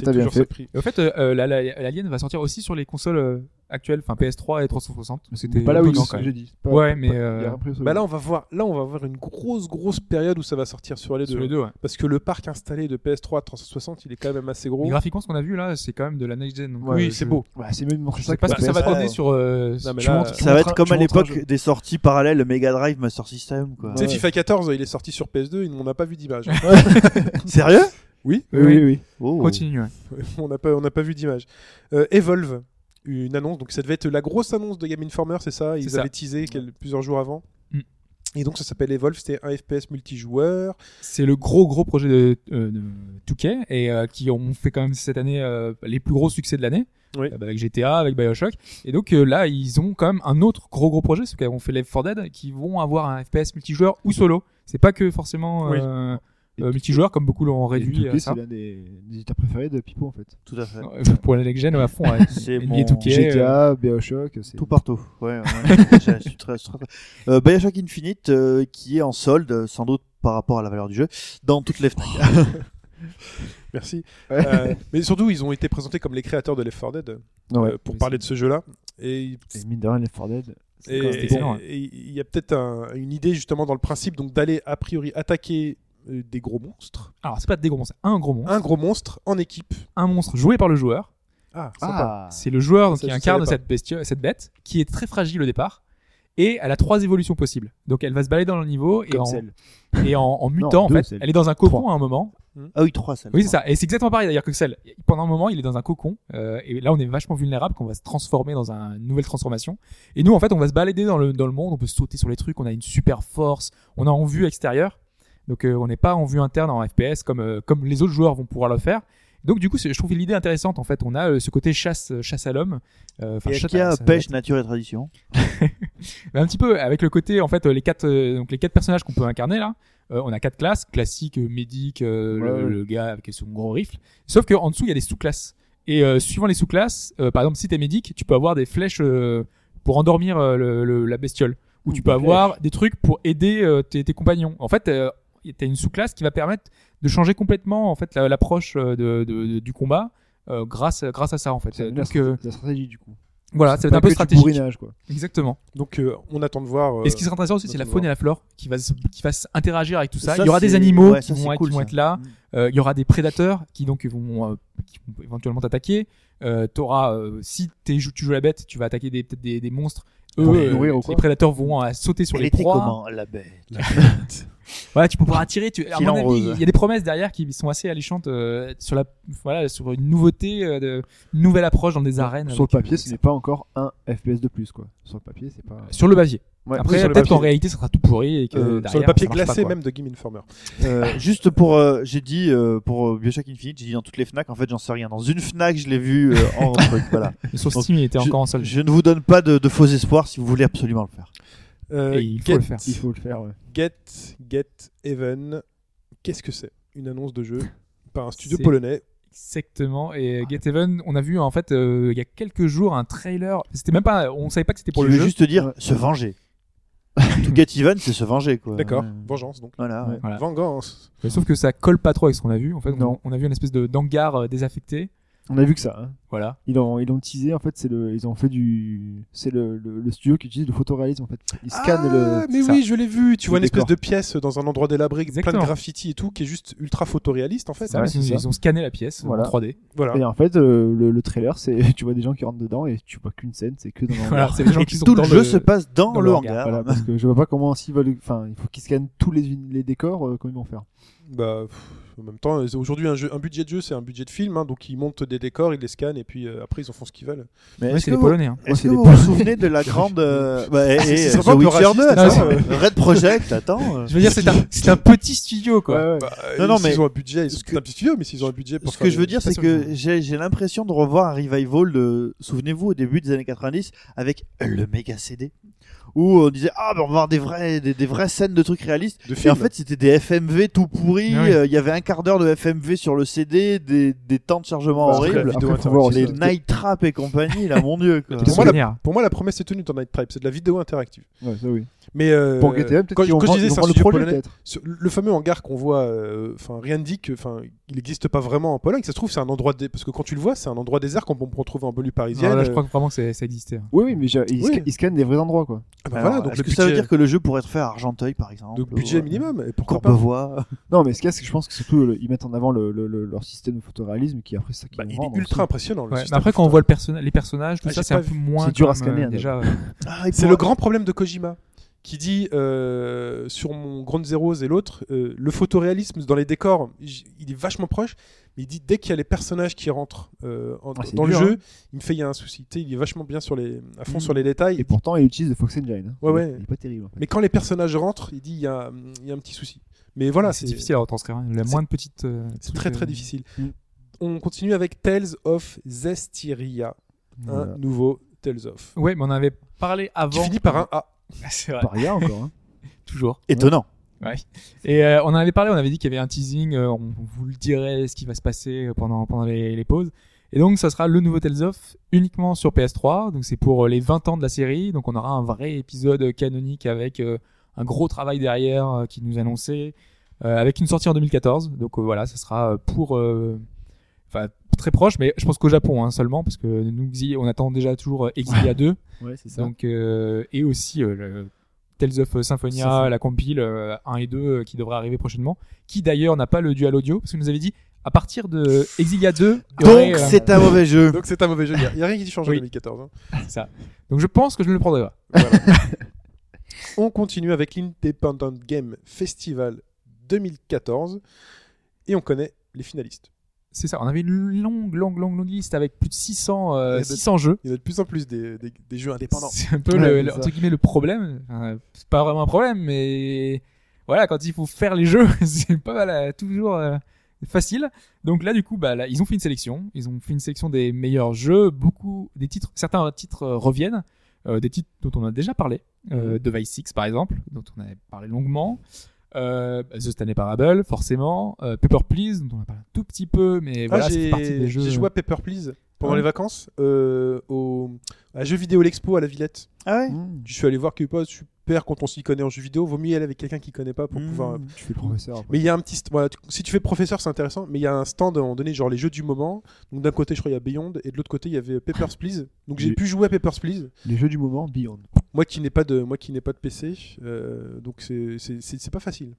S4: C'est
S7: t'as bien
S4: toujours
S7: fait.
S4: ça de prix.
S5: Et Au fait, euh, euh, la- la- l'Alien va sortir aussi sur les consoles euh, actuelles, enfin PS3 et 360. C'était
S7: pas là où
S5: étonnant, quand même.
S7: ils j'ai dit. Pas-
S5: Ouais, mais,
S7: pas- il y a
S5: euh,
S7: un prix sur
S4: Bah
S7: le-
S4: là, on va voir. Là, on va avoir une grosse, grosse période où ça va sortir sur les deux.
S5: Sur les deux, ouais.
S4: Parce que le parc installé de PS3 à 360, il est quand même assez gros.
S5: Mais graphiquement, ce qu'on a vu là, c'est quand même de la next gen. donc,
S7: Ouais,
S5: euh,
S4: oui, Oh. c'est
S5: je-
S4: beau.
S7: Ouais, c'est mieux de montrer
S5: Je
S7: ça
S5: sais pas ce que ça va
S7: PS3.
S5: donner sur. euh,
S4: Non, mais
S5: tu
S4: là,
S5: montres-
S4: euh,
S6: Ça
S7: tu
S6: va
S7: montres
S6: être
S7: un-
S6: comme
S7: tu
S6: à
S7: montres un
S6: l'époque
S7: jeu.
S6: des sorties parallèles Mega Drive, Master System, quoi.
S4: Tu sais,
S7: Ouais.
S4: FIFA 14, il est sorti sur PS2, il- on n'a pas vu d'image.
S6: <laughs> Sérieux
S4: oui,
S7: Oui, oui, oui.
S6: Oh.
S5: Continue, ouais.
S4: <laughs> on n'a pas, on n'a pas vu d'image. Euh, Evolve, une annonce. Donc ça devait être la grosse annonce de Game Informer, c'est ça Ils
S5: C'est ça.
S4: avaient teasé quel- plusieurs jours avant.
S5: Mm.
S4: Et donc ça s'appelle Evolve, c'était un FPS multijoueur.
S5: C'est le gros gros projet de, euh, de Touquet et euh, qui ont fait quand même cette année euh, les plus gros succès de l'année
S4: Oui.
S5: Euh, bah, avec GTA, avec Bioshock. Et donc euh, là, ils ont quand même un autre gros gros projet, ceux qui ont fait Left 4 Dead, qui vont avoir un FPS multijoueur ou solo. C'est pas que forcément
S4: Oui.
S5: euh,
S7: Et
S5: euh, multijoueur comme beaucoup l'ont
S7: Et
S5: réduit.
S7: Touquet,
S5: euh,
S7: c'est
S5: ça.
S7: l'un des, des éditeurs préférés de Pipo en fait.
S6: Tout à fait.
S5: Euh, <laughs> Pour la next gen à fond. ouais.
S6: C'est
S5: NBA
S6: mon
S5: 2K. Et,
S7: GTA, Bioshock, c'est.
S6: tout partout. Ouais, ouais. Je suis très- je suis très- Euh, Bioshock Infinite euh, qui est en solde, sans doute par rapport à la valeur du jeu, dans toutes
S5: Oh.
S6: les Fnac.
S4: Merci.
S7: Ouais.
S4: Euh, <laughs> mais surtout, ils ont été présentés comme les créateurs de Left 4 Dead
S7: Non, ouais.
S4: euh, pour
S5: Oui,
S4: parler de ce jeu-là. Et
S7: <laughs> Et mine de rien, Left 4 Dead. c'est
S4: Et
S7: quand même
S5: c'était
S7: bon.
S5: excellent, ouais.
S4: et il y a peut-être un- une idée justement dans le principe donc d'aller a priori attaquer euh, des gros monstres,
S5: Alors c'est pas des gros monstres, un gros monstre,
S4: un gros monstre en équipe.
S5: un monstre joué par le joueur.
S4: Ah,
S7: Ah,
S5: C'est le joueur donc,
S4: Ça,
S5: qui
S4: je
S5: incarne
S4: savais pas.
S5: cette, bestia- cette bête, qui est très fragile au départ, et elle a trois évolutions possibles. Donc elle va se balader dans le niveau et,
S7: comme
S5: en,
S7: celle.
S5: et en, en mutant, en
S7: deux,
S5: fait,
S7: celle.
S5: elle est dans un cocon
S7: Trois.
S5: à un moment.
S6: Ah oui, trois salles.
S5: Oui, c'est ça. Et c'est exactement pareil d'ailleurs que celle. Pendant un moment, il est dans un cocon, euh, et là on est vachement vulnérable, qu'on va se transformer dans un- une nouvelle transformation. Et nous, en fait, on va se balader dans le, dans le monde, on peut sauter sur les trucs, on a une super force, on est en vue extérieure. Donc euh, on n'est pas en vue interne en FPS comme, euh, comme les autres joueurs vont pouvoir le faire. Donc du coup, c'est- je trouve l'idée intéressante en fait. On a euh, ce côté chasse, chasse à l'homme. Euh, enfin,
S6: Et
S5: chasse
S6: qui
S5: à-
S6: a
S5: ça-
S6: pêche, nature et tradition.
S5: mais un petit peu avec le côté en fait euh, les quatre euh, donc les quatre personnages qu'on peut incarner là euh, on a quatre classes classique euh, médic euh,
S7: Ouais,
S5: le,
S7: ouais.
S5: le gars avec son gros rifle sauf que en dessous il y a des sous-classes et euh, suivant les sous-classes euh, par exemple si t'es médic tu peux avoir des flèches euh, pour endormir euh, le- le- la bestiole ou
S7: Ouh,
S5: tu peux
S7: des
S5: avoir des trucs pour aider euh, tes, tes compagnons en fait euh, t'as une sous-classe qui va permettre de changer complètement en fait la- l'approche euh, de, de- de- du combat euh, grâce grâce à ça en fait
S7: C'est la,
S5: donc euh,
S7: la stratégie du coup.
S5: voilà c'est
S7: Pas
S5: un peu
S7: que du
S5: stratégique
S7: bourrinage, quoi.
S5: exactement
S4: Donc euh, on attend de voir. euh,
S5: et ce qui sera intéressant aussi, c'est la
S4: notamment.
S5: faune et la flore qui va, se- qui va s- interagir avec tout ça.
S6: Ça,
S5: il y aura des
S6: c'est-
S5: animaux
S6: ouais,
S5: qui,
S6: ça,
S5: vont,
S6: c'est
S5: être-
S6: cool,
S5: qui vont
S6: ça.
S5: être là. Euh, il y aura des prédateurs qui donc vont, euh, qui vont éventuellement t'attaquer. Euh, t'auras, euh, si t'es, jou- tu joues la bête, tu vas attaquer des, peut-être des, des monstres. Eux,
S7: Pour les
S5: euh,
S7: nourrir ou quoi
S5: les prédateurs vont euh, sauter sur
S6: Elle
S5: les hein.
S6: était
S5: proies.
S6: comment, la bête
S5: Voilà, tu peux pouvoir attirer. Tu, à
S6: Filant
S5: mon avis,
S6: rose.
S5: il y a des promesses derrière qui sont assez alléchantes euh, sur la, voilà, sur une nouveauté, euh, de, une nouvelle approche dans des arènes.
S7: Sur le
S5: avec, euh,
S7: papier, ce
S5: ça.
S7: n'est pas encore un FPS de plus, quoi. Sur le papier, c'est pas.
S5: sur le papier.
S7: Ouais,
S5: Après,
S4: sur le
S5: peut-être qu'en
S4: papier.
S5: réalité, ça sera tout pourri et que
S4: euh,
S5: derrière,
S4: sur le papier
S5: ça marche
S4: glacé
S5: pas, quoi.
S4: même de Game Informer.
S6: Euh, Juste pour, euh, j'ai dit euh, pour euh, Bioshock Infinite, j'ai dit dans toutes les Fnac. En fait, j'en sais rien. Dans une Fnac, je l'ai vu euh,
S5: <laughs>
S6: en truc. Voilà.
S5: Sur Steam, il était
S6: Je-
S5: encore en solde.
S6: Je ne vous donne pas de, de faux espoirs si vous voulez absolument le faire.
S4: Euh,
S5: Et il faut
S4: get,
S5: le faire.
S7: Il faut le faire, ouais.
S4: Get Get Even. Qu'est-ce que c'est Une annonce de jeu par un studio
S5: C'est-
S4: polonais.
S5: Exactement. Et euh, Get Even, on a vu en fait euh, il y a quelques jours un trailer. C'était même pas, on savait pas que c'était pour
S6: Qui
S5: le
S6: veut
S5: jeu.
S6: juste dire
S5: <laughs>
S6: se venger. to get even, c'est se venger, quoi.
S4: D'accord.
S6: Ouais.
S4: Vengeance donc.
S6: Voilà. ouais.
S5: Voilà.
S4: Vengeance.
S5: Mais Sauf que ça colle pas trop avec ce qu'on a vu. En fait, on-
S7: Non.
S5: On, a vu une espèce de d'hangar euh, désaffecté.
S7: On a vu que ça. hein.
S5: Voilà.
S7: Ils l'ont ils l'ont teasé en fait. C'est le ils ont fait du c'est le, le, le studio qui utilise le photoréalisme en fait. Ils scannent
S4: ah,
S7: le
S4: mais
S5: ça.
S4: oui, je l'ai vu. Tu
S7: Le
S4: vois une espèce
S7: décor.
S4: de pièce dans un endroit délabré, plein
S5: Exactement.
S4: de graffitis et tout, qui est juste ultra photoréaliste en fait.
S5: Ça,
S7: Ouais,
S5: ils,
S7: c'est
S5: ils
S7: ça.
S5: ont scanné la pièce
S7: Voilà.
S5: en 3D.
S4: Voilà.
S7: et en fait euh, le, le trailer c'est <laughs> tu vois des gens qui rentrent dedans et tu vois qu'une scène
S5: <laughs>
S7: c'est que dans l'endroit.
S5: Voilà, c'est les gens qui sont
S6: Tout
S5: dans
S6: le jeu se passe dans,
S5: dans
S6: le
S5: le
S6: hangar.
S7: Voilà, parce que je vois pas comment s'ils veulent enfin il faut qu'ils scannent tous les les décors euh, comment ils vont faire.
S4: Bah, pff, en même temps, euh, aujourd'hui, un, jeu, un budget de jeu, c'est un budget de film. hein, donc, ils montent des décors, ils les scannent, et puis euh, après, ils en font ce qu'ils veulent.
S6: Mais
S5: Ouais,
S6: est-ce
S5: c'est
S6: que
S5: les
S6: vous,
S5: Polonais. hein.
S7: Ouais,
S6: est-ce
S7: c'est
S6: que
S7: les
S6: vous
S7: Polonais.
S6: vous
S5: <laughs>
S6: souvenez de la grande euh, bah, et,
S4: C'est-
S6: et,
S4: c'est
S6: The
S4: pas un peu
S6: Witcher
S4: raciste,
S6: 2,
S4: ça,
S6: attends,
S4: euh.
S6: euh, Red Project, attends. euh.
S5: Ah, <laughs> Je veux dire, c'est un, c'est un petit studio quoi.
S7: Ouais, ouais.
S4: Bah,
S6: Non, non,
S4: s'ils
S6: mais-
S4: ont un budget, ils sont
S6: ce que-
S4: peut-être un petit studio, mais s'ils ont un budget pour
S6: Ce
S4: faire
S6: que je
S4: des-
S6: veux dire,
S5: c'est
S6: c'est
S5: pas sûr
S6: que j'ai j'ai l'impression de revoir un revival de, souvenez-vous, au début des années 90, avec le méga CD, où on disait, ah, ben, on va voir des vraies, des, des vraies scènes de trucs réalistes.
S4: de
S6: Et
S4: films.
S6: en fait, c'était des FMV tout pourris,
S5: Ah
S6: euh,
S5: oui.
S6: il y avait un quart d'heure de FMV sur le CD, des, des temps de chargement
S7: Bah,
S4: après,
S6: horribles.
S4: la vidéo
S7: Après, faut voir
S4: interactive
S6: les
S4: ça.
S6: Night Trap et compagnie, là, mon dieu. Quoi.
S4: <laughs>
S5: Quel
S4: Pour moi, la-
S5: souvenir.
S4: Pour moi, la promesse est tenue dans Night Tribe, c'est de la vidéo interactive.
S7: Ouais, ça oui.
S4: Mais euh,
S7: Pour GTA, peut-être
S4: quand,
S7: qu'ils vont
S4: quand je
S7: vendre-
S4: disais
S7: ils vont
S4: c'est un
S7: vendre le
S4: studio
S7: projet,
S4: polonais,
S7: peut-être.
S4: ce- le fameux hangar qu'on voit, euh, enfin rien ne dit que, enfin, il n'existe pas vraiment en Pologne. Ça se trouve, c'est un endroit dé- parce que quand tu le vois, c'est un endroit désert qu'on peut retrouver en banlieue parisienne.
S5: Voilà, je
S4: Euh,
S5: crois que vraiment que c'est- ça existait. hein.
S7: Oui, oui, mais j'ai- ils,
S4: Oui.
S7: sca- ils scannent des vrais endroits, quoi.
S4: ah bah
S6: Alors,
S4: voilà, donc
S6: Est-ce
S4: le
S6: que ça veut
S4: budget-
S6: dire que le jeu pourrait être fait à Argenteuil, par exemple
S4: donc
S6: ou,
S4: budget
S6: euh,
S4: minimum. Et pourquoi pas
S6: Courbevoie.
S7: Non, mais ce qu'il y a, c'est que je pense que surtout, le- ils mettent en avant le, le- le- leur système de photoréalisme qui après ça qui
S4: Bah,
S7: vont
S4: Il
S7: vendre
S4: est ultra
S7: aussi.
S4: impressionnant. le
S5: Ouais, mais
S4: système
S5: après, quand on voit le personna- les personnages, tout
S4: Ah,
S5: ça,
S4: j'ai
S5: c'est un
S4: pas
S5: peu
S4: vu.
S5: moins.
S7: C'est dur à
S5: comme, euh,
S7: scanner, un
S5: déjà.
S6: Ah, et
S4: C'est
S6: pour-
S4: le grand problème de Kojima qui dit euh, sur mon Ground Zeroes et l'autre, euh, le photoréalisme dans les décors, j- il est vachement proche, mais il dit dès qu'il y a les personnages qui rentrent euh, en-
S7: Ah, c'est
S4: dans le
S7: dur,
S4: jeu, il me fait il y a un souci. Tu sais, il est vachement bien sur les, à fond
S5: Mm.
S4: sur les détails.
S7: Et pourtant, ils utilisent le Fox Engine. hein.
S4: Ouais,
S7: Il est-
S4: ouais.
S7: Il est pas terrible. en fait.
S4: Mais quand les personnages rentrent, il dit il y a, hum, il y a un petit souci. Mais voilà,
S5: c'est difficile à retranscrire. hein. La
S4: c'est-
S5: moindre petite. euh,
S4: C'est
S5: truc,
S4: très très
S5: euh,
S4: difficile.
S7: Mm.
S4: On continue avec Tales of Zestiria,
S7: Voilà.
S4: un nouveau Tales of.
S5: Ouais, mais on en avait parlé
S4: Qui
S5: avant.
S4: finit par un A.
S5: <laughs> c'est vrai.
S7: Paria encore. hein.
S5: Toujours.
S6: Étonnant.
S5: Et euh, on en avait parlé, on avait dit qu'il y avait un teasing, euh, on vous le dirait ce qui va se passer euh, pendant, pendant les, les pauses. Et donc ça sera le nouveau Tales of uniquement sur PS3, donc c'est pour euh, les 20 ans de la série, donc on aura un vrai épisode canonique avec euh, un gros travail derrière euh, qui nous annonçait, euh, avec une sortie en 2014, donc euh, voilà, ça sera euh, pour... euh, Enfin, très proche, mais je pense qu'au Japon hein, seulement, parce que nous, Xi- on attend déjà toujours euh, Exilia 2,
S7: <laughs> Ouais, c'est ça.
S5: donc, euh, et aussi euh, le Tales of euh, Symphonia,
S7: Symphonia.
S5: la compile euh, 1 et 2 euh, qui devrait arriver prochainement, qui d'ailleurs n'a pas le dual audio, parce que nous avait dit à partir de Exilia 2, il y aurait,
S6: Donc,
S5: euh,
S6: c'est un mauvais jeu.
S4: Donc c'est un mauvais jeu. Il n'y a, rien qui change
S5: Oui.
S4: en 2014. hein.
S5: ça. Donc je pense que je ne le prendrai pas.
S4: On continue avec l'Independent Game Festival 2014 et on connaît les finalistes.
S5: C'est ça, on avait une longue, longue, longue, longue liste avec plus de 600, euh,
S4: Et de-
S5: 600 jeux.
S4: Il y en a de plus en plus des, des- des jeux indépendants.
S5: C'est un peu
S7: Ouais,
S5: le-
S7: c'est
S5: le,
S7: ça.
S5: entre guillemets, le problème. Enfin, c'est pas vraiment un problème, mais voilà, quand il faut faire les jeux, <laughs> c'est pas mal, euh, toujours euh, facile. Donc là, du coup, bah, là, ils ont fait une sélection. Ils ont fait une sélection des meilleurs jeux. Beaucoup des titres, certains titres euh, reviennent, euh, des titres dont on a déjà parlé,
S4: Mhm.
S5: euh, Device 6 par exemple, dont on avait parlé longuement. Euh, The Stanley Parable, forcément. Euh, Paper Please, dont on a parlé un tout petit peu,
S4: Ah,
S5: mais voilà, c'est partie
S4: j'ai
S5: des jeux. euh, Ah
S4: j'ai joué à Paper Please pendant
S5: Ouais.
S4: les vacances euh, au, à Jeux Vidéo l'Expo à la Villette.
S6: Ah ouais
S7: Mmh.
S4: Je suis allé voir que pas super quand on s'y connaît en jeux vidéo. Vaut mieux y aller avec quelqu'un qui connaît pas pour
S6: Mmh.
S4: pouvoir. euh,
S7: Tu fais le professeur. après.
S4: Mais il y a un petit. st- Voilà, tu- si tu fais professeur, c'est intéressant. Mais il y a un stand à un moment donné, genre les jeux du moment. Donc d'un côté, je crois il y a Beyond et de l'autre côté, il y avait
S5: Ah.
S4: Papers Please. Donc j'ai
S7: Oui.
S4: pu jouer à Papers Please.
S7: Les jeux du moment, Beyond.
S4: Moi qui n'ai pas de, moi qui n'ai pas de PC, euh, donc c'est c'est- c'est c'est pas facile.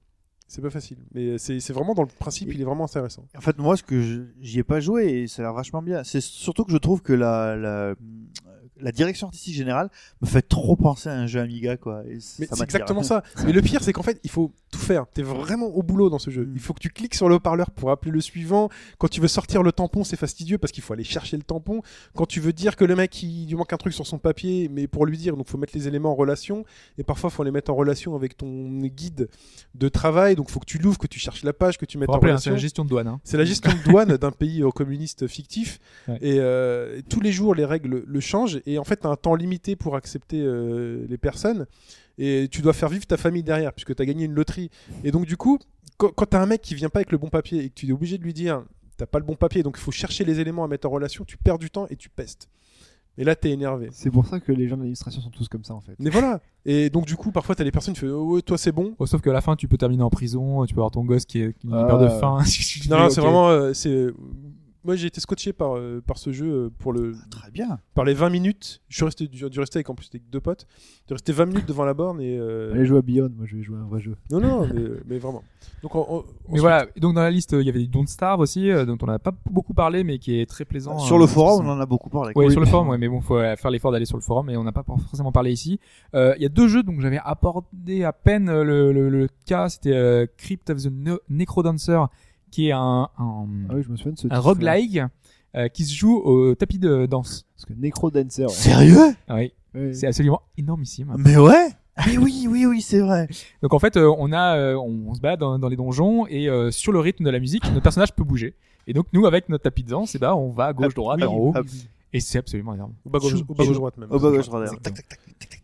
S4: C'est pas facile, mais c'est c'est vraiment dans le principe, il est vraiment intéressant.
S6: En fait, moi, ce que je- j'y ai pas joué et ça a l'air vachement bien. C'est surtout que je trouve que la, la, la direction artistique générale me fait trop penser à un jeu Amiga, quoi. Et ça
S4: Mais c'est
S6: m'attire.
S4: exactement ça. Mais le pire, c'est qu'en fait, il faut tout faire. T'es vraiment au boulot dans ce jeu.
S6: Mm.
S4: Il faut que tu cliques sur le haut-parleur pour appeler le suivant. Quand tu veux sortir le tampon, c'est fastidieux parce qu'il faut aller chercher le tampon. Quand tu veux dire que le mec, il lui manque un truc sur son papier, mais pour lui dire, donc faut mettre les éléments en relation. Et parfois, faut les mettre en relation avec ton guide de travail. Donc faut que tu l'ouvres, que tu cherches la page, que tu mettes
S5: Faut
S4: en
S5: rappeler, hein, c'est
S4: relation.
S5: la gestion de douane. hein.
S4: C'est la gestion de douane d'un pays euh, communiste fictif.
S5: Ouais.
S4: Et euh, tous les jours, les règles le changent. Et en fait, tu as un temps limité pour accepter euh, les personnes. Et tu dois faire vivre ta famille derrière, puisque tu as gagné une loterie. Et donc, du coup, quand, quand tu as un mec qui vient pas avec le bon papier et que tu es obligé de lui dire t'as pas le bon papier, donc il faut chercher les éléments à mettre en relation, tu perds du temps et tu pestes. Et là, tu es énervé.
S7: C'est pour ça que les gens de l'administration sont tous comme ça en fait.
S4: Mais voilà. Et donc, du coup, parfois, tu as des personnes qui font oh, ouais, toi, c'est bon.
S5: Oh, sauf qu'à la fin, tu peux terminer en prison, tu peux avoir ton gosse qui, est, qui
S7: Ah.
S5: meurt de faim. <laughs> Tu te
S4: Non,
S5: dis,
S4: non, c'est
S5: ok.
S4: vraiment. euh, c'est... Moi, j'ai été scotché par, euh, par ce jeu euh, pour le,
S6: Très bien.
S4: par les 20 minutes, je suis resté, dû dû rester avec en plus des deux potes, de rester 20 minutes devant la borne et euh,
S7: Allez jouer à Beyond, moi je vais jouer à un vrai jeu.
S4: non non mais, mais vraiment. Donc on- on-
S5: Mais
S4: ensuite-
S5: voilà, donc dans la liste, euh, il y avait Don't Starve aussi, euh, dont on n'a pas beaucoup parlé, mais qui est très plaisant.
S6: Sur
S5: hein,
S6: le
S5: parce que
S6: forum,
S5: c'est-
S6: on en a beaucoup parlé.
S5: Ouais,
S6: Oui.
S5: sur le forum, ouais, mais bon, faut euh, faire l'effort d'aller sur le forum, et on n'a pas forcément parlé ici. Euh, Il y a deux jeux, donc j'avais apporté à peine euh, le, le, le cas, c'était euh, Crypt of the Ne- Necrodancer, qui est un, un,
S7: Ah oui, je me souviens de ce
S5: un
S7: titre.
S5: roguelike euh, qui se joue au tapis de danse.
S7: Parce que Necro Dancer.
S6: Sérieux
S5: Ah oui,
S7: Ouais.
S5: c'est absolument énormissime.
S6: Mais ouais <laughs> Mais oui, oui, oui, c'est vrai.
S5: Donc en fait, euh, on a, euh, on, on se balade dans, dans les donjons et euh, sur le rythme de la musique, notre personnage peut bouger. Et donc nous, avec notre tapis de danse, eh ben, on va à gauche, droite,
S6: Ah,
S5: en haut,
S6: Hop.
S5: et c'est absolument énorme.
S4: au bas gauche, au bas gauche droite même.
S6: Au bas gauche, radar.
S5: Exactement.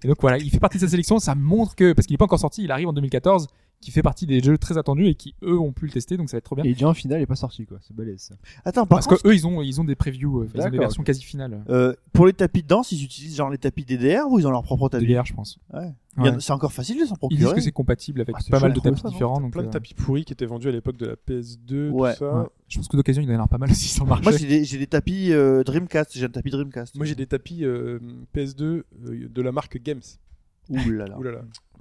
S5: Et donc voilà, il fait partie de cette sélection. Ça montre que parce qu'il n'est pas encore sorti, il arrive en 2014. qui fait partie des jeux très attendus et qui eux ont pu le tester, donc ça va être trop bien.
S7: Et déjà, en finale, il est pas sorti, quoi. C'est balèze, ça.
S6: Attends, par
S5: Parce
S6: contre,
S5: que eux, ils ont, ils ont des previews, euh, ils ont des
S7: D'accord,
S5: versions
S7: ok.
S5: quasi finales.
S6: euh, pour les tapis de danse, ils utilisent genre les tapis DDR ou ils ont leur propre
S5: De
S6: tapis
S5: l'IR, je pense.
S6: Ouais.
S5: Ouais.
S6: Il y en- C'est encore facile de s'en
S5: Ils disent
S6: procurer.
S5: que c'est compatible avec
S7: Ah, c'est
S5: pas
S7: chaud
S5: mal
S7: de
S5: de
S7: trouver
S5: tapis
S7: ça, non
S5: différents. Donc,
S4: Plein de
S5: euh,
S4: tapis pourris qui étaient vendus à l'époque de la PS2,
S6: Ouais,
S4: tout ça.
S5: ouais. Je pense que d'occasion, il en a pas mal aussi sur le marché.
S6: Moi, j'ai des, j'ai des tapis euh, Dreamcast. J'ai un tapis Dreamcast.
S4: Moi j'ai des tapis euh, PS2 euh, de la marque Games.
S6: Ouh là là.
S4: Ouh là là.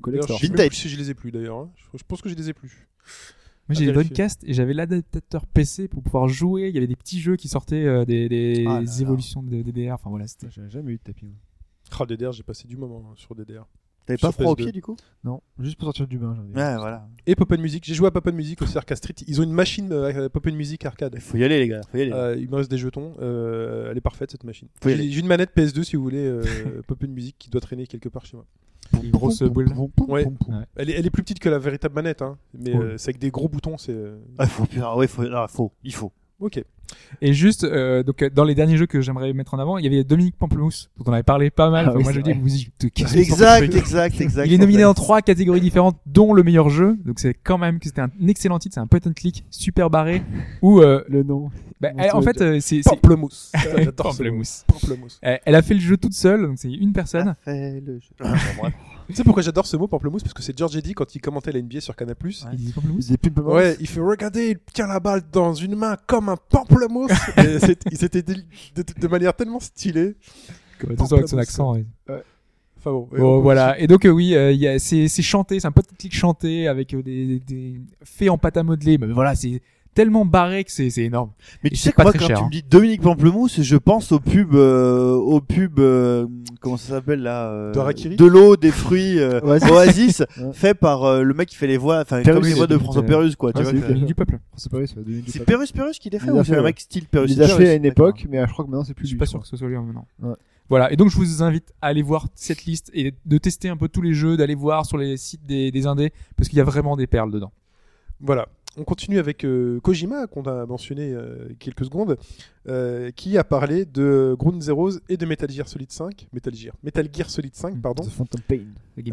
S4: D'ailleurs,
S7: Collector.
S4: je sais même
S6: Vintage.
S4: plus si je les ai plus d'ailleurs. hein. Je- Je pense que je les ai plus.
S5: Moi j'ai
S4: À
S5: des
S4: vérifier.
S5: Dreamcast et j'avais l'adaptateur PC pour pouvoir jouer. Il y avait des petits jeux qui sortaient euh, des, des
S6: Ah là là.
S5: évolutions de DDR. Enfin voilà, c'était.
S7: J'ai jamais eu de tapis. moi.
S4: Ah, DDR, j'ai passé du moment hein, sur DDR.
S6: T'avais
S4: Sur
S6: pas froid aux
S4: PS2.
S6: pieds du coup
S7: Non, juste pour sortir du bain, j'en ai.
S6: Ouais, voilà.
S4: Et Pop Music, j'ai joué à Pop Music au CRK Street. Ils ont une machine euh, Pop Music arcade.
S6: Faut y aller, les gars. Faut y aller.
S4: Euh, il me reste des jetons. Euh, elle est parfaite cette machine.
S6: Faut y
S4: J'ai
S6: aller.
S4: j'ai une manette PS2 si vous voulez, euh, <laughs> Pop Music qui doit traîner quelque part chez moi.
S5: Les grosses boules.
S4: Ouais.
S5: Ouais.
S4: Elle est, elle est plus petite que la véritable manette, hein, mais
S5: Ouais.
S4: euh, c'est avec des gros boutons. C'est euh,
S6: Ah, faut, putain, ouais, faut, non, faut, il faut.
S4: ok.
S5: Et juste, euh, donc euh, dans les derniers jeux que j'aimerais mettre en avant, il y avait Dominique Pamplemousse, dont on avait parlé pas mal.
S7: Ah
S5: Enfin,
S7: oui,
S5: moi je
S7: c'est
S5: dis,
S7: vrai.
S5: vous dites, qu'est-ce que c'est
S6: Exact,
S5: que ce truc
S6: exact, exact.
S5: Il est nominé dans trois catégories différentes, dont le meilleur jeu. Donc c'est quand même que c'était un excellent titre, c'est un point and click super barré. Où, euh,
S7: Le nom.
S5: bah,
S7: Mon
S5: elle- en
S7: Dieu.
S5: fait, euh, c'est c'est- <laughs>
S4: Pamplemousse. Ah, J'adore ce mot.
S5: Pamplemousse.
S4: Pamplemousse.
S5: Euh, Elle a fait le jeu toute seule, donc c'est une personne.
S6: Fait le jeu.
S5: Ah,
S4: Tu sais pourquoi j'adore ce mot pamplemousse Parce que c'est George Eddy quand il commentait la NBA sur Canal+.
S5: Il dit Pamplemousse.
S7: Des pubs
S4: Ouais, il fait regardez, il tient la balle dans une main comme un
S5: <laughs>
S4: pamplemousse. Et c'est- il s'était dit de, de manière tellement stylée.
S5: Comme ça, avec son
S4: Pamplemousse.
S5: accent. ouais.
S4: Enfin bon, ouais,
S5: Bon,
S4: on peut-
S5: voilà. Et donc, euh, oui, euh, il y a- c'est c'est chanté, c'est un petit clic chanté avec euh, des, des, des faits en pâte à modeler. Mais voilà, c'est tellement barré que c'est c'est énorme.
S6: Mais
S5: Et
S6: tu
S5: c'est
S6: sais que
S5: pas
S6: moi,
S5: très
S6: quand
S5: cher,
S6: tu
S5: hein.
S6: me dis Dominique Pamplemousse, je pense aux pubs, euh, aux pubs, euh, comment ça s'appelle là euh,
S4: De Harakiri
S6: De l'eau, des fruits, euh,
S7: Oasis.
S6: Oasis,
S7: Ouais.
S6: fait par euh, le mec qui fait les voix, enfin
S7: Perus,
S6: comme les voix de
S7: c'est-
S6: François Perus, quoi. tu
S7: Ouais,
S6: vois,
S7: c'est
S6: que-
S7: lui qui a-
S5: Du peuple. hein.
S7: C'est pas vrai, ça va donner du
S6: c'est
S7: papier.
S6: Perus Perus qui l'a fait
S7: Il l'a
S6: ou c'est
S7: fait,
S6: un
S7: ouais.
S6: mec style Perus
S7: Il les a
S6: Perus,
S7: fait à une
S6: d'accord.
S7: époque, mais je crois que maintenant c'est plus
S5: Je suis
S7: lui,
S5: pas
S7: je
S5: sûr
S7: crois.
S5: que ce soit lui maintenant.
S7: Ouais.
S5: Voilà. Et donc, je vous invite à aller voir cette liste et de tester un peu tous les jeux, d'aller voir sur les sites des, des indés parce qu'il y a vraiment des perles dedans.
S4: Voilà. On continue avec euh, Kojima, qu'on a mentionné euh, quelques secondes, euh, qui a parlé de Ground Zeroes et de Metal Gear Solid 5. Metal Gear, Metal Gear Solid 5, pardon.
S7: The Phantom Pain.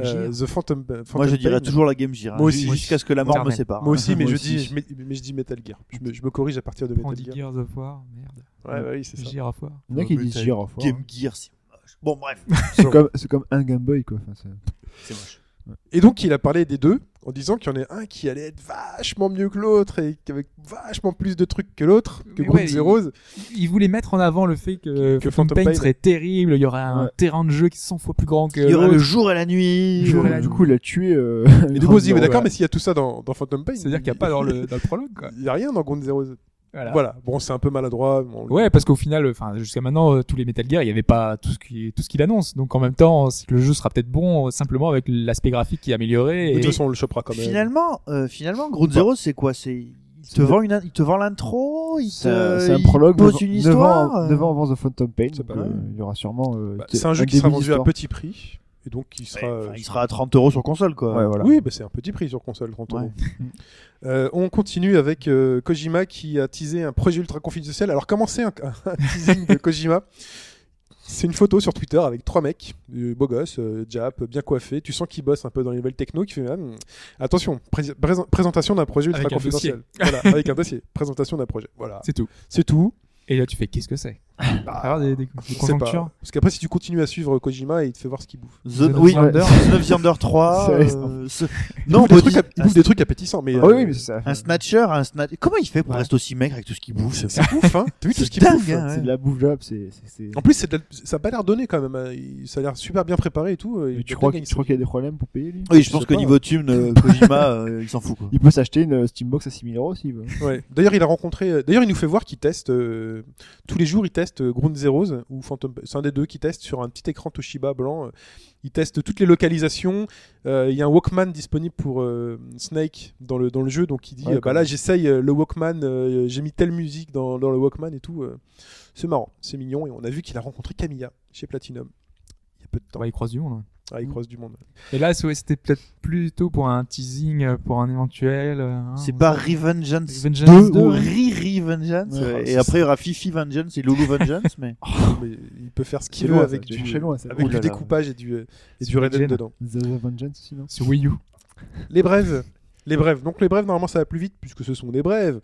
S4: Euh, The Phantom, Phantom
S6: Moi, je dirais
S4: Pain.
S6: toujours la Game Gear. hein,
S4: Moi aussi.
S6: Jusqu'à ce que la mort me
S5: Internet.
S6: sépare.
S4: Moi aussi, mais,
S7: Moi
S4: je,
S7: aussi.
S4: Dis, je, mets- mais je dis Metal Gear. Je me, je me corrige à partir de
S5: On
S4: Metal
S5: dit
S4: Gear.
S5: Gears of War, merde.
S4: Ouais, ouais, oui, c'est ça.
S5: Gears of War.
S7: Il y en a qui
S6: Ouais,
S7: disent
S6: mais
S7: Gear of War.
S6: Game Gear, c'est moche. Bon, bref,
S7: C'est comme, c'est comme un Game Boy, quoi. Enfin, c'est-
S6: c'est moche.
S4: Et donc, il a parlé des deux en disant qu'il y en a un qui allait être vachement mieux que l'autre et avec vachement plus de trucs que l'autre, que
S5: Mais
S4: Ground
S5: ouais,
S4: Zeroes.
S5: Il voulait mettre en avant le fait que,
S4: Que
S5: Phantom
S4: Phantom
S5: Pain
S4: Pain-
S5: serait terrible, il y aurait un
S7: Ouais.
S5: terrain de jeu qui est 100 fois plus grand que
S6: Il y aurait le
S5: l'autre.
S6: jour et la nuit.
S5: Jour et
S6: euh,
S5: la
S7: du
S5: nuit.
S7: coup, il a tué. euh,
S4: Et du coup, on se dit,
S7: Ground
S4: mais d'accord,
S7: Zero.
S4: mais s'il y a tout ça dans, dans Phantom Pain,
S5: C'est-à-dire qu'il n'y a pas dans le, dans le prologue, quoi.
S4: il y a rien dans Ground Zeroes.
S5: Voilà.
S4: Voilà. Bon, c'est un peu maladroit. bon,
S5: Ouais, parce qu'au final, enfin, jusqu'à maintenant, euh, tous les Metal Gear, il n'y avait pas tout ce qui, tout ce qu'il annonce. Donc, en même temps, c'est que le jeu sera peut-être bon euh, simplement avec l'aspect graphique qui est amélioré.
S4: De
S5: Et...
S4: toute façon, on le chopera quand même.
S6: Finalement, euh, finalement, Ground
S7: Bah.
S6: Zero, c'est quoi C'est il te vend une, il te vend l'intro, il te,
S7: C'est un- c'est un
S6: il
S7: prologue.
S6: pose
S7: neuf-
S6: une
S7: neuf
S6: histoire.
S7: ans-
S6: euh.
S7: neuf ans avant The Phantom Pain.
S4: C'est pas
S7: donc,
S4: mal.
S7: euh, Il y aura sûrement. euh,
S4: Bah,
S7: t-
S4: c'est un jeu qui
S7: début
S4: sera vendu à
S7: d'histoire.
S4: petit prix. Et donc, qui sera. euh,
S6: Ouais, euh, enfin, il sera à 30 euros sur console, quoi.
S7: Ouais, voilà.
S4: Oui, bah, c'est un petit prix sur console, 30 euros.
S6: Ouais.
S4: Euh, on continue avec euh, Kojima qui a teasé un projet ultra confidentiel. Alors, commencez un, <laughs> un teasing de Kojima. C'est une photo sur Twitter avec trois mecs, euh, beaux gosses, euh, Jap, bien coiffés. Tu sens qu'ils bossent un peu dans les nouvelles techno. Qui fait ah, hmm. attention, pré- pré- présentation d'un projet ultra
S5: Avec un
S4: confidentiel. Voilà, avec un
S5: <laughs>
S4: dossier. Présentation d'un projet. Voilà.
S5: C'est tout.
S4: C'est tout.
S5: Et là, tu fais, qu'est-ce que c'est? À travers des, des- des
S4: Je sais
S5: conjonctures.
S4: pas. Parce qu'après, si tu continues à suivre Kojima, il te fait voir ce qu'il bouffe.
S6: The,
S5: The
S6: oui,
S5: November.
S7: <laughs>
S6: The November 3.
S7: C'est vrai,
S6: euh, ce-
S7: <laughs>
S6: Non,
S4: il bouffe
S6: Body-
S4: des, trucs, il bouffe des trucs appétissants, mais
S7: Ah
S4: euh,
S7: oui, oui, mais c'est ça.
S6: un snatcher, un snatcher. Comment il fait pour
S7: Ouais.
S6: rester aussi maigre avec tout ce qu'il bouffe ce-
S4: c'est
S7: <laughs>
S4: ouf, hein. T'as vu tout ce qu'il
S6: dingue,
S4: bouffe
S6: hein,
S7: C'est
S6: ouais.
S7: de la bouffe job, c'est. c'est- c'est-
S4: En plus, c'est de la- ça a pas l'air donné quand même. hein. Il- Ça a l'air super bien préparé et tout. euh,
S7: Mais
S4: il
S7: Tu
S4: doit
S7: crois
S4: bien
S7: qu'il
S4: gagner
S7: tu crois qu'il y a des problèmes pour payer lui
S6: Oui, je pense
S4: sais
S6: que
S4: pas.
S7: hein.
S6: niveau
S7: <laughs>
S6: thune, euh, Kojima, euh, il s'en fout, quoi.
S7: Il peut s'acheter une euh, Steambox à 6000 euros hein. s'il veut.
S4: Ouais. D'ailleurs, il a rencontré. euh, D'ailleurs, il nous fait voir qu'il teste euh, tous les jours. Il teste euh, Ground Zeroes ou Phantom. C'est un des deux qui teste sur un petit écran Toshiba blanc. euh, Il teste toutes les localisations. Euh, Il y a un Walkman disponible pour euh, Snake dans le dans le jeu, donc il dit
S7: Ouais,
S4: euh, bah
S7: quand
S4: là
S7: même.
S4: j'essaye euh, le Walkman. euh, J'ai mis telle musique dans dans le Walkman et tout. euh. C'est marrant, c'est mignon et on a vu qu'il a rencontré Camilla chez Platinum. Il y a peu de temps.
S5: Ouais, ils croisent du monde. hein.
S4: Ah,
S7: Mm.
S4: il croise du monde.
S5: Et là, c'est- ouais, c'était peut-être plutôt pour un teasing, euh, pour un éventuel. euh, hein,
S6: C'est
S5: on-
S6: pas Ah, Revengeance
S5: Revengeance
S6: 2 ou
S5: 2, ouais.
S6: Riri Vengeance.
S7: Ouais,
S6: euh,
S7: c'est
S6: et après, il y aura Fifi Vengeance et Loulou Vengeance,
S7: <laughs>
S6: mais.
S4: Mais il peut faire ce
S7: C'est
S4: qu'il veut
S7: loin,
S4: avec
S7: ça, tu
S4: du,
S7: cherches loin, ça. Oh
S4: avec
S6: Ouh
S4: du
S6: là là.
S4: découpage et du, et
S5: C'est
S4: du Raiden
S5: Raiden.
S4: dedans.
S7: The Vengeance aussi, non
S5: C'est Wii U.
S4: Les brèves. Les brèves. Donc les brèves, normalement, ça va plus vite puisque ce sont des brèves.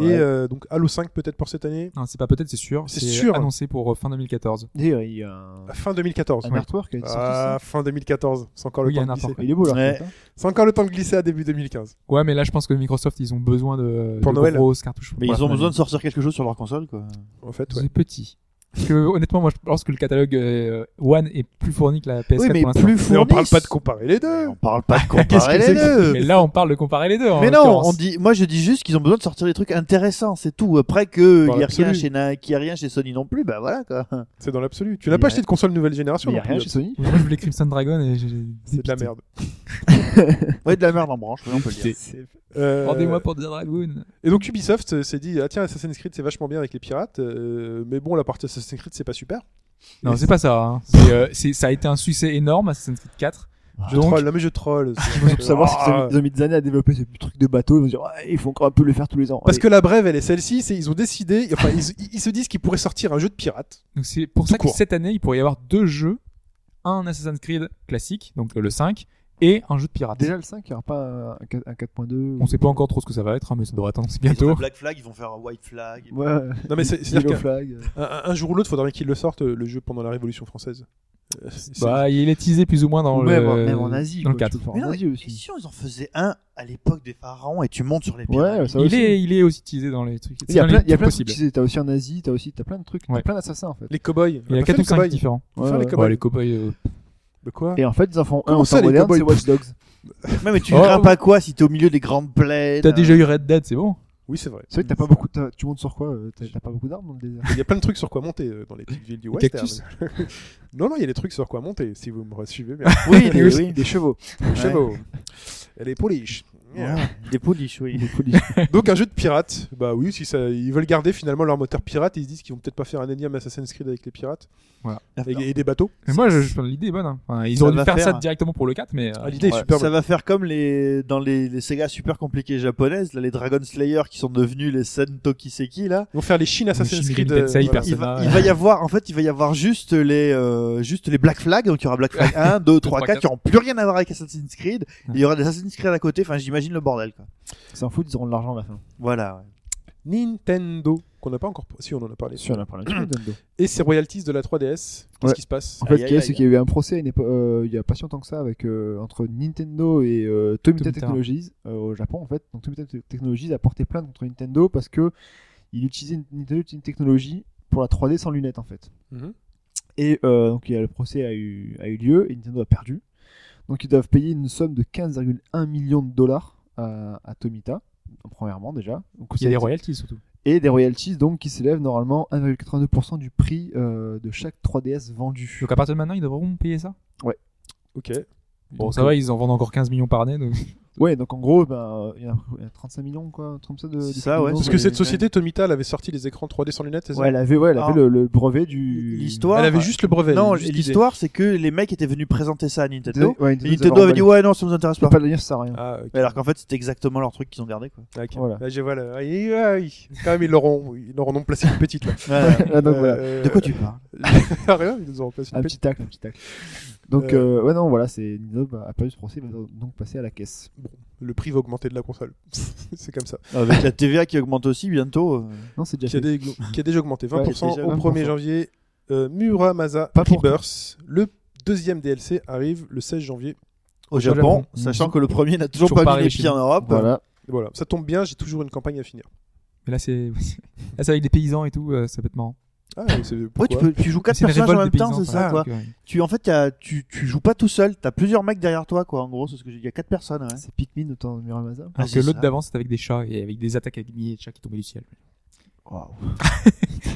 S7: Ouais.
S4: Et euh, donc Halo 5 peut-être pour cette année,
S5: Non, c'est pas peut-être, c'est sûr.
S4: C'est sûr.
S5: annoncé pour euh, fin 2014.
S7: D'ailleurs, il y a un,
S4: fin 2014.
S7: un
S4: Ah, Ouais.
S7: artwork qui a été sorti.
S4: Ah, fin 2014, c'est encore le
S5: Oui, il y
S4: temps
S5: a
S4: de
S5: un
S4: glisser.
S5: artwork.
S7: ça. Il est beau hein. là.
S6: Ouais.
S4: C'est encore le temps de glisser à début 2015.
S5: Ouais, mais là, je pense que Microsoft, ils ont besoin de,
S4: Pour
S5: de
S4: Noël.
S5: grosses cartouches.
S6: Mais
S5: pour la
S6: ils ont
S5: fin
S6: besoin de
S5: d'année.
S6: sortir quelque chose sur leur console, quoi.
S4: En fait, ouais.
S5: C'est petit. Parce que, honnêtement, moi, je pense que le catalogue euh, One est plus fourni que la PS4
S6: Oui, mais
S5: pour l'instant.
S6: plus Ah,
S4: Mais
S6: fournis.
S4: on parle pas de comparer les deux.
S6: On parle pas de
S4: Qu'est-ce que
S6: comparer
S4: c'est
S6: les
S4: que-
S6: deux.
S5: Mais là, on parle de comparer les deux. en
S6: Mais non,
S5: l'occurrence.
S6: on dit, moi je dis juste qu'ils ont besoin de sortir des trucs intéressants, c'est tout. Après que
S4: Dans
S6: il y a
S4: l'absolu.
S6: rien chez Nike, il y a rien chez Sony non plus, bah voilà quoi. <laughs>
S4: C'est dans l'absolu. Tu n'as
S6: Mais
S4: pas
S6: ouais.
S4: acheté de console nouvelle génération
S7: Il y a
S4: non plus,
S7: rien chez Sony.
S5: Moi, je voulais Crimson Dragon et j'ai.
S4: C'est de la merde.
S6: Ouais, de la merde en branche, ouais, on peut le dire.
S4: Euh,
S5: Rendez-moi pour The Dragon.
S4: Et donc Ubisoft euh, s'est dit ah tiens Assassin's Creed c'est vachement bien avec les pirates euh, mais bon la partie Assassin's Creed c'est pas super.
S5: Non, c'est pas ça. hein. C'est, euh, c'est- ça a été un succès énorme, Assassin's Creed 4.
S4: Je troll, non mais je troll. C'est-
S7: Pour savoir
S4: Ah.
S7: si ils ont mis- ils ont mis des années à développer ce truc de bateau, ils vont se dire Ouais, il faut encore un peu le faire tous les ans.
S4: Parce
S7: Allez.
S4: que la brève elle est celle-ci, c'est ils ont décidé enfin
S5: <laughs>
S4: ils, ils se disent qu'ils pourraient sortir un jeu de pirates.
S5: Donc c'est pour ça que
S4: court.
S5: cette année, il pourrait y avoir deux jeux. Un Assassin's Creed classique, donc euh, le 5, et un jeu de pirate.
S7: déjà le 5, il n'y aura pas un un 4.2.
S5: on sait pas encore trop ce que ça va être, hein, mais ça devrait attendre c'est
S6: Ils ont
S5: bientôt.
S6: fait Black Flag, ils vont faire un White Flag.
S7: Ouais.
S4: Non mais c'est
S7: Yellow
S4: dire
S7: flag. euh.
S4: qu'un un jour ou l'autre faudra bien qu'ils le sortent euh, le jeu pendant la Révolution française. Euh, c'est-
S5: Bah, il est teasé plus ou moins dans
S7: Ou
S5: le.
S7: même, en- même en Asie.
S5: dans le
S7: quoi,
S5: quatre.
S7: tu peux le
S6: Mais
S7: faire en
S6: non,
S7: Asie
S6: Et
S7: aussi.
S6: si ils en faisaient un à l'époque des pharaons et tu montes sur les pyramides
S7: Ouais, ça
S5: il
S7: aussi.
S5: est, il est aussi teasé dans les trucs.
S7: Il y
S5: C'est
S7: a
S5: dans
S7: plein,
S5: les
S7: il y a
S5: trucs
S7: plein de
S5: possibles.
S7: trucs. tu sais, T'as aussi en Asie, t'as aussi t'as plein de trucs,
S5: Ouais.
S7: t'as plein d'assassins en fait.
S4: les cowboys.
S5: Il y a 4 ou 5 différents.
S4: Faire
S7: Ouais,
S4: les
S7: ouais.
S4: cowboys.
S5: Ouais, les cowboys. euh,
S4: De quoi
S7: Et en fait, ils en font un
S4: Comment
S7: en
S4: ça, les
S7: temps moderne,
S4: cowboys
S7: c'est Watch Dogs.
S6: Ouais, mais tu
S5: Oh.
S6: grimpes à quoi si t'es au milieu des grandes plaines
S5: T'as déjà eu Red Dead, c'est bon.
S4: Oui c'est vrai.
S7: C'est vrai que t'as pas beaucoup, t'as- tu montes sur quoi euh, T'as t'as pas beaucoup d'armes dans le désert.
S4: Il y a plein de trucs sur quoi monter euh, dans les petites villes du West. hein,
S5: cactus.
S4: <laughs> non non il y a des trucs sur quoi monter si vous me suivez.
S5: <laughs>
S4: mais
S7: <laughs>
S6: Oui, des, oui.
S7: des chevaux.
S4: Les chevaux. Et les pouliches. Yeah.
S6: euh, des polices,
S5: <laughs>
S6: oui.
S7: Des polices.
S4: <laughs> Donc un jeu de pirates, bah oui, si ça, ils veulent garder finalement leur moteur pirate, ils se disent qu'ils vont peut-être pas faire un énième Assassin's Creed avec les pirates et, et des bateaux.
S5: Mais moi, je, je- l'idée est bonne. hein. Enfin, ils
S6: Ça
S5: auraient dû
S6: va
S5: faire, ça
S6: faire.
S5: directement pour le 4, mais. euh,
S4: Ah, L'idée est
S7: Ouais,
S4: super
S6: ça
S4: bonne.
S6: va faire comme les dans les, les Sega super compliquées japonaises, là, les Dragon Slayer qui sont devenus les Sen Tokiseki là.
S4: Ils vont faire les Shin Assassin's
S5: Shin
S4: Creed. euh,
S5: Megami Tensei,
S4: voilà.
S5: perso.
S6: Il va,
S5: Persona,
S6: il va y avoir en fait, il va y avoir juste les euh, juste les Black Flag, donc il y aura Black Flag 1, 2, 3, 4 qui auront plus rien à voir avec Assassin's Creed. et Il y aura des Assassin's Creed à côté, enfin j'imagine le bordel quoi.
S7: Ils s'en foutent, ils auront de l'argent à la <coughs> fin.
S6: Voilà. ouais.
S4: Nintendo, qu'on n'a pas encore... Si, on en a parlé.
S7: Si on a <coughs> parlé Nintendo.
S4: Et ses royalties de la 3DS, qu'est-ce
S7: Ouais.
S4: qui se passe
S7: En fait,
S6: Aïe,
S7: ce
S6: aïe,
S7: qu'il y a,
S6: aïe.
S7: c'est qu'il y a eu un procès à une épo- euh, il y a pas si longtemps que ça avec, euh, entre Nintendo et euh, Tomita,
S5: Tomita.
S7: Technologies euh, au Japon en fait. Donc Tomita Te- Technologies a porté plainte contre Nintendo parce que il utilisait une, Nintendo utilisait une technologie pour la 3D sans lunettes en fait.
S4: Mhm.
S7: Et euh, donc il y a- le procès a eu, a eu lieu et Nintendo a perdu. Donc ils doivent payer une somme de 15,1 millions de dollars à, à Tomita, premièrement déjà. Donc,
S5: Il y a des
S7: ça-
S5: royalties surtout.
S7: et des royalties donc qui s'élèvent normalement 1,82% du prix euh, de chaque 3DS vendu.
S5: Donc à partir de maintenant, ils devront payer ça. euh,
S4: Ok.
S5: Bon,
S7: Donc,
S5: ça va, ils en vendent encore 15 millions par année. Donc...
S7: Ouais, donc en gros, ben, il y, a- il y a 35 millions, quoi, un truc comme ça de.
S6: C'est
S7: de
S6: ça,
S7: photos.
S6: ouais.
S4: Parce
S6: Ouais,
S4: que
S6: ouais,
S4: cette
S6: ouais.
S4: société, Tomita, elle avait sorti les écrans 3D sans lunettes, c'est ça
S7: Ouais, elle avait, ouais, elle avait
S6: Alors,
S7: le, le brevet du.
S6: L'histoire.
S4: Elle avait juste le brevet.
S6: Non,
S4: elle avait juste l'idée.
S6: l'histoire c'est que les mecs étaient venus présenter ça à
S7: Nintendo,
S6: Nintendo.
S7: ouais,
S6: Et Nintendo avait dit ouais non ça nous intéresse
S7: Je peux
S6: pas.
S7: pas le dire, ça sert à rien.
S4: Ah, ok.
S6: Alors qu'en fait c'est exactement leur truc qu'ils ont gardé quoi.
S4: Ah, ok.
S7: voilà. <laughs>
S4: Là, je vois le- Aïe, aïe. Quand même, ils leur ont, ils leur en ont placé une petite là.
S7: Ah, <laughs> donc voilà.
S4: Euh, ah,
S6: <laughs> De
S4: <laughs>
S6: quoi tu parles
S4: Rien, ils nous ont placé
S7: Un
S4: une petite.
S7: Ah, petit tacle, un petit tacle. Donc, euh, ouais, non, voilà, c'est Nintendo bah, a perdu ce procès, va donc passer à la caisse.
S4: Le prix va augmenter de la console. <laughs> c'est comme ça.
S6: Avec la TVA qui augmente aussi bientôt. euh,
S7: <laughs> Non, c'est déjà
S4: qui a,
S7: fait.
S4: dé- qui a déjà augmenté 20%
S7: Ouais, déjà
S4: au 1er
S7: 20%.
S4: janvier. Euh, Muramasa
S7: Pas pour
S4: Rebirth, le deuxième DLC arrive le 16 janvier.
S6: au
S5: Japon.
S6: Japon,
S5: Mhm.
S6: sachant que le premier n'a toujours,
S5: Toujours pas
S6: pas mis les
S5: réussi.
S6: pieds en Europe.
S7: Voilà.
S4: Et voilà, ça tombe bien, j'ai toujours une campagne à finir.
S5: Mais là, c'est <laughs> là, c'est avec des paysans et tout, euh, ça peut être marrant.
S4: Ah, c'est
S6: Ouais, tu,
S4: pourquoi
S6: peux- tu joues quatre
S5: C'est une
S6: personnages en
S5: révolte
S6: même
S5: des
S6: temps,
S5: paysans,
S6: c'est ça
S5: ah,
S6: quoi.
S5: ok, ouais.
S6: Tu en fait t'as- tu, tu joues pas tout seul, t'as plusieurs mecs derrière toi quoi. En gros, c'est ce que j'ai dit, il y a quatre personnes. Ouais.
S7: C'est Pikmin autant de Muramasa.
S6: Ah,
S5: Alors que
S6: c'est
S5: l'autre
S6: ça.
S5: d'avant, c'était avec des chats et avec des attaques avec des milliers de chats qui tombaient du ciel.
S7: Waouh.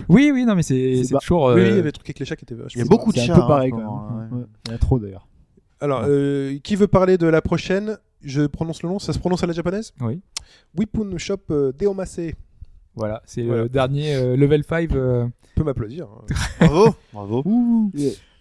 S5: Oui, oui, non, mais c'est
S7: C'est
S5: c'est
S7: pas-
S5: toujours.
S4: Oui, oui, il y
S5: euh,
S4: avait des trucs avec les chats qui étaient
S6: Il y
S4: vachement.
S6: a beaucoup de
S7: C'est
S6: chats.
S7: un peu
S6: hein,
S7: pareil
S6: en
S7: quand
S6: ce moment,
S7: même.
S6: ouais.
S7: Ouais. Il y en a trop d'ailleurs.
S4: Alors, euh, qui veut parler de la prochaine Je prononce le nom, ça se prononce à la japonaise
S5: Oui.
S4: Whipun Shop euh, Deomase.
S5: Voilà, c'est
S4: Voilà.
S5: le dernier euh, level 5 euh,
S4: Peut m'applaudir. hein.
S6: Bravo, <laughs> bravo.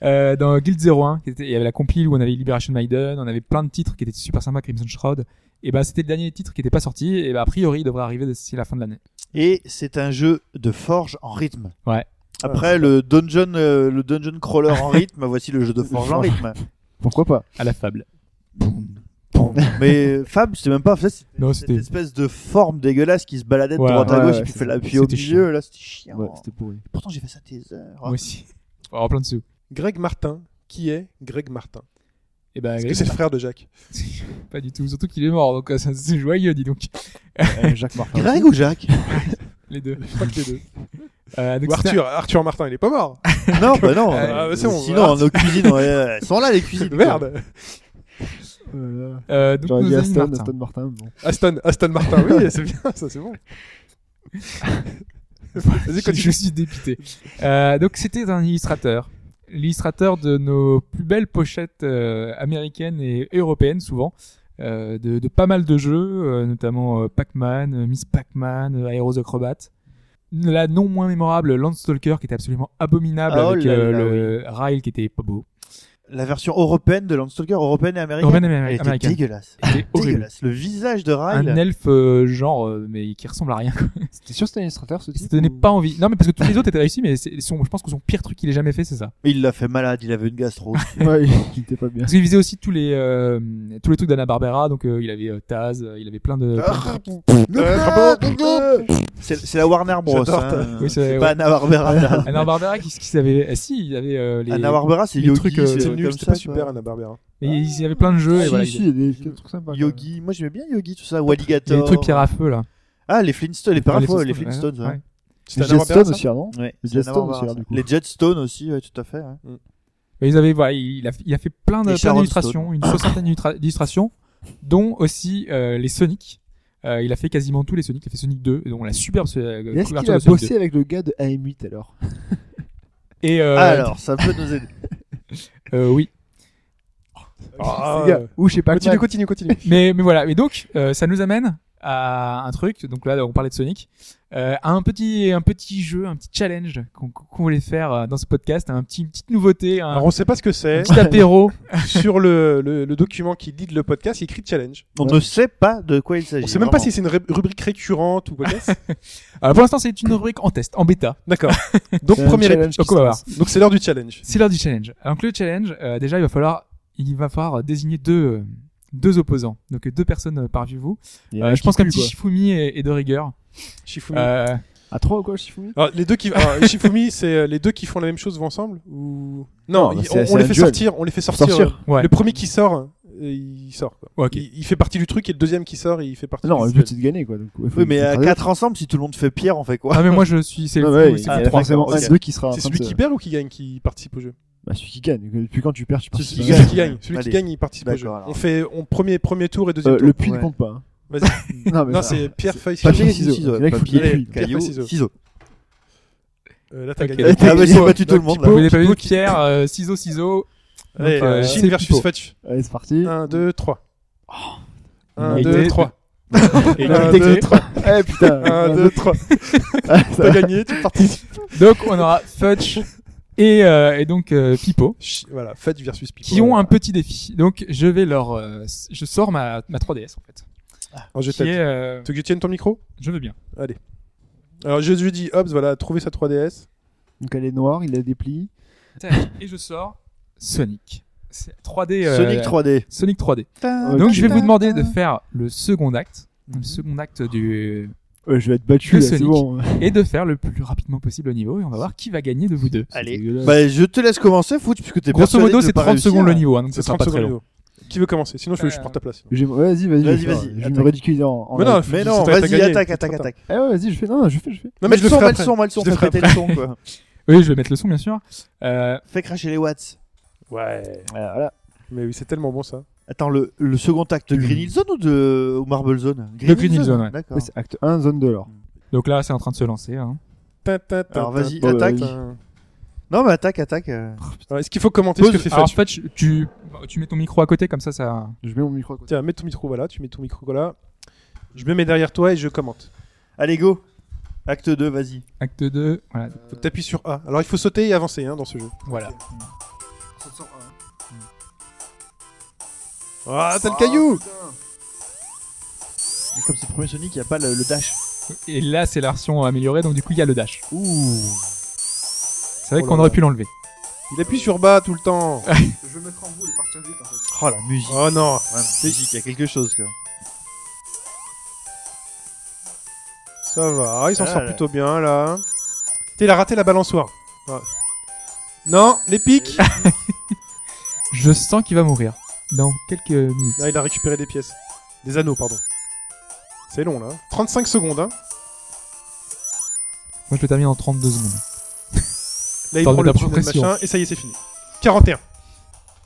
S5: euh, dans Guild 01. qui était- Il y avait la compile où on avait Liberation Maiden, on avait plein de titres qui étaient super sympas, Crimson Shroud. Et ben c'était le dernier titre qui n'était pas sorti. Et ben a priori, il devrait arriver d'ici la fin de l'année.
S6: Et c'est un jeu de forge en rythme.
S5: Ouais.
S6: Après le dungeon, euh, le dungeon <laughs> crawler en rythme, voici le jeu de forge en rythme.
S7: Pourquoi pas
S5: À la fable.
S6: pauvre. Mais euh, Fab, c'était même pas. fait c'était
S5: Non,
S6: cette
S5: c'était.
S6: espèce de forme dégueulasse qui se baladait de
S5: Ouais,
S6: droite
S7: ouais,
S6: à gauche
S7: ouais,
S6: et qui
S7: c'était-
S6: fait l'appui au
S5: c'était
S6: milieu.
S5: chiant.
S6: Là, c'était chiant.
S7: Ouais, c'était pourri.
S6: <laughs> Pourtant, j'ai fait ça des heures.
S5: Moi aussi. En plein de sous.
S4: <laughs> Greg Martin. Qui est Greg Martin
S6: Ah,
S5: Et ben,
S4: Est-ce que c'est le frère de Jacques
S5: pas du tout. Surtout qu'il est mort, donc euh, <laughs> ça, c'est joyeux, dis donc.
S7: Euh, Jacques Martin.
S6: Greg ou Jacques
S5: Les deux.
S4: Je crois que les deux.
S5: Euh, donc
S4: Ou
S5: c'était-
S4: Arthur. Arthur Martin, il est pas
S6: <laughs>
S4: mort.
S6: <laughs> Non, bah non.
S4: Ah, bah, c'est bon.
S6: Sinon, nos cuisines, on est- elles sont là les cuisines.
S4: Merde.
S7: Euh, là.
S5: euh, donc,
S7: J'aurais
S5: nos
S7: dit
S5: amis
S7: Aston,
S5: Martin.
S7: Aston Martin. Bon.
S4: Aston, Aston Martin. Oui, c'est bien, ça c'est
S6: <laughs>
S4: bon. Vas-y,
S5: je,
S4: continue.
S5: je suis dépité. Euh, donc c'était un illustrateur, l'illustrateur de nos plus belles pochettes euh, américaines et européennes souvent, euh, de, de pas mal de jeux, euh, notamment euh, Pac-Man, euh, Miss Pac-Man, euh, Aeros Acrobat. La non moins mémorable Landstalker qui était absolument abominable
S6: Ah, oh
S5: avec
S6: là
S5: euh,
S6: là,
S5: le rail qui était pas beau.
S6: La version européenne de Landstalker, européenne et américaine.
S5: Urban Amer-
S6: Elle était
S5: American.
S6: dégueulasse.
S5: C'était horrible.
S6: Dégueulasse. Le visage de Ryle.
S5: Un elfe euh, genre euh, mais qui ressemble à rien.
S7: T'es sûr que c'était un illustrateur ce type
S5: Ça donnait
S7: ou-
S5: pas envie. Non mais parce que tous les autres étaient réussis mais c'est- son- je pense que son pire truc qu'il ait jamais fait c'est ça.
S6: Il l'a fait malade, il avait une gastro. Euh,
S7: Ouais, il <laughs> était pas bien.
S5: Parce qu'il visait aussi tous les euh, tous les trucs d'Anna Barbera, donc euh, il avait euh, Taz, euh, il avait plein de.
S6: Ah,
S5: plein de-
S6: c'est c'est la Warner Bros.
S4: Euh, J'adore ta-
S6: hein.
S5: Oui, c'est-
S6: c'est
S5: ouais.
S6: pas Anna Barbera.
S5: Anna Barbera, qu'est-ce qu'il avait Ah, Si, il avait euh, les.
S6: Anna Barbera, c'est
S5: les
S6: Yogi.
S5: trucs, euh,
S6: c'est
S4: C'est
S6: comme
S4: nul, c'était
S6: ça,
S4: pas super,
S6: quoi.
S4: Anna hein. Barbera.
S5: mais il y avait plein de jeux. et
S7: si,
S5: voilà,
S7: si,
S5: il-
S7: il y a des quelques trucs sympas. quand même.
S6: Yogi, moi j'aimais bien Yogi, tout ça.
S5: il y avait
S6: Walligator.
S5: des trucs pierre à feu là.
S6: Ah, les Flintstones, les
S5: Enfin,
S6: parafos, les
S5: Flintstones,
S6: Flintstones. ouais.
S5: ouais.
S4: C'était
S7: Les
S4: Anna Barbera.
S7: Jetstones
S4: ça
S7: aussi,
S6: Ouais,
S7: non Les
S6: c'est Anna
S7: Jetstones
S6: Barbara,
S7: aussi, alors,
S6: ça.
S7: du coup.
S6: Les Jetstones aussi, ouais, tout à fait. hein. ouais.
S5: Mais ils avaient voilà, il a, il a fait plein de
S6: Et
S5: plein
S6: Sharon
S5: d'illustrations,
S6: Stone.
S5: une soixantaine d'illustra- d'illustrations, dont aussi euh, les Sonic. Euh, il a fait quasiment tous les Sonic. Il a fait Sonic 2, dont la superbe euh,
S7: Mais Est-ce
S5: couverture
S7: qu'il
S5: de
S7: a
S5: Sonic
S7: bossé avec le gars de AM8 alors
S5: 2. Et euh,
S6: Alors, ça peut nous aider.
S5: euh, oui.
S4: Ah,
S6: <laughs>
S4: euh,
S7: Les gars, Ou je sais pas.
S4: Continue, continue, continue.
S5: mais, mais voilà. Et donc, euh, ça nous amène à un truc. Donc là, on parlait de Sonic. Euh, à un petit, un petit jeu, un petit challenge qu'on qu'on voulait faire euh, dans ce podcast. Un petit, une petite nouveauté, un,
S4: Alors on sait pas ce que c'est.
S5: un petit apéro.
S4: <laughs> Sur le, le, le document qui lead le podcast, il écrit challenge.
S6: On
S7: Ouais.
S6: ne sait pas de quoi il s'agit.
S4: On sait même pas
S6: vraiment.
S4: si c'est une ré- rubrique récurrente ou quoi. que
S5: <laughs>
S4: ce soit.
S5: Alors, pour l'instant, c'est une rubrique en test, en bêta.
S4: D'accord. <laughs> Donc
S7: C'est un
S4: premier
S7: challenge
S4: épisode. Oh,
S7: qui
S5: Donc, on va voir.
S7: se
S4: Donc c'est l'heure du challenge.
S5: C'est l'heure du challenge. Donc le challenge, euh, déjà, il va falloir, il va falloir désigner deux, euh, deux opposants. Donc euh, deux personnes euh, parmi vous.
S7: Il y en a
S5: Euh,
S7: un
S5: je
S7: qui
S5: pense qu'un
S7: pue,
S5: petit
S7: quoi.
S5: Shifumi est, est de rigueur.
S4: Shifumi.
S5: Euh,
S7: À 3 ou quoi, Shifumi
S4: Alors, les deux qui
S5: <laughs>
S4: alors, Shifumi, c'est euh, les deux qui font la même chose vont ensemble ou non,
S7: Non,
S4: il-
S7: c'est-
S4: on,
S7: c'est
S4: on les
S7: un
S4: fait
S7: duel.
S4: sortir, on les fait sortir.
S7: Sortir.
S4: euh,
S5: ouais.
S4: Le premier qui sort, euh, il sort. quoi.
S5: Ouais, ok.
S4: Il, il fait partie du truc et le deuxième qui sort, il fait partie.
S7: Non, le
S4: du
S7: but c'est de gagner quoi. donc, ouais, faut-
S6: Oui, mais
S7: faut
S6: à
S7: faire-
S6: 4 ensemble, si tout le monde fait Pierre, on fait quoi
S5: Ah mais moi je suis, c'est
S7: <laughs> Ouais,
S5: fou,
S7: ouais,
S5: c'est
S7: il y en
S5: fou.
S7: a
S6: trois,
S7: forcément
S6: quoi.
S7: un
S6: Ok.
S7: des deux qui sera en
S4: C'est
S7: train
S4: celui
S7: de se-
S4: qui perd ou qui gagne qui participe au jeu.
S7: Bah, celui qui gagne. Depuis quand tu perds, tu participes.
S4: Celui qui
S7: à-
S4: gagne, qui gagne. Celui qui
S6: Allez.
S4: gagne, il participe au jeu.
S6: D'accord, alors.
S4: On fait on premier premier tour et deuxième
S7: Euh,
S4: tour.
S7: Le puits ne
S6: Ouais.
S7: compte pas. hein.
S4: Vas-y.
S7: <laughs> Non, mais
S4: non,
S7: ça-
S4: c'est pierre feuille
S7: Papier,
S4: ciseaux.
S7: ciseaux. ciseaux, ouais.
S6: Papier,
S7: Papier,
S6: caillou,
S4: pierre,
S6: caillou,
S4: ciseaux.
S6: ciseaux.
S4: Euh, là t'as
S5: Ok.
S4: gagné.
S6: Ah bah, j'ai
S5: Pipo.
S6: battu tout le monde
S5: Vous
S6: là.
S5: n'avez pas vu Pierre, euh, ciseaux, ciseaux. Donc,
S4: Allez,
S5: euh,
S4: Shin
S5: c'est
S4: versus
S5: Pipo.
S4: Fetch.
S7: Allez, c'est parti.
S4: 1, 2, 3. 1,
S5: Il
S4: 2,
S5: était-
S4: 3.
S5: <laughs> Et
S4: Un,
S5: il était-
S4: deux, trois.
S7: <laughs> Eh putain.
S4: 1,
S7: <laughs>
S4: 2, 3.
S7: Ah, ça
S4: T'as
S7: va.
S4: gagné, tu participes.
S5: Donc on aura Fudge et, euh, et donc euh, Pipo
S4: Ch- Voilà, Fetch versus Pipo.
S5: qui ont un petit défi. Donc je vais leur, euh, s- je sors ma, ma 3DS en fait.
S4: Alors, je
S5: Qui
S4: t'aide.
S5: est, euh,
S4: Tu veux que je tienne ton micro
S5: je veux bien.
S4: Alors je, je dis Hobbs, voilà, trouver sa 3DS.
S7: Donc elle est noire, il la déplie.
S5: Tac. Et je sors Sonic. C'est 3D. euh,
S6: Sonic 3D.
S5: Sonic 3D.
S7: Ok.
S5: Ah, Donc je vais vous demander de faire le second acte, le second acte du
S7: Ouais, je vais être battu
S5: Le
S7: là, c'est
S5: Sonic.
S7: bon.
S5: et de faire le plus rapidement possible au niveau et on va voir qui va gagner de vous deux.
S7: C'est
S6: Allez.
S7: dégueulasse.
S6: Bah, je te laisse commencer, Foot, puisque t'es
S5: Grosso
S6: persuadé
S5: modo,
S6: de
S5: c'est
S6: pas
S5: 30
S6: réussir,
S5: secondes le
S6: hein.
S5: niveau, hein, donc
S4: C'est
S5: ça
S4: 30
S5: sera pas très
S4: secondes.
S5: long.
S4: Léo. Qui veut commencer Sinon je, je
S5: Euh,
S4: prends ta place.
S7: J'ai- Vas-y, vas-y.
S6: Vas-y,
S7: je vais
S6: vas-y,
S7: faire- Je vais me
S6: attaque.
S7: ridiculiser en. en
S4: Mais non,
S7: live.
S4: je
S6: Mais
S4: dis ça,
S6: non,
S4: t'as
S6: vas-y,
S4: gagné.
S6: attaque, attaque, attaque.
S7: Eh ouais, vas-y, je fais. Non, non, je fais, je fais.
S4: Non mais je le ferai
S6: mets le
S4: après.
S6: son, mets le son,
S4: Je le
S6: fais
S4: ferai
S6: péter le son, quoi.
S5: Oui, je vais mettre le son bien sûr. Euh,
S6: Fais cracher les watts.
S4: Ouais.
S7: Voilà, voilà.
S4: Mais oui, c'est tellement bon ça.
S6: Attends, le, le second acte de Green Hill Zone ou de ou Marble Zone
S5: De Green Hill Zone, ouais.
S6: D'accord.
S7: Ouais, c'est acte 1, zone de l'or.
S5: donc là, c'est en train de se lancer. Hein.
S4: Tin, tin, tin,
S6: Alors,
S4: tin,
S6: vas-y,
S4: tin,
S6: attaque.
S4: tin.
S6: Non, mais attaque, attaque. euh.
S4: Alors, Est-ce qu'il faut commenter ce que
S6: Pose-
S4: fait
S5: Alors
S4: Fetch
S5: Fudge, tu, tu mets ton micro à côté comme ça, ça.
S7: Je mets mon micro à côté.
S4: Tiens, mets ton micro voilà, tu mets ton micro là. Je me mets derrière toi et je commente.
S6: Allez, go. Acte 2, vas-y.
S5: Acte 2, voilà.
S4: Faut que t'appuies sur A. Alors il faut sauter et avancer hein, dans ce jeu.
S5: voilà.
S4: Ah, t'as le caillou
S6: Mais comme c'est le premier Sonic, il n'y a pas le, le dash.
S5: Et là, c'est la version améliorée, donc du coup, il y a le dash.
S6: Ouh.
S5: C'est vrai
S4: Oh là
S5: qu'on aurait
S4: là.
S5: pu l'enlever.
S4: Il appuie sur bas tout le temps.
S7: Je vais mettre en boule et partir vite en fait.
S6: Oh la musique.
S4: Oh non
S6: Ouais, la musique, il y a quelque chose quoi.
S4: Ça va, il s'en
S6: Ah
S4: sort
S6: là.
S4: plutôt bien là. T'es, il a raté la balançoire. Ouais. Non, les pics
S5: Je sens qu'il va mourir dans quelques minutes.
S4: Là, il a récupéré des pièces. Des anneaux, pardon. C'est long là. 35 secondes, hein.
S5: Moi, je le termine en 32 secondes.
S4: Là, il
S5: Pardon,
S4: prend le
S5: la
S4: tunnel,
S5: progression.
S4: machin, et ça y est, c'est fini. 41.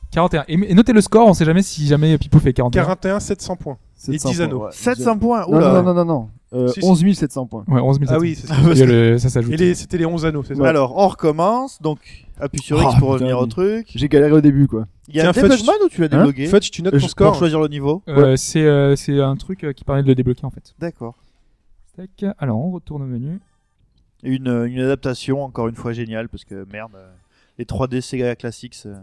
S5: 41. Et, et notez le score, on sait jamais si jamais Pipo fait 41.
S4: 41, 700 points. Et 10 anneaux.
S6: 700 points.
S7: Non,
S6: oula.
S7: non, non, non, non. Euh,
S4: Si, si.
S7: 11 700 points.
S5: Ouais, 11 700.
S4: Ah oui, c'est ça.
S5: Il y a le- ça s'ajoute.
S4: Et les- c'était les 11 anneaux, c'est ça
S6: Alors, on recommence. Donc, appuie sur X pour
S7: Oh, putain,
S6: revenir au
S7: mais-
S6: truc.
S7: J'ai galéré au début, quoi.
S6: Il y a un
S4: Tiens,
S6: débugman ou tu l'as
S7: Hein
S6: débloqué
S4: Fudge, tu notes
S7: Euh,
S4: ton
S7: je-
S6: Pour
S4: score.
S6: choisir le niveau.
S5: Euh, C'est euh, c'est un truc euh, qui permet de le débloquer en fait.
S6: D'accord.
S5: Tac. Alors on retourne au menu.
S6: Et Une, euh, une adaptation, encore une fois, géniale. Parce que merde, euh, les 3D Sega Classics. euh,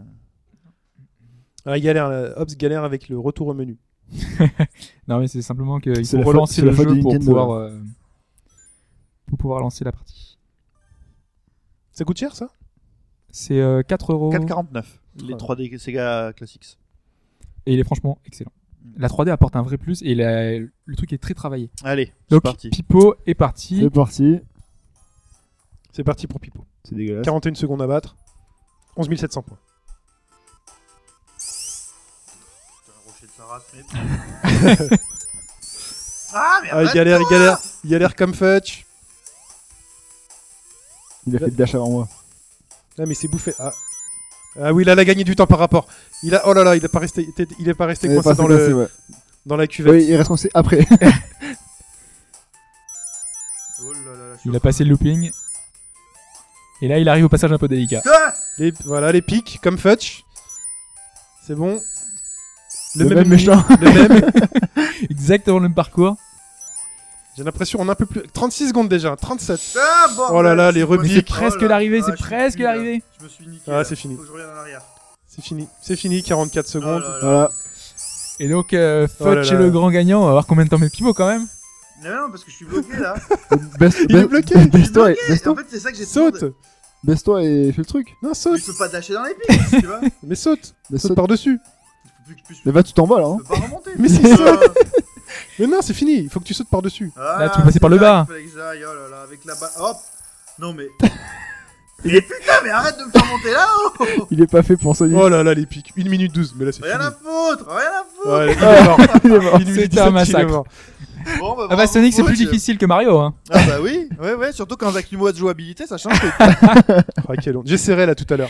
S4: Ah, il galère, là. Hobbs galère avec le retour au menu.
S5: Non mais c'est simplement qu'ils
S7: C'est
S5: faut
S7: la faute-
S5: relancer
S7: c'est
S5: le
S7: la faute
S5: jeu
S7: de
S5: pour
S7: Nintendo,
S5: pouvoir, euh, pour pouvoir lancer la partie.
S4: Ça coûte cher ça
S5: C'est euh, 4 euros
S6: 4,49. Les
S4: Ouais.
S6: 3D Sega Classics.
S5: et il est franchement excellent.
S6: Mm.
S5: La 3D apporte un vrai plus et la- le truc est très travaillé.
S6: Allez, c'est
S5: Donc
S6: parti.
S5: Pipo est parti.
S7: C'est parti.
S4: C'est parti pour Pipo.
S7: C'est dégueulasse.
S4: 41 secondes à battre. 11 700 points.
S6: Ah, mais
S4: Ah, il galère, il galère, il galère comme Fudge.
S7: Il a fait le dash avant moi.
S4: Ah, mais c'est bouffé. Ah. Ah oui, là, il a gagné du temps par rapport. Il a, oh là là, il est pas resté, t'es- il est pas resté
S7: Il est
S4: coincé
S7: pas
S4: dans,
S7: assez placé,
S4: le,
S7: ouais.
S4: dans la cuvette.
S7: Oui, il reste coincé après.
S5: Il a passé le looping. Et là il arrive au passage un peu délicat.
S4: Les- voilà, les pics, comme Fudge. C'est bon.
S7: Le même méchant.
S4: Le même.
S5: Exactement le même parcours.
S4: J'ai l'impression on a un peu plus. 36 secondes déjà, 37.
S2: Ah,
S4: Oh là là, les
S5: Mais c'est
S4: repiques.
S5: presque l'arrivée, c'est presque l'arrivée.
S2: Je me suis niqué.
S4: Ah, c'est fini.
S2: Faut que je revienne en arrière. Oh
S4: C'est fini. C'est fini, 44 secondes.
S7: voilà.
S5: Et donc euh,
S4: Oh là
S5: Fudge
S4: là.
S5: est le grand gagnant. On va voir combien de temps met Pipo quand même.
S2: Non, non, parce que je suis bloqué là.
S7: Best-
S4: Il est
S7: best-
S4: bloqué.
S7: Baisse-toi et,
S2: Et en
S7: baisse-toi-
S2: fait, c'est ça que j'ai
S4: Saute
S2: demandé.
S7: baisse-toi et fais le truc.
S4: Non,
S2: Mais
S4: saute
S2: Je peux pas lâcher dans les pics, tu
S4: <laughs>
S2: vois. Je
S4: Mais saute
S7: Mais
S4: Saute
S7: saute-
S4: par-dessus
S2: peux plus que je puisse-
S7: mais va tout en bas là.
S2: Je
S7: hein.
S2: peux pas remonter.
S4: Mais c'est
S2: putain.
S4: ça. Mais non, c'est fini, il faut que tu sautes par-dessus.
S2: Ah,
S5: Là, tu peux passer
S2: c'est
S5: par le
S2: là
S5: bas.
S2: qu'il fallait que j'aille, oh là là, avec la ba- Hop Non mais. Mais putain, mais arrête de me faire monter là-haut
S7: Il est pas fait pour soigner.
S4: Oh là là, les pics. 1 minute 12, mais là c'est fini.
S2: Rien à foutre Rien à foutre
S4: Ouais, il est mort.
S7: Ah, <laughs> Il est mort.
S4: Une minute
S5: C'était
S4: 17,
S5: un
S4: il est
S5: massacre.
S4: mort.
S2: Bon, bah,
S5: Ah bah
S2: bravo,
S5: Sonic c'est plus
S2: coach.
S5: difficile que Mario hein.
S6: Oh, Ah bah oui, ouais, ouais, surtout quand Jacques Nimo a de jouabilité, ça <laughs> change tout.
S4: Ah, quelle honte. J'ai serré là tout à l'heure.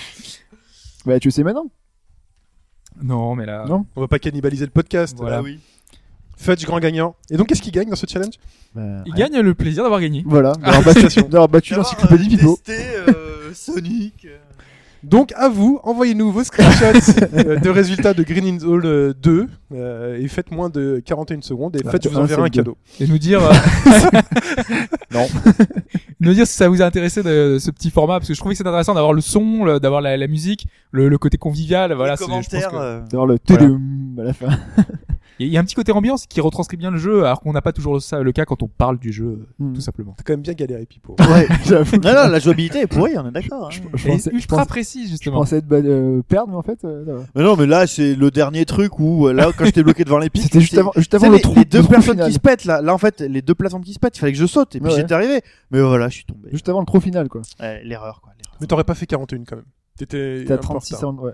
S7: Bah tu le sais maintenant.
S5: Non mais là.
S7: Non.
S4: On va pas cannibaliser le podcast.
S5: Voilà.
S6: Ah oui.
S4: Fudge, grand gagnant. Et donc, qu'est-ce qu'il gagne dans ce challenge
S7: Bah,
S5: Il
S7: rien.
S5: gagne le plaisir d'avoir gagné.
S7: Voilà. D'avoir battu, d'avoir battu
S6: D'avoir,
S7: l'encyclopédie
S6: euh,
S7: Pipo.
S6: testé, euh, Sonic. euh,
S4: Donc à vous, envoyez-nous vos screenshots euh, de résultats de Green in the Hall euh, 2 euh, et faites moins de 41 secondes et
S7: Ah,
S4: faites, je vous
S7: un,
S4: enverrai
S7: c'est
S4: un
S7: le
S4: cadeau.
S5: Et nous dire. euh, <laughs>
S7: Non.
S5: nous dire si ça vous a intéressé de, de ce petit format parce que je trouvais que c'était intéressant d'avoir le son, le- d'avoir la, la musique, le, le côté convivial. Voilà.
S6: les
S5: c'est- je pense que-
S6: commentaires, euh,
S7: D'avoir le
S5: Voilà.
S7: téléum à la fin.
S5: Il y a un petit côté ambiance qui retranscrit bien le jeu alors qu'on n'a pas toujours ça le cas quand on parle du jeu euh, tout simplement.
S4: T'as quand même bien galéré, Pipo.
S7: Ouais, <laughs> j'avoue.
S6: Non, non, la jouabilité est pourrie, on est d'accord. hein.
S7: Je
S5: Et
S7: pensais, je
S5: ultra
S7: pensais-
S5: précis
S7: je
S5: justement.
S7: pensais être ba- euh, perdre, mais en fait, euh, non.
S6: Mais non, mais là, c'est le dernier truc où, euh, là, quand j'étais bloqué devant les pics,
S7: c'était juste
S6: c'est-
S7: avant, juste
S6: tu sais,
S7: avant le
S6: les,
S7: trou.
S6: les
S7: le
S6: deux
S7: trou
S6: personnes
S7: final.
S6: qui se pètent là, là en fait, les deux plateformes qui se pètent, il fallait que je saute, et puis
S7: Ouais.
S6: j'étais arrivé. Mais voilà, je suis tombé.
S7: Juste avant le trou final, quoi.
S6: Ouais, l'erreur, quoi. l'erreur.
S4: Mais t'aurais pas fait 41 quand même. T'étais
S7: T'es à
S4: un peu en
S7: 36
S4: retard.
S7: secondes, ouais.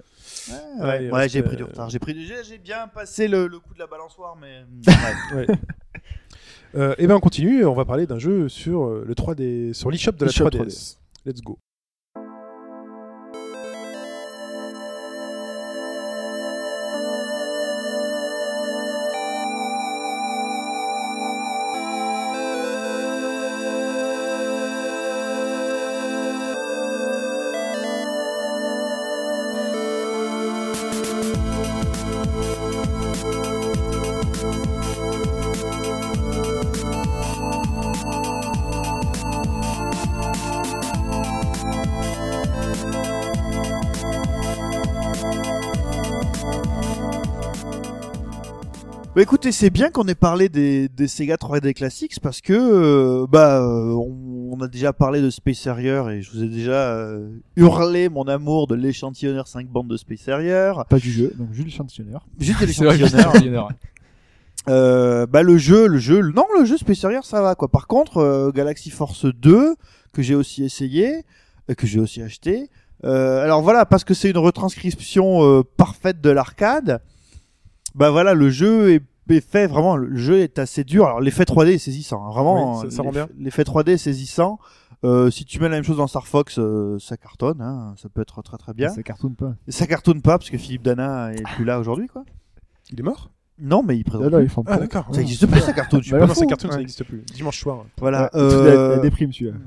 S4: Ouais,
S6: Ouais,
S4: parce
S6: j'ai
S4: que-
S6: pris du retard. J'ai pris, du- j'ai j'ai bien passé le, le coup de la balançoire, mais ouais.
S4: Euh, et ben on continue, on va parler d'un jeu sur euh, le 3D, sur l'eShop de la
S7: eShop
S4: 3DS. Let's go.
S6: Bah écoutez, c'est bien qu'on ait parlé des, des Sega 3D Classics parce que euh, bah euh, on, on a déjà parlé de Space Harrier et je vous ai déjà euh, hurlé mon amour de l'échantillonneur 5 bandes de Space Harrier.
S7: Pas du jeu, donc Jules Chantillonneur.
S6: Juste
S5: <laughs>
S6: de
S5: C'est vrai que c'est
S6: l'échantillonneur.
S5: Millionnaire.
S6: Euh, bah le jeu, le jeu, non le jeu Space Harrier ça va quoi. Par contre euh, Galaxy Force 2 que j'ai aussi essayé, euh, que j'ai aussi acheté. Euh, alors voilà parce que c'est une retranscription euh, parfaite de l'arcade. Bah voilà le jeu est, est fait vraiment le jeu est assez dur. Alors l'effet 3D est saisissant, hein, vraiment.
S4: Oui, ça-
S6: euh,
S4: ça rend
S6: l'eff-
S4: bien.
S6: L'effet 3D est saisissant. Euh, si tu mets la même chose dans Star Fox, euh, ça cartonne, hein, ça peut être très très bien.
S7: Ça cartoonne pas.
S6: Ça cartonne pas parce que Philippe Dana est plus là aujourd'hui quoi.
S4: Il est mort
S6: Non mais il présente.
S7: Là, là,
S6: plus.
S7: ils font
S4: Ah
S7: pas.
S4: d'accord.
S6: Ça existe plus ça cartonne. je suis
S7: Bah,
S4: Ah non,
S6: pas-
S4: ces
S7: fou.
S4: cartoons ça
S7: Ouais.
S4: n'existe plus. Dimanche soir.
S6: Voilà.
S7: Ouais, c'est la-
S6: euh,
S7: la déprime celui-là.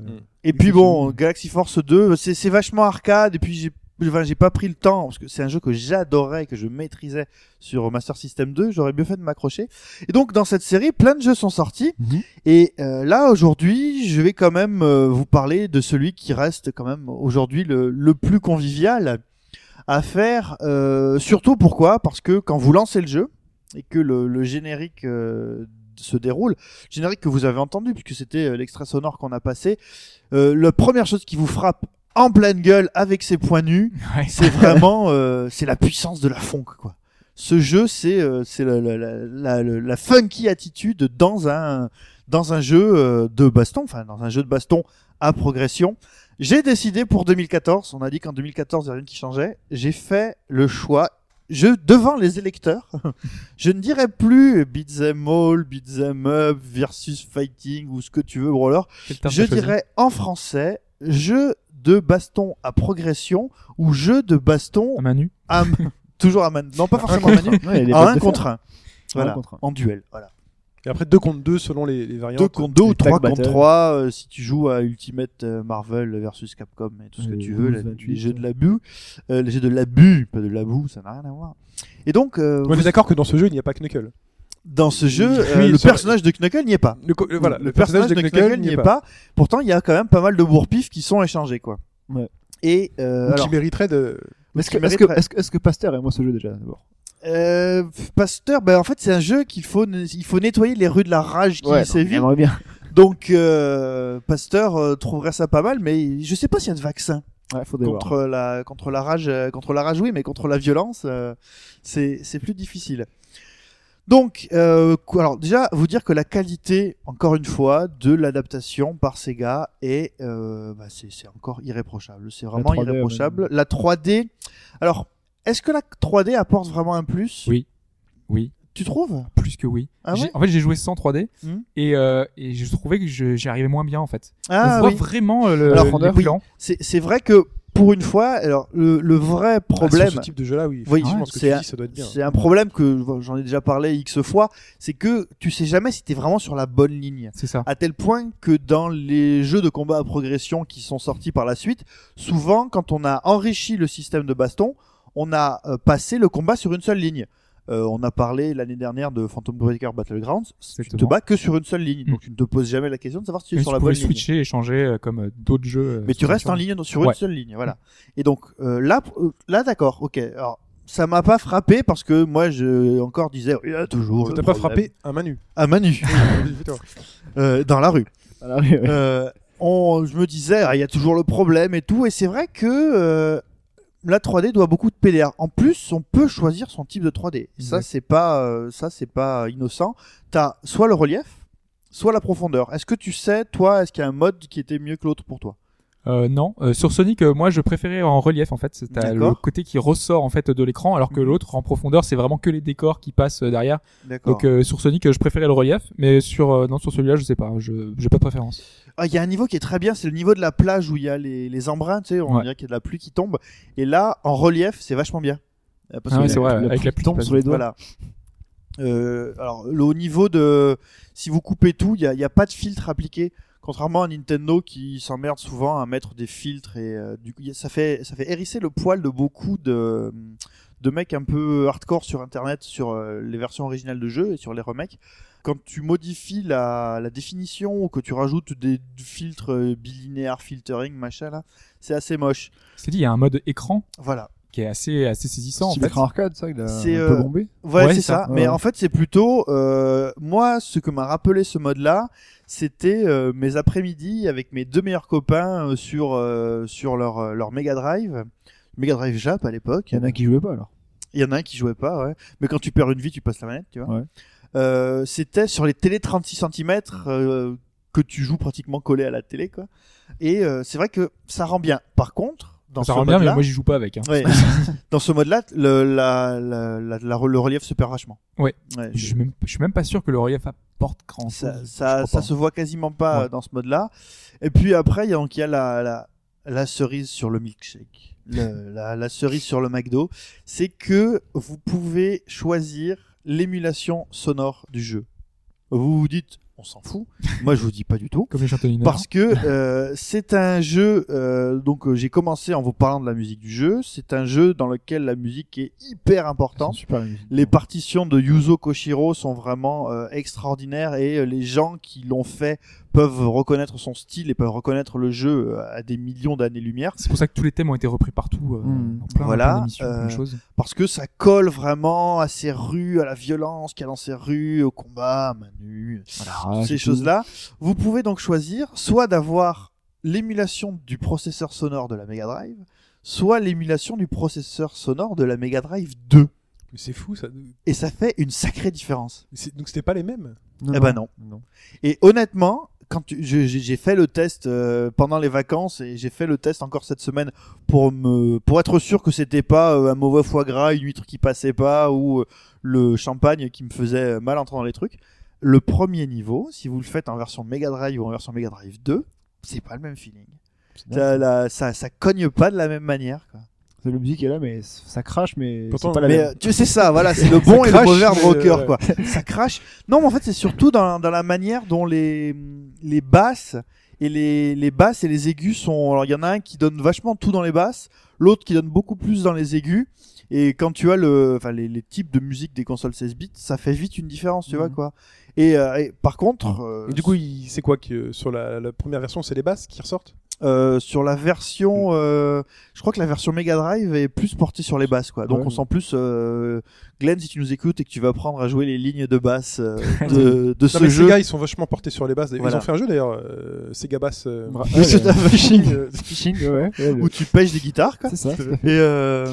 S6: Et puis bon, Galaxy Force 2, c'est c'est vachement arcade. Et puis j'ai enfin, j'ai pas pris le temps parce que c'est un jeu que j'adorais, que je maîtrisais sur Master System 2. J'aurais mieux fait de m'accrocher. Et donc dans cette série, plein de jeux sont sortis.
S7: Mhm.
S6: Et euh, là aujourd'hui, je vais quand même euh, vous parler de celui qui reste quand même aujourd'hui le, le plus convivial à faire. euh, surtout pourquoi Parce que quand vous lancez le jeu et que le, le générique euh, se déroule, générique que vous avez entendu puisque c'était euh, l'extrait sonore qu'on a passé, euh, la première chose qui vous frappe en pleine gueule avec ses poings nus,
S5: Ouais.
S6: c'est vraiment euh, c'est la puissance de la funk quoi. Ce jeu c'est euh, c'est la, la, la, la- la funky attitude dans un dans un jeu euh, de baston, enfin dans un jeu de baston à progression. J'ai décidé pour 2014, on a dit qu'en 2014 il n'y a rien qui changeait, j'ai fait le choix je devant les électeurs, <laughs> je ne dirais plus beat'em all, beat'em up versus fighting ou ce que tu veux brawler.
S5: Quel terme
S6: Je
S5: t'as choisi
S6: dirais en français, jeu de baston à progression ou jeu de baston
S5: À main nue.
S4: <laughs>
S6: à main- toujours à main, non pas forcément à main nue,
S7: Ouais, il est
S6: à
S7: pas
S6: Ah, un
S7: de
S6: contre un,
S7: faire. Un
S6: voilà,
S7: contre un.
S6: en duel, voilà.
S4: Et après 2 contre 2 selon les, les variantes.
S6: Deux contre deux ou
S7: tag
S6: trois contre
S7: battle.
S6: trois euh, si tu joues à Ultimate euh, Marvel versus Capcom et tout ce que
S7: Et
S6: tu veux,
S7: 12,
S6: les-
S7: 28,
S6: les jeux de
S7: euh.
S6: l'abus, euh, les jeux de l'abus, pas de l'abus, ça n'a rien à voir. Et donc euh,
S4: On est d'accord que dans ce jeu, il n'y a pas Knuckle.
S6: dans ce jeu, euh,
S4: <laughs> Oui,
S6: le
S4: sur-
S6: personnage de Knuckle n'y est pas.
S4: Le, co- le- voilà,
S6: le, personnage, de Knuckles, n'y est pas. Pourtant, il y a quand même pas mal de bourre-pif qui sont échangés, quoi.
S7: Ouais.
S6: Et euh,
S4: Ou
S6: alors,
S4: Qui mériterait de.
S7: Mais Est-ce
S6: qui
S7: que, est-ce que,
S6: mériterait.
S7: est-ce que, est-ce que Pasteur aime ce jeu déjà d'abord
S6: euh, Pasteur, ben en fait, c'est un jeu qu'il faut, il faut nettoyer les rues de la rage qui
S7: non,
S6: sévit.
S7: J'aimerais bien.
S6: Donc, euh, Pasteur euh, trouverait ça pas mal, mais je sais pas s'il y a de vaccin
S7: Ouais, faudrait voir.
S6: contre la, contre la rage, euh, contre la rage, oui, mais contre la violence, euh, c'est c'est plus difficile. Donc, euh, cou- alors déjà, vous dire que la qualité, encore une fois, de l'adaptation par Sega est, euh, bah, c'est c'est encore irréprochable. C'est vraiment
S7: 3D,
S6: irréprochable. La 3D. Alors, est-ce que la 3D apporte vraiment un plus
S5: Oui. Oui.
S6: Tu trouves
S5: Plus que oui.
S6: Ah
S5: J'ai-
S6: ouais
S5: en fait, j'ai joué sans 3D
S6: Hmm.
S5: et, euh, et je trouvais que je- j'y arrivais moins bien en fait.
S6: Ah
S5: On voit
S6: oui.
S5: vraiment euh, le,
S6: Alors,
S5: les
S6: Randall, oui.
S5: plans.
S6: C'est c'est vrai que pour une fois, alors le, le vrai
S4: Ah,
S6: problème.
S4: sur ce type de jeu-là, oui.
S6: Oui,
S4: effectivement, ce que
S6: c'est
S4: tu
S6: un-
S4: dis, ça doit être bien.
S6: C'est un problème que j'en ai déjà parlé X fois, c'est que tu sais jamais si t'es vraiment sur la bonne ligne.
S5: C'est ça.
S6: À tel point que dans les jeux de combat à progression qui sont sortis par la suite, souvent quand on a enrichi le système de baston, on a euh, passé le combat sur une seule ligne. Euh, on a parlé l'année dernière de Phantom Breaker Battlegrounds. Tu te
S5: Exactement.
S6: bats que sur une seule ligne,
S5: Mm.
S6: donc tu ne te poses jamais la question de savoir si tu es
S5: Même
S6: sur
S5: si
S6: la
S5: tu
S6: bonne
S5: pouvais
S6: ligne.
S5: switcher et changer euh, comme euh, d'autres jeux. euh,
S6: Mais tu
S5: sur-
S6: restes
S5: sur-
S6: en ligne sur une
S5: Ouais.
S6: seule ligne, voilà. Et donc euh, là, euh, là d'accord, ok. Alors ça m'a pas frappé parce que moi je encore disais il y a toujours.
S4: Ça
S6: le
S4: t'a pas
S6: problème
S4: frappé à main
S6: <laughs>
S4: nue.
S6: à Manu euh, dans la rue.
S7: Voilà, ouais, ouais.
S6: Euh, on, je me disais ah, il y a toujours le problème et tout et c'est vrai que euh, la 3D doit beaucoup de PDR. En plus, on peut choisir son type de 3D. Ça
S5: Ouais.
S6: c'est pas euh, ça c'est pas innocent. T'as soit le relief, soit la profondeur. Est-ce que tu sais toi est-ce qu'il y a un mode qui était mieux que l'autre pour toi
S5: Euh, non, Euh, sur Sonic, euh, moi je préférais en relief en fait. C'est t'as le
S6: D'accord.
S5: côté qui ressort en fait de l'écran, alors que
S6: Mhm.
S5: l'autre en profondeur, c'est vraiment que les décors qui passent euh, derrière.
S6: D'accord.
S5: Donc euh, sur Sonic, euh, je préférais le relief, mais sur euh, non sur celui-là, je sais pas, je j'ai pas de préférence.
S6: Ah, il y a un niveau qui est très bien, c'est le niveau de la plage où il y a les, les embruns, tu sais, on
S5: Ouais.
S6: dirait qu'il y a de la pluie qui tombe. Et là, en relief, c'est vachement bien. Euh, Parce
S5: Ah ouais,
S6: que
S5: c'est vrai, avec la
S7: qui
S5: pluie
S7: tombe
S5: qui
S7: sur les doigts.
S6: voilà. Euh, alors, le, au niveau de. Si vous coupez tout, il n'y a, il y a pas de filtre appliqué. Contrairement à Nintendo qui s'emmerde souvent à mettre des filtres et euh, du coup, il y a- ça fait, ça fait hérisser le poil de beaucoup de, de mecs un peu hardcore sur internet, sur euh, les versions originales de jeux et sur les remakes. Quand tu modifies la, la définition ou que tu rajoutes des filtres euh, bilinéaires, filtering, machin là, c'est assez moche.
S5: C'est dit, il y a un mode écran
S6: Voilà.
S5: qui est assez, assez saisissant en
S7: Steve
S5: fait.
S7: Eckran Arcade, ça, il a
S6: C'est,
S7: un peu
S6: euh,
S7: bombé.
S6: Ouais,
S5: Ouais,
S6: c'est
S5: c'est
S6: ça.
S5: ça.
S6: Mais
S7: Ouais.
S6: en fait, c'est plutôt euh, moi ce que m'a rappelé ce mode-là, c'était euh, mes après-midi avec mes deux meilleurs copains euh, sur euh, sur leur euh, leur Mega Drive, Mega Drive Jap à l'époque.
S7: Il y en a qui jouaient pas alors.
S6: Il y en a un qui jouait pas, ouais. Mais quand tu perds une vie, tu passes la manette, tu vois.
S7: Ouais.
S6: Euh, c'était sur les télé 36 cm
S5: Mm.
S6: euh, que tu joues pratiquement collé à la télé, quoi. Et euh, c'est vrai que ça rend bien. Par contre, dans
S5: ça
S6: ce
S5: rend bien, mais
S6: mode-là,
S5: moi j'y joue pas avec. Hein.
S6: Ouais. <laughs> dans ce mode-là, le, la, la, la- la- le relief se perd vachement.
S5: Ouais. Je,
S6: je-
S5: suis même, je suis même pas sûr que le relief apporte grand
S6: ça,
S5: chose.
S6: ça,
S5: crois
S6: ça
S5: pas.
S6: se voit quasiment pas
S5: Ouais.
S6: euh, dans ce mode-là. Et puis après, il y a, donc, il y a la, la, la cerise sur le milkshake,
S5: <laughs>
S6: Le- la, la cerise sur le McDo, c'est que vous pouvez choisir l'émulation sonore du jeu. Vous vous dites, on s'en fout. Moi, je vous dis pas
S5: <laughs>
S6: du tout.
S5: Comme les chantonnines.
S6: Parce que euh, c'est un jeu, euh, donc euh, j'ai commencé en vous parlant de la musique du jeu, c'est un jeu dans lequel la musique est hyper
S7: C'est une
S6: importante.
S7: super musique.
S6: Les partitions de Yuzo Koshiro sont vraiment euh, extraordinaires et euh, les gens qui l'ont fait peuvent reconnaître son style et peuvent reconnaître le jeu euh, à des millions d'années-lumière
S5: C'est pour ça que tous les thèmes ont été repris partout, euh,
S7: Mm.
S5: dans plein,
S6: Hmm. Voilà,
S5: plein d'émissions, plein
S6: euh,
S5: de choses.
S6: parce que ça colle vraiment à ces rues, à la violence qu'il y a dans ces rues, au combat, à main nue,
S7: Ah,
S6: toutes ces choses-là. Vous pouvez donc choisir soit d'avoir l'émulation du processeur sonore de la Mega Drive, soit l'émulation du processeur sonore de la Mega Drive 2.
S4: Mais c'est fou ça.
S6: Et ça fait une sacrée différence.
S4: C'est- Donc c'était pas les mêmes.
S6: Eh ben non. Et honnêtement, quand tu- je- j'ai j'ai fait le test euh, pendant les vacances et j'ai fait le test encore cette semaine pour me pour être sûr que c'était pas euh, un mauvais foie gras, une huître qui passait pas ou euh, le champagne qui me faisait euh, mal entrer dans les trucs. Le premier niveau, si vous le faites en version Mega Drive ou en version Mega Drive 2, c'est pas le même feeling. Ça, la- ça, ça cogne pas de la même manière. Quoi.
S7: C'est la musique est là, mais c- ça crache, mais
S4: Pourtant,
S7: c'est pas la
S6: Mais
S7: même.
S6: euh, tu sais ça,
S4: <laughs>
S6: voilà, c'est le bon et le
S4: crache,
S6: revers de
S4: mais,
S6: rocker,
S4: euh,
S6: quoi. ça crache. Non, mais en fait, c'est surtout dans, dans la manière dont les, les basses et les, les basses et les aigus sont. Alors, il y en a un qui donne vachement tout dans les basses, l'autre qui donne beaucoup plus dans les aigus. Et quand tu as le, enfin, les, les types de musique des consoles 16 bits, ça fait vite une différence, tu vois,
S5: Mhm.
S6: quoi. Et, euh, et par contre, euh,
S4: Et du coup, il- c'est quoi que sur la, la première version, c'est les basses qui ressortent
S6: euh, sur la version, euh, je crois que la version Mega Drive est plus portée sur les basses, quoi. Donc
S4: Ouais.
S6: on sent plus, euh, Glenn, si tu nous écoutes et que tu vas apprendre à jouer les lignes de basse euh, de, de
S4: Non,
S6: ce
S4: mais
S6: jeu.
S4: Sega, ils sont vachement portés sur les basses. d'ailleurs.
S6: Voilà.
S4: Ils
S6: Bah,
S4: ont fait un jeu d'ailleurs, euh, Sega Bass. euh,
S6: <laughs>
S7: Bra-
S6: Mais c'est
S7: ouais,
S6: un
S7: Fishing,
S6: machine
S7: euh, fishing, ouais. ouais, le-
S6: où tu pêches des guitares, quoi.
S7: C'est ça. tout à fait.
S6: Et euh,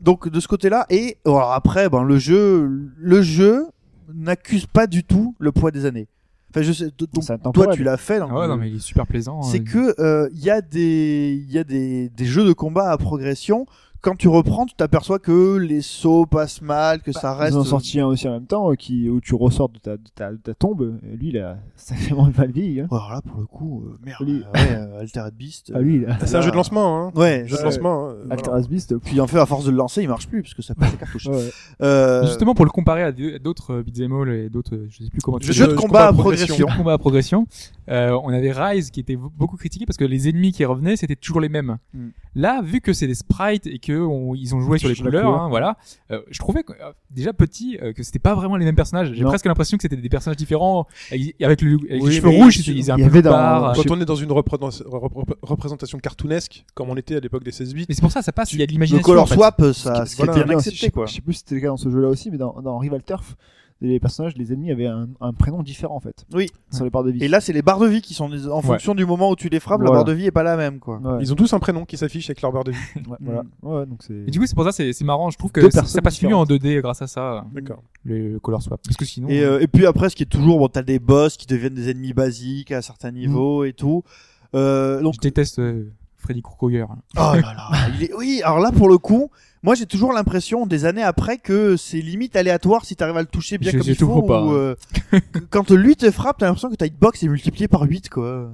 S6: donc de ce côté-là, et oh, alors après, ben le jeu, le jeu n'accuse pas du tout le poids des années. Enfin, je sais, donc,
S7: C'est
S6: toi,
S7: intemporel.
S6: tu l'as fait. donc,
S5: Ah ouais, non, mais il est super plaisant.
S6: c'est
S5: euh,
S6: que euh, il y a des il y a des, des jeux de combat à progression. Quand tu reprends, tu t'aperçois que les sauts passent mal,
S4: Bah,
S6: que ça reste. euh,
S7: Ils en ont sorti un aussi en même temps, euh, qui, où tu ressors de ta, de ta, de ta tombe. Et lui, il a <laughs> sacrément une mal vie. Hein.
S6: Oh, alors là, pour le coup, euh, merde.
S7: Lui-
S6: euh, ouais, euh, Altered Beast. euh,
S7: Ah, lui, il a.
S4: C'est un jeu de lancement. Hein.
S6: Ouais.
S4: Un jeu de
S6: ça-
S4: lancement. hein. Voilà.
S7: Alteras Beast.
S6: Puis en fait, à force de le lancer, il marche plus parce que ça pète
S4: <laughs>
S6: les cartouches.
S7: Ouais.
S6: Euh,
S5: Justement pour le comparer à d- à d'autres euh, beat'em all et d'autres, euh, je sais plus comment tu
S6: jeu,
S5: dis,
S6: de
S4: jeu de
S6: combat, à
S4: combat à
S6: progression.
S5: jeu de combat à progression, euh, on avait Rise qui était v- beaucoup critiqué parce que les ennemis qui revenaient c'était toujours les mêmes.
S7: Hmm.
S6: Mm.
S5: Là, vu que c'est des sprites et que on- ils ont joué sur les
S7: Sur la
S5: couleurs,
S7: couleur.
S5: hein, voilà, euh, je trouvais que, euh, déjà petit euh, que c'était pas vraiment les mêmes personnages. J'ai
S7: Non.
S5: presque l'impression que c'était des personnages différents avec, avec le, avec
S7: Oui,
S5: les cheveux
S7: mais
S5: rouges,
S7: il-
S5: ils, ils
S7: il y
S5: étaient un peu
S7: avait dans-
S5: barres.
S7: je sais
S4: Quand on est dans une représent- repr- représentation cartoonesque, comme on était à l'époque des 16 bits,
S5: Mais c'est pour ça, ça passe. Il y a de l'imagination.
S6: le color
S5: en fait.
S6: swap, ça,
S4: Ce qui-
S6: c'était
S4: voilà.
S6: bien accepté, quoi.
S7: Je sais plus si c'était le cas dans ce jeu-là aussi, mais dans, dans Rival Turf, les personnages, les ennemis avaient un, un prénom différent en fait.
S6: Oui.
S7: Sur les barres de vie.
S6: Et là, c'est les barres de vie qui sont en fonction du moment où tu les frappes, la
S7: Voilà.
S6: barre de vie est pas la même, quoi.
S7: Ouais,
S4: ils ont tous un prénom qui s'affiche avec leur barre de vie.
S7: ouais, voilà. Ouais, donc c'est.
S5: Et du coup, c'est pour ça, c'est c'est marrant. Je trouve que
S7: Deux
S5: ça,
S7: personnes
S5: ça passe mieux en 2D grâce à ça,
S6: Mm.
S4: D'accord.
S5: le color swap. Parce que sinon,
S6: Et,
S5: euh,
S6: euh, et puis après, ce qui est toujours, bon, t'as des boss qui deviennent des ennemis basiques à certains
S5: Mm.
S6: niveaux et tout. Euh, donc,
S5: je déteste euh, Freddy Krueger. hein.
S6: oh là là, <laughs> il est- oui. Alors là, pour le coup, moi, j'ai toujours l'impression des années après que c'est limite aléatoire si t'arrives à le toucher bien
S5: Je-
S6: comme
S5: je
S6: il faut.
S5: comprends pas,
S6: ou, euh, que- quand lui te frappe, t'as l'impression que ta hitbox est multipliée par 8 quoi.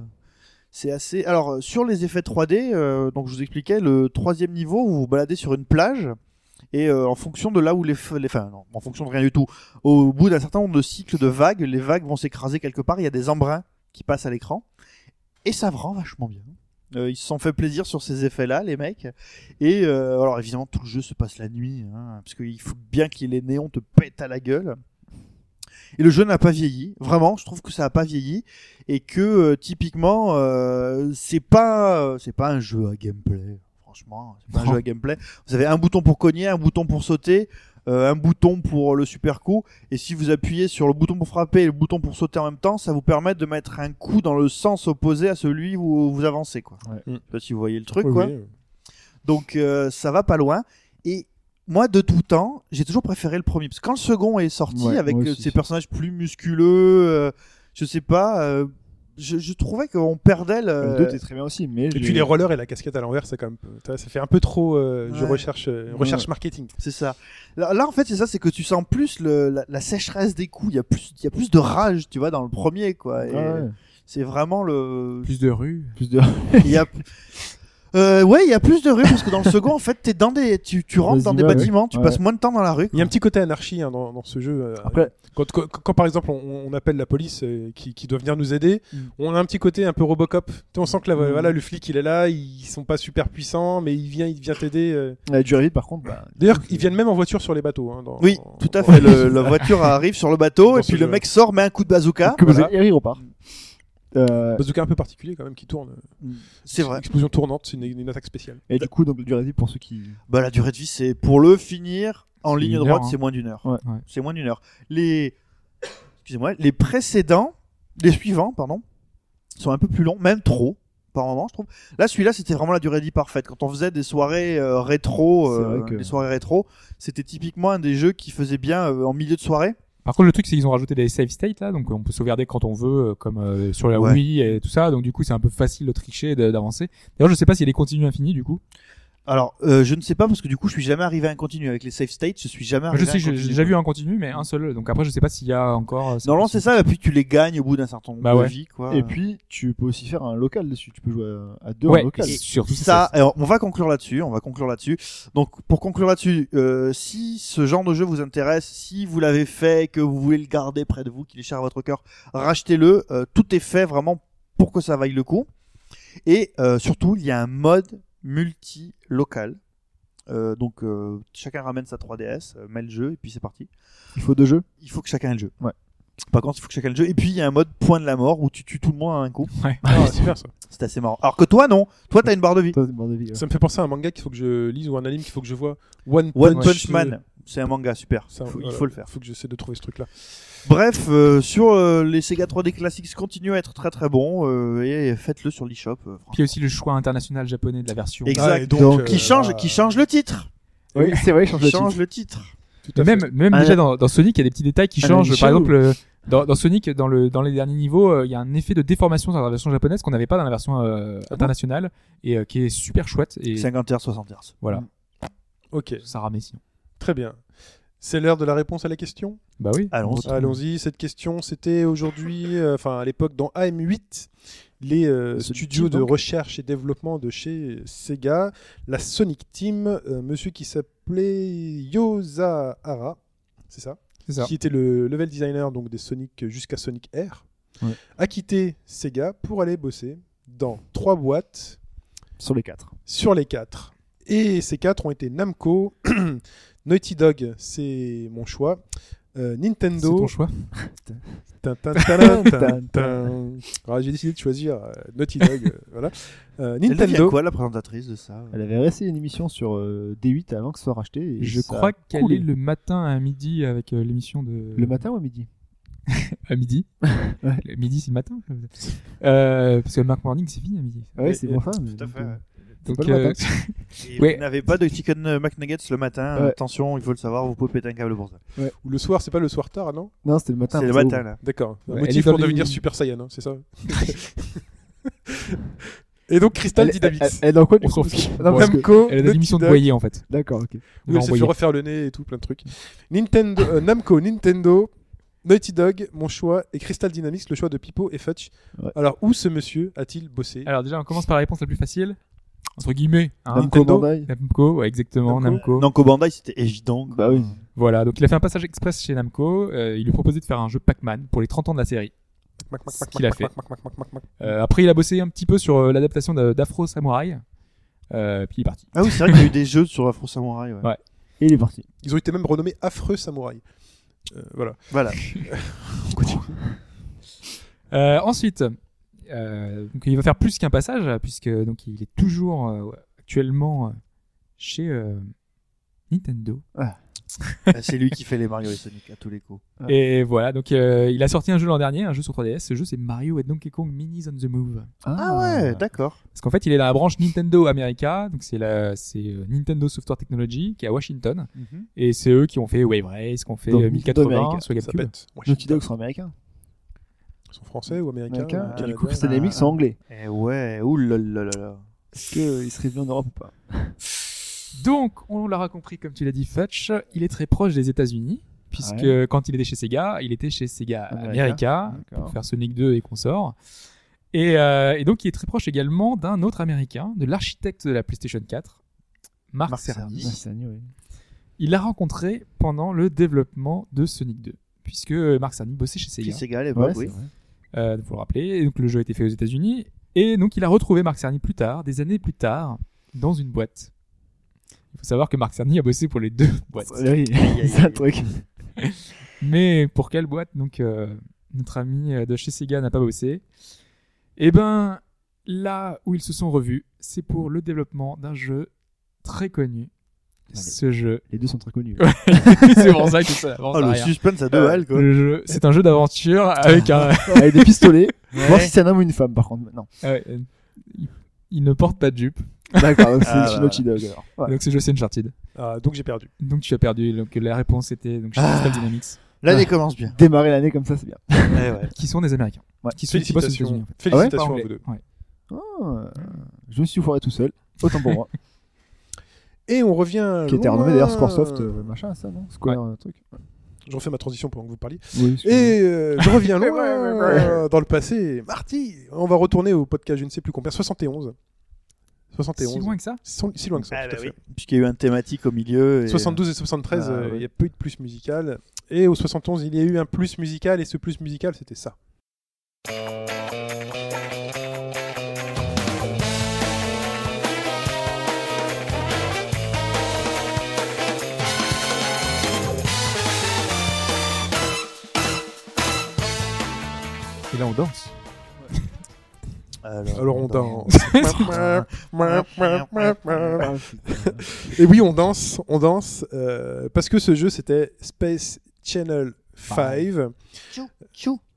S6: C'est assez. Alors euh, sur les effets 3D, euh, donc je vous expliquais le troisième niveau, vous vous baladez sur une plage. Et euh, en fonction de là où les, f- les enfin non, en fonction de rien du tout, au bout d'un certain nombre de cycles de vagues, les vagues vont s'écraser quelque part. Il y a des embruns qui passent à l'écran, et ça rend vachement bien. Euh, ils se sont fait plaisir sur ces effets-là, les mecs. Et euh, alors évidemment, tout le jeu se passe la nuit, hein, parce qu'il faut bien que les néons te pètent à la gueule. Et le jeu n'a pas vieilli, vraiment. Je trouve que ça n'a pas vieilli et que euh, typiquement, euh, c'est pas, euh, c'est pas un jeu à gameplay. Enfin, Franchement, c'est pas un jeu à gameplay. Vous avez un bouton pour cogner, un bouton pour sauter, euh, un bouton pour le super coup. Et si vous appuyez sur le bouton pour frapper et le bouton pour sauter en même temps, ça vous permet de mettre un coup dans le sens opposé à celui où vous avancez. Quoi.
S7: Ouais.
S6: Je sais pas si vous voyez le truc.
S4: Oui,
S6: quoi.
S4: oui, euh.
S6: Donc euh, ça va pas loin. Et moi, de tout temps, j'ai toujours préféré le premier. Parce que quand le second est sorti,
S7: Ouais,
S6: avec
S7: moi
S6: euh,
S7: aussi.
S6: ces personnages plus musculeux, euh, je sais pas, euh, je, je trouvais qu'on perdait
S7: Le
S6: le...
S7: 2 était très bien aussi, mais.
S4: Et puis les rollers et la casquette à l'envers, ça quand même, tu vois, ça fait un peu trop. euh, Je
S6: Ouais.
S4: recherche, euh,
S7: Ouais.
S4: recherche marketing.
S6: C'est ça. Là, là, en fait, c'est ça, c'est que tu sens plus le- la, la sécheresse des coups. Il y a plus, il y a plus de rage, tu vois, dans le premier, quoi. Et
S7: Ah Ouais, ouais.
S6: C'est vraiment le.
S5: Plus de rue.
S7: Plus de. <laughs>
S6: Il y a. Euh, ouais, il y a plus de rue parce que dans le second, en fait, t'es dans des, tu, tu rentres
S7: Vas-y,
S6: dans des
S7: ouais,
S6: bâtiments, tu
S7: ouais.
S6: passes moins de temps dans la rue.
S4: Il y a un petit côté anarchie hein, dans, dans ce jeu. euh,
S7: Après,
S4: Quand, quand, quand, par exemple on, on appelle la police euh, qui, qui doit venir nous aider,
S7: Mm.
S4: on a un petit côté un peu Robocop. Tu sais, on sent que la-
S7: Mm.
S4: voilà, le flic il est là, ils sont pas super puissants, mais il vient, il vient t'aider. euh.
S7: la durée, par contre, bah,
S4: D'ailleurs, ils viennent même en voiture sur les bateaux. hein, dans-
S6: Oui,
S4: en-
S6: tout à fait.
S4: <laughs>
S6: Le- la voiture arrive sur le bateau
S4: Dans
S6: et
S4: ce
S6: puis
S4: jeu.
S6: le mec sort, met un coup de bazooka.
S7: que vous
S4: voilà.
S7: avez Harry repart. Euh,
S4: Bazooka un peu particulier quand même qui tourne.
S6: C'est vrai.
S4: Une explosion tournante, c'est une, une attaque spéciale.
S7: et du coup, donc, du récit pour ceux qui.
S6: Bah, la durée de vie, c'est pour le finir en
S5: C'est
S6: ligne
S5: une
S6: droite,
S5: heure, hein.
S6: c'est moins d'une heure.
S7: Ouais.
S5: Ouais.
S6: C'est moins d'une heure. Les, excusez-moi, les précédents, les suivants, pardon, sont un peu plus longs, même trop par moment, je trouve. Là, celui-là, c'était vraiment la durée de vie parfaite. Quand on faisait des soirées euh, rétro,
S7: C'est
S6: euh,
S7: vrai que-
S6: des soirées rétro, c'était typiquement un des jeux qui faisait bien euh, en milieu de soirée.
S5: Par contre, le truc, c'est qu'ils ont rajouté des save states là, donc euh, on peut sauvegarder quand on veut, euh, comme euh, sur la
S6: Ouais.
S5: Wii et tout ça. Donc du coup, c'est un peu facile de tricher et de- d'avancer. D'ailleurs, je sais pas s'il est continu infini du coup.
S6: Alors, euh, je ne sais pas parce que du coup, je suis jamais arrivé à un continu avec les safe states. Je suis jamais
S5: je
S6: arrivé. à
S5: sais, j'ai
S6: un
S5: j'ai
S6: Ah, continu.
S5: déjà vu un continu, mais un seul. Donc après, je sais pas s'il y a encore. euh,
S6: Normalement, c'est ça. Et puis tu les gagnes au bout d'un certain nombre
S5: Bah
S6: de
S5: ouais.
S6: vies, quoi.
S7: Et puis, tu peux aussi faire un local dessus. Tu peux jouer à- à deux
S5: Ouais,
S7: en local.
S5: et surtout c'est
S6: ça, alors, on va conclure là-dessus, on va conclure là-dessus. Donc pour conclure là-dessus, euh, si ce genre de jeu vous intéresse, si vous l'avez fait, que vous voulez le garder près de vous, qu'il est cher à votre cœur, rachetez-le. Euh, tout est fait vraiment pour que ça vaille le coup. Et euh, surtout, il y a un mode multi-local. Euh, donc euh, chacun ramène sa 3DS, euh, met le jeu et puis c'est parti.
S7: Il faut deux jeux.
S6: Il faut que chacun ait le jeu.
S7: Ouais.
S6: Par contre, il faut que chacun ait le jeu. Et puis il y a un mode point de la mort où tu tues tout le monde à un coup.
S5: Ouais.
S4: Ah, c'est super ça.
S6: C'est assez marrant. Alors que toi non, toi t'as une barre de vie.
S7: Toi, c'est bordel, ouais.
S4: Ça me fait penser à un manga qu'il faut que je lise ou un anime qu'il faut que je vois. One,
S6: One Punch Man, c'est un manga super.
S4: Ça,
S6: Faut- il
S4: voilà.
S6: faut le faire.
S4: Faut que j'essaie de trouver ce Ah, truc là.
S6: Bref, euh, sur euh, les Sega 3D classiques, ça continue à être très très bon euh, et faites-le sur l'eShop. euh, franchement.
S5: Puis il y a aussi le choix international japonais de la version.
S6: Exact.
S4: donc,
S7: Donc,
S4: euh,
S6: qui change,
S4: bah,
S6: qui change le titre.
S7: Oui, c'est vrai, il change
S6: Qui
S7: le
S6: change
S7: titre.
S6: le titre.
S4: tout à
S5: Mais
S4: fait.
S5: même, même
S7: Un-
S5: déjà dans, dans Sonic, il y a des petits détails qui
S7: un
S5: changent. Par
S7: Michel ou-
S5: exemple, euh, dans, dans Sonic, dans, le, dans les derniers niveaux, euh, il y a un effet de déformation dans la version japonaise qu'on n'avait pas dans la version euh, internationale et euh, qui est super chouette. Et
S6: 50 Hz, 60 Hz.
S5: voilà,
S4: Ok,
S5: ça ramait sinon.
S4: très bien. C'est l'heure de la réponse à la question.
S5: Bah oui.
S6: Allons.
S4: Allons-y. Cette question, c'était aujourd'hui, euh, enfin à l'époque, dans AM8, les euh,
S7: Sonic
S4: studios
S7: Team,
S4: de
S7: donc.
S4: recherche et développement de chez Sega, la Sonic Team, euh, monsieur qui s'appelait Yozahara, c'est ça
S5: C'est ça.
S4: qui était le level designer donc des Sonic jusqu'à Sonic R,
S7: Ouais.
S4: a quitté Sega pour aller bosser dans trois boîtes
S7: Sur les quatre.
S4: sur les quatre. Et ces quatre ont été Namco, <clears throat> Naughty Dog, c'est mon choix, euh,
S5: C'est ton
S4: Nintendo.
S5: choix.
S4: Tin, tin, tin, tin, tin. Alors, J'ai décidé de choisir euh, Naughty Dog, euh, <laughs> voilà. Euh,
S6: Nintendo. Elle devient
S4: Nintendo.
S6: quoi la présentatrice de ça euh
S7: Elle avait réessayé une émission sur euh, D8 avant que ce soit racheté. et
S5: Je
S7: ça a
S5: crois qu'elle
S7: coulé.
S5: est le matin à midi avec euh, l'émission de.
S7: Le matin ou à midi
S5: À midi.
S7: <laughs> Ouais.
S5: Le Midi, c'est le matin. Euh, parce que le Mark Morning, c'est fini à midi.
S7: Ouais, c'est
S4: et-
S7: bon ça.
S6: Tout à fait. ouais.
S5: Donc,
S7: pas le
S5: euh,
S7: matin.
S6: Et
S5: ouais.
S6: Vous n'avez pas de chicken euh, McNuggets le matin.
S7: Ouais.
S6: Attention, il faut le savoir, vous pouvez péter un câble pour ça.
S4: Ou le soir, c'est pas le soir tard, non
S7: Non, c'était le matin.
S6: C'est le
S7: parce que-
S6: matin là.
S4: D'accord. Un
S5: Ouais, elle est
S4: motif
S5: dans
S4: pour
S5: les-
S4: devenir Super Saiyan, hein, c'est ça <laughs> Et donc Crystal
S7: Elle-
S4: Dynamics.
S7: elle- Elle est dans quoi du
S5: on s'en
S7: coup
S5: fiche.
S7: Non, parce que-
S4: Namco,
S5: elle a des
S4: Naughty
S5: émissions de
S4: Dog.
S5: Boyer en fait.
S7: D'accord, ok.
S4: Oui,
S5: Ou
S4: elle s'est fait
S5: envoyer.
S4: refaire le nez et tout, plein de trucs. Nintendo, euh, Namco, Nintendo, Naughty Dog, mon choix, et Crystal Dynamics, le choix de Pipo et Fetch.
S7: Ouais.
S4: Alors, où ce monsieur a-t-il bossé
S5: Alors déjà, on commence par la réponse la plus facile. Entre guillemets. hein.
S7: Namco
S4: Nintendo
S7: Bandai.
S5: Namco, ouais, exactement,
S4: Namco.
S5: Namco.
S6: Namco Bandai, c'était évident. quoi.
S7: Bah oui.
S5: Voilà, donc il a fait un passage express chez Namco. euh, il lui proposait de faire un jeu Pac-Man pour les 30 ans de la série.
S4: Mac, mac,
S5: Ce
S4: mac,
S5: qu'il a
S4: mac,
S5: fait.
S4: mac, mac, mac, mac, mac, mac.
S5: Euh, après, il a bossé un petit peu sur euh, l'adaptation de- d'Afro Samurai. Euh, puis il est parti.
S6: Ah oui, c'est vrai qu'il y a eu des jeux sur Afro Samurai. ouais.
S5: Ouais.
S7: Et il est parti.
S4: Ils ont été même renommés Affreux Samouraï. Euh, voilà.
S6: Voilà.
S5: Euh, ensuite, euh, donc il va faire plus qu'un passage puisque donc il est toujours euh, actuellement euh, chez euh, Nintendo.
S6: Bah, c'est lui qui fait les Mario et Sonic à tous les coups.
S5: Et voilà, donc euh, il a sorti un jeu l'an dernier, un jeu sur 3DS. Ce jeu, c'est Mario et Donkey Kong Minis on the Move.
S6: Ah ouais, d'accord.
S5: Parce qu'en fait, il est dans la branche Nintendo America, donc c'est la, c'est euh, Nintendo Software Technology qui est à Washington, et c'est eux qui ont fait Wave Race, qui ont fait
S7: Donc,
S5: euh, 1080
S7: d'Amérique,
S5: sur
S4: Ça
S5: GameCube.
S4: pète. Ouais.
S7: Naughty Dog sont américains.
S4: Ils sont français ou américains
S7: Américains.
S4: ou
S7: Et du
S4: canadiens
S7: coup, Crystal
S6: Ah.
S7: Dynamics sont anglais.
S6: Eh ouais, oulalalala.
S7: Est-ce qu'ils seraient venus en Europe ou pas
S5: Donc, on l'aura compris, comme tu l'as dit, Futch, il est très proche des États-Unis, puisque quand il était chez Sega, il était chez Sega
S7: America.
S5: America,
S7: D'accord.
S5: Ah, pour faire Sonic 2 et consorts. Et, euh, et donc, il est très proche également d'un autre américain, de l'architecte de la PlayStation 4, Mark,
S6: Mark
S5: Cerny.
S6: Cerny.
S7: Ah, c'est un oui.
S5: Il l'a rencontré pendant le développement de Sonic 2, puisque Mark Cerny bossait chez Sega.
S6: Puis Sega à
S7: Ouais,
S6: l'époque,
S7: c'est
S6: oui.
S7: vrai.
S5: euh, faut le rappeler. Et donc le jeu a été fait aux États-Unis et donc il a retrouvé Marc Cerny plus tard, des années plus tard, dans une boîte. Il faut savoir que Marc Cerny a bossé pour les deux <laughs> boîtes.
S7: Oui,
S6: aïe,
S7: c'est un
S6: aïe.
S7: truc.
S5: Mais pour quelle boîte Donc euh, notre ami euh, de chez Sega n'a pas bossé. Eh ben là où ils se sont revus, c'est pour le développement d'un jeu très connu.
S7: Allez.
S5: Ce jeu, <laughs>
S7: Les deux sont très connus.
S5: c'est pour ça que ça avance
S6: Oh,
S5: à
S6: le
S5: rien.
S6: suspense à deux halles, quoi.
S7: Euh,
S6: Ah.
S5: Le jeu, c'est un jeu d'aventure avec un,
S7: Avec des pistolets.
S6: Ouais.
S7: Voir si c'est un homme ou une femme, par contre. Non.
S5: Ah <laughs> ouais, euh, il- il ne porte pas de jupe.
S7: D'accord, donc c'est
S6: Ah,
S7: chez
S6: bah,
S7: Naughty Dog alors. Ouais.
S5: Donc ce jeu c'est Uncharted.
S4: Ah, donc j'ai perdu.
S5: Donc tu as perdu. Donc la réponse était donc chez
S4: Ah.
S5: Crystal Dynamics,
S6: L'année commence
S7: <laughs>
S6: bien.
S7: Démarrer l'année comme ça, c'est bien.
S6: Eh ouais.
S5: qui sont des Américains.
S7: Ouais.
S5: Qui sont qui bossent aux États-Unis,
S4: Félicitations.
S5: en fait.
S7: Pas
S4: Félicitations à
S5: Anglais.
S4: vous deux.
S5: Ouais.
S7: Ah, je me suis foiré tout seul. Autant
S4: <laughs>
S7: pour moi.
S4: Et on revient.
S7: Qui était
S4: loin.
S7: renommé d'ailleurs Squaresoft, euh, machin, ça, non Square, euh, truc.
S4: Je refais ma transition pendant que vous parliez.
S7: Oui,
S4: Et euh, je
S7: <laughs>
S4: reviens loin
S7: ouais,
S4: dans le passé. Marty, on va retourner au podcast, je ne sais plus combien, 71. 71.
S5: Si loin que ça.
S4: Si- si loin que ça.
S6: Ah,
S4: tout à
S6: bah
S4: fait.
S6: Puisqu'il y a eu un thématique au milieu. Et...
S4: 72 et 73,
S6: Ah,
S4: euh,
S6: ouais.
S4: il y a peu de plus musical. Et au 71, il y a eu un plus musical, et ce plus musical, c'était ça.
S5: Et là on danse.
S4: Alors on
S7: <laughs>
S4: danse.
S7: Ah, putain.
S4: et oui, on danse, on danse, euh, parce que ce jeu, c'était Space Channel 5.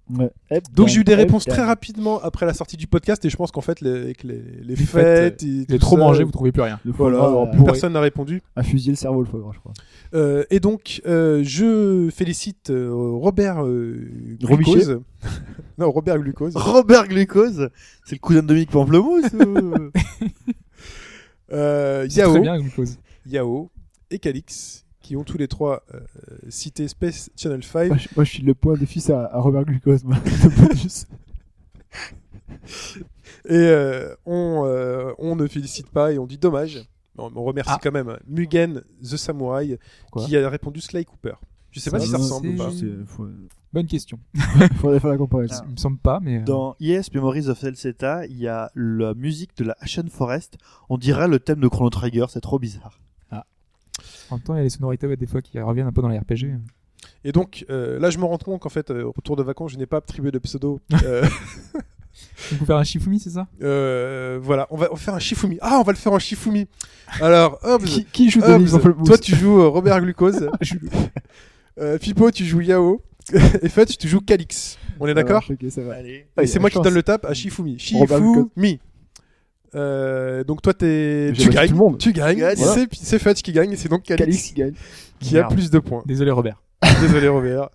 S7: Ouais. Hep,
S4: Donc
S7: dang,
S4: j'ai eu des
S7: hep,
S4: réponses
S7: dang.
S4: très rapidement après la sortie du podcast, et je pense qu'en fait, les, avec les, les
S5: fêtes,
S4: fêtes, et
S5: Il est
S4: tout
S5: trop
S4: ça, euh,
S5: mangé, vous trouvez plus rien.
S7: Le foie
S4: Voilà,
S7: gras,
S4: alors,
S7: euh,
S4: plus personne n'a répondu.
S7: a fusillé le cerveau, le foie gras,
S4: <laughs>
S7: je crois.
S4: Euh, et donc, euh, je félicite euh, Robert euh, Glucose. <laughs> non, Robert Glucose.
S6: Robert Glucose, c'est le cousin de Dominique Pamplemousse <laughs> ou-
S4: Euh,
S5: C'est Très
S4: Yao,
S5: bien glucose.
S4: Yao et Calix, qui ont tous les trois euh, cité Space Channel 5.
S7: Moi, je, moi, je file le poing de fils à, à Robert Glucose, moi, <laughs> de bonus.
S4: Et euh, on, euh, on ne félicite pas et on dit dommage. On, on remercie
S5: Ah.
S4: quand même hein, Mugen the Samurai
S5: Pourquoi
S4: qui a répondu Sly Cooper. Je sais pas
S5: Ça
S4: si ça
S5: va,
S4: ressemble ou
S5: c'est-
S4: pas. Ah.
S5: Bonne question.
S7: Faudrait faire la comparaison.
S5: Il me semble pas, mais. euh,
S6: Dans Yes Memories of Elseta, il y a la musique de la Ashen Forest. On dirait le thème de Chrono Trigger, c'est trop bizarre.
S5: En même temps, il y a les sonorités ouais, des fois qui reviennent un peu dans les RPG.
S4: Et donc euh, là, je me rends compte qu'en fait, euh, au retour de vacances, je n'ai pas attribué de pseudo. Euh,
S7: <laughs>
S5: Il faut faire un Shifumi, c'est ça
S4: euh, voilà, on va, on va faire un Shifumi. Ah, on va le faire en Shifumi. Alors, hop,
S7: Qui, qui joue
S4: Hobbs,
S7: Denis Pamplemousse
S4: Ah, toi tu joues euh, Robert
S7: <laughs>
S4: Glucose, <laughs> Euh, Pipo tu joues Yao, <laughs> et Fetch tu joues Calix. On est d'accord
S7: Alors, Ok, ça va.
S6: Allez.
S7: Euh, Ah,
S4: Et
S7: il y
S4: c'est
S7: a
S4: moi
S7: la
S4: qui
S7: chance.
S4: donne le tap à Shifumi.
S7: Robert Glucose.
S4: Shifumi. Euh, donc toi t'es, tu
S7: J'ai battu
S4: gagnes,
S7: tout le monde.
S4: tu gagnes,
S6: Gagne.
S4: c'est- c'est, Fetch qui gagne, et c'est donc Calix,
S7: Calix qui gagne.
S4: qui a
S5: Merde.
S4: plus de points. <laughs>
S5: Désolé, Robert.
S4: Désolé Robert.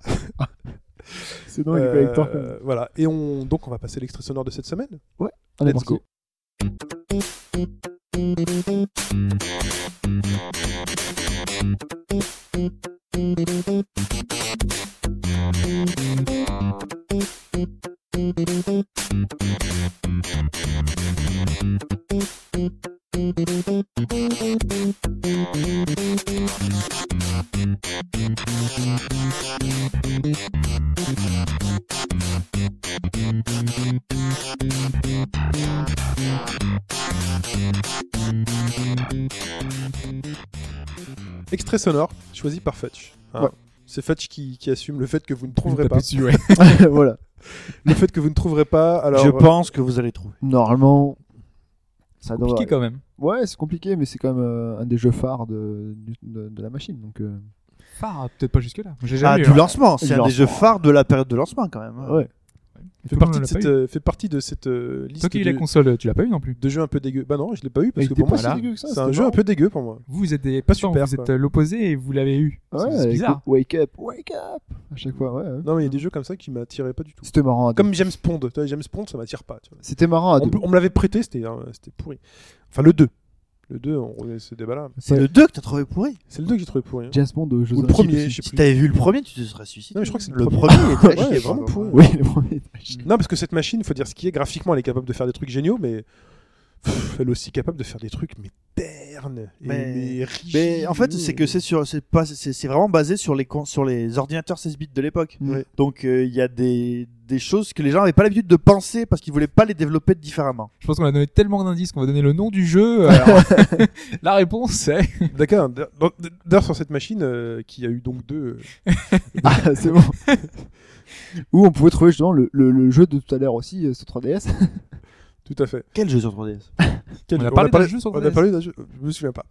S7: C'est non, il est
S4: Euh,
S7: collector quand même.
S4: voilà. Et on, donc on va passer l'extrait sonore de cette semaine.
S7: Allez,
S4: let's
S7: parti.
S4: go. Extrait sonore choisi par Fetch. Hein.
S7: Ouais.
S4: C'est Fetch qui, qui assume le fait que vous ne trouverez pas.
S5: Tapez
S4: <laughs>
S5: dessus, ouais.
S7: <laughs> voilà.
S4: Le fait que vous ne trouverez pas. Alors,
S6: Je
S4: euh,
S6: pense que vous allez trouver.
S7: Normalement, ça doit-
S5: Compliqué quand même.
S7: Ouais, c'est compliqué, mais c'est quand même euh, un des jeux phares de, du- de, de la machine. Donc, euh,
S5: Phare, peut-être pas jusque-là. J'ai
S6: Ah,
S5: jamais eu,
S6: du
S5: hein.
S6: lancement, c'est
S7: Du
S6: un des
S7: lancement.
S6: jeux phares de la période de lancement quand même. hein.
S7: ouais.
S4: Fait
S5: Tout le
S4: partie,
S5: monde
S4: de
S5: l'a
S4: cette,
S5: pas eu.
S4: euh, fait partie de cette euh, liste
S5: Toi qui as eu la
S4: de,
S5: console, tu l'as pas eu non plus.
S4: de jeux un peu dégueu. Bah non, je l'ai pas eu parce
S7: Il
S4: que
S7: était
S4: pour moi,
S7: pas si
S4: c'est-
S7: dégueu que ça,
S4: c'est
S7: c'était
S4: un jeu
S7: marrant.
S4: un peu dégueu pour moi.
S5: Vous, vous êtes des
S4: Pas
S5: pourtant,
S4: super,
S5: Vous
S4: quoi.
S5: êtes euh, l'opposé et vous l'avez eu. C'est-
S7: Ouais,
S5: c'est
S7: avec
S5: bizarre.
S7: le Wake up, wake up À chaque fois, ouais. ouais.
S4: Non, mais il y a des jeux comme ça qui m'attiraient pas du tout.
S7: C'était marrant. à deux.
S4: Comme James Pond. Tu vois, James Pond, ça m'attire pas. tu vois.
S7: C'était marrant à
S4: On,
S7: deux.
S4: peut- on me l'avait prêté, c'était euh, c'était pourri. Enfin, le 2. Le 2, on revient à ce débat-là.
S6: C'est le 2 que t'as trouvé pourri.
S4: C'est le 2 que j'ai trouvé pourri. hein.
S7: James Bond aux
S4: Ou
S7: Jeux
S4: le
S7: Olympiques
S4: premier,
S7: aussi.
S4: je sais
S6: Si
S4: plus.
S6: t'avais vu le premier, tu te serais suicidé.
S4: Non, mais je crois que c'est
S6: le premier, il
S7: <laughs>
S6: était à
S4: Ouais,
S6: chier,
S4: il est vraiment
S6: pardon.
S4: pourri.
S7: Oui, le premier.
S4: Mm. Non, parce que cette machine, faut dire ce qui est, graphiquement, elle est capable de faire des trucs géniaux, mais pff, elle est aussi capable de faire des trucs mais ternes et
S6: Mais-
S4: mais rigides.
S6: Mais en fait, c'est que c'est sur, c'est pas, c'est c'est vraiment basé sur les con- sur les ordinateurs 16 bits de l'époque.
S4: Ouais.
S6: Donc euh, il y a des des choses que les gens avaient pas l'habitude de penser parce qu'ils voulaient pas les développer différemment.
S5: Je pense qu'on a donné tellement d'indices qu'on va donner le nom
S4: <laughs>
S5: du jeu. alors. la réponse c'est.
S4: <laughs> D'accord. D'ailleurs, d'ailleurs, sur cette machine euh, qui a eu donc deux.
S7: <laughs> Ah, c'est bon. Où on pouvait trouver justement le, le, le jeu de tout à l'heure aussi euh, sur 3DS.
S4: Tout à fait.
S6: Quel jeu sur 3DS
S4: Quel-
S5: On a parlé d'un jeu sur E
S4: on a
S5: 3DS.
S4: parlé d'un jeu- Je me souviens pas.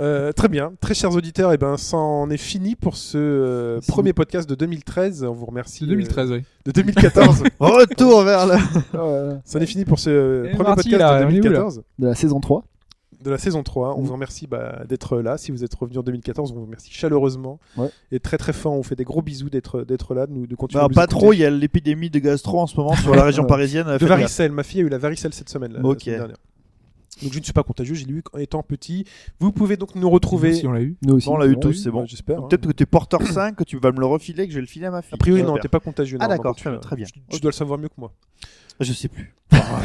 S4: Euh, très bien, très chers auditeurs, et ben, ça en est fini pour ce euh,
S7: Merci.
S4: premier podcast de 2013. On vous remercie.
S5: C'est
S4: euh,
S5: 2013, oui.
S4: de
S5: <laughs>
S4: 2014.
S6: Retour
S4: <laughs>
S6: vers le.
S7: Voilà.
S4: ça en est fini pour ce euh,
S5: Et
S4: premier
S5: Marty,
S4: podcast
S5: là,
S4: de
S5: on est où, là
S4: 2014
S7: De la saison 3.
S4: de la saison 3. On
S7: Mm.
S4: vous remercie bah, d'être là. Si vous êtes revenu en 2014, on vous remercie chaleureusement
S7: Ouais.
S4: et très très fort. On vous fait des gros bisous d'être d'être là, de, nous- de continuer.
S6: Bah,
S4: à nous
S6: pas
S4: écouter.
S6: trop, il y a l'épidémie de gastro en ce moment sur
S4: <laughs>
S6: la région parisienne.
S4: De
S6: Faites gaffe.
S4: varicelle. Ma fille a eu la varicelle cette semaine. la- la
S6: Ok.
S4: semaine dernière. Donc je ne suis pas contagieux. J'ai lu étant petit. Vous pouvez donc nous retrouver.
S5: Si on l'a eu.
S7: Nous aussi.
S6: Non, on l'a eu
S7: c'est
S6: tous,
S7: bon.
S6: c'est bon.
S4: J'espère. hein.
S6: Peut-être que t'es porteur 5, que tu vas me le refiler, que je vais le filer à ma fille.
S4: A priori, non,
S6: Super.
S4: t'es pas contagieux.
S6: Ah,
S4: non,
S6: d'accord,
S4: par contre,
S6: très bien.
S4: Tu, tu dois le savoir mieux que moi.
S6: Je
S4: <laughs>
S6: sais plus. Ah,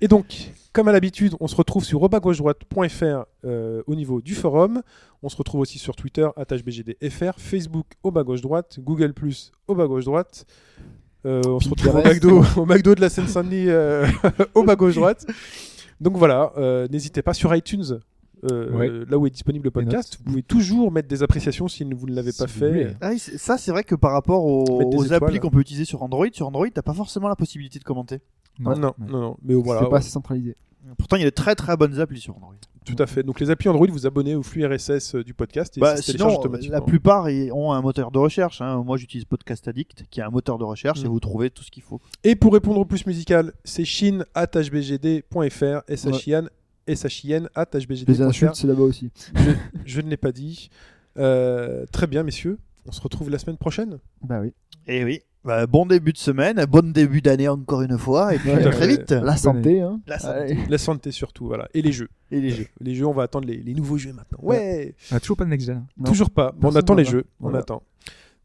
S4: Et donc, comme à l'habitude, on se retrouve sur robagauchedroite.fr euh, au niveau du forum. On se retrouve aussi sur Twitter, @bgdfr, Facebook au bas gauche droite, Google Plus au bas gauche droite. Euh, on se retrouve au
S7: Pinterest.
S4: McDo, au McDo de la Seine-Saint-Denis euh, au bas gauche droite. Donc voilà, euh, n'hésitez pas sur iTunes. euh,
S5: Ouais.
S4: Là où est disponible le
S5: Des
S4: podcast, vous pouvez toujours mettre des appréciations si vous ne l'avez
S5: Si
S4: pas
S5: vous
S4: fait.
S5: voulez.
S6: Ah oui, c'est- ça, c'est vrai que par rapport aux,
S4: Mettre des
S6: aux
S4: étoiles.
S6: applis qu'on peut utiliser sur Android, sur Android, t'as pas forcément la possibilité de commenter.
S4: Non, non, non, non. mais voilà.
S7: C'est pas assez centralisé.
S6: Pourtant, il y a de très très bonnes applis sur Android.
S4: Tout à fait. Donc les applis Android, vous abonnez au flux RSS euh, du podcast et ça
S6: Bah,
S4: se télécharge
S6: sinon,
S7: hein.
S4: automatiquement.
S6: la plupart ils ont un moteur de recherche. hein. Moi, j'utilise Podcast Addict, qui est un moteur de recherche,
S4: Mm.
S6: et vous trouvez tout ce qu'il faut.
S4: Et pour répondre au plus musical, c'est chine at hbgd.fr, SHIN, SHIN at
S7: Les
S4: hbgd.fr.
S7: insultes, c'est là-bas aussi.
S4: Je ne l'ai pas dit. Euh, très bien, messieurs. On se retrouve la semaine prochaine.
S7: Bah oui.
S6: Et oui, Bah, bon début de semaine, bon début d'année encore une fois, et puis
S7: Ouais.
S6: à très vite.
S7: La santé, hein.
S6: La santé.
S7: Allez.
S4: La santé surtout, voilà. Et les jeux.
S6: Et les jeux.
S4: Les jeux, on va attendre les, les nouveaux jeux maintenant. Ouais,
S5: On a toujours pas de next gen. hein.
S7: Non.
S4: Toujours pas. Bon, on
S7: Personne
S4: attend
S7: n'en
S4: les
S7: a.
S4: jeux. On
S7: Voilà.
S4: attend.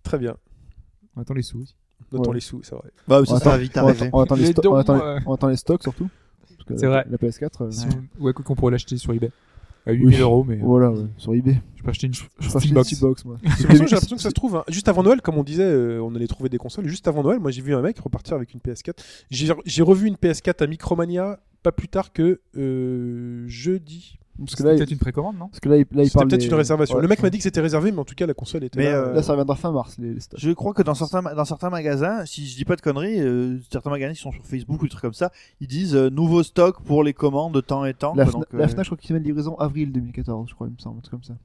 S4: Très bien.
S5: On attend les sous aussi.
S4: On attend
S7: Ouais.
S4: les sous, c'est vrai.
S6: Bah,
S7: On
S6: ça, ça
S7: attend-
S6: va vite
S7: on attend-
S6: arriver.
S7: on attend les
S5: Les
S7: sto-
S5: dons,
S7: on attend
S5: euh.
S7: les- on attend les stocks surtout. Parce que
S5: C'est
S7: la-
S5: vrai.
S7: La PS4. euh,
S5: Si
S7: ouais.
S5: on- Ouais, quoi qu'on pourrait l'acheter sur eBay. À 8000 euros, mais euh,
S7: Voilà, ouais, sur eBay.
S5: je peux acheter une ch-
S7: Je cherchais
S5: Steambox.
S7: une box moi.
S4: De toute façon, J'ai l'impression que ça se trouve hein, juste avant Noël, comme on disait, euh, on allait trouver des consoles. Juste avant Noël, moi j'ai vu un mec repartir avec une PS4. J'ai j'ai revu une PS4 à Micromania pas plus tard que euh, jeudi.
S7: Parce que
S5: C'était
S7: là,
S5: peut-être
S7: il-
S5: une précommande, non
S7: parce que là, il, là, il
S4: C'était
S7: parle.
S4: peut-être
S7: des-
S4: une réservation.
S7: Ouais.
S4: Le mec m'a dit que c'était réservé, mais en tout cas la console était
S6: Mais,
S4: là.
S6: euh,
S7: Là, ça reviendra fin mars les, les stocks.
S6: Je crois que dans certains, ma- dans certains magasins, si je dis pas de conneries, euh, certains magasins qui sont sur Facebook ou des trucs comme ça, ils disent euh, nouveau stock pour les commandes de temps et temps.
S7: La,
S6: quoi,
S7: Fna-
S6: donc, euh,
S7: la Fnac, je crois qu'ils mettent livraison avril 2014, je crois, il me semble, un truc comme ça.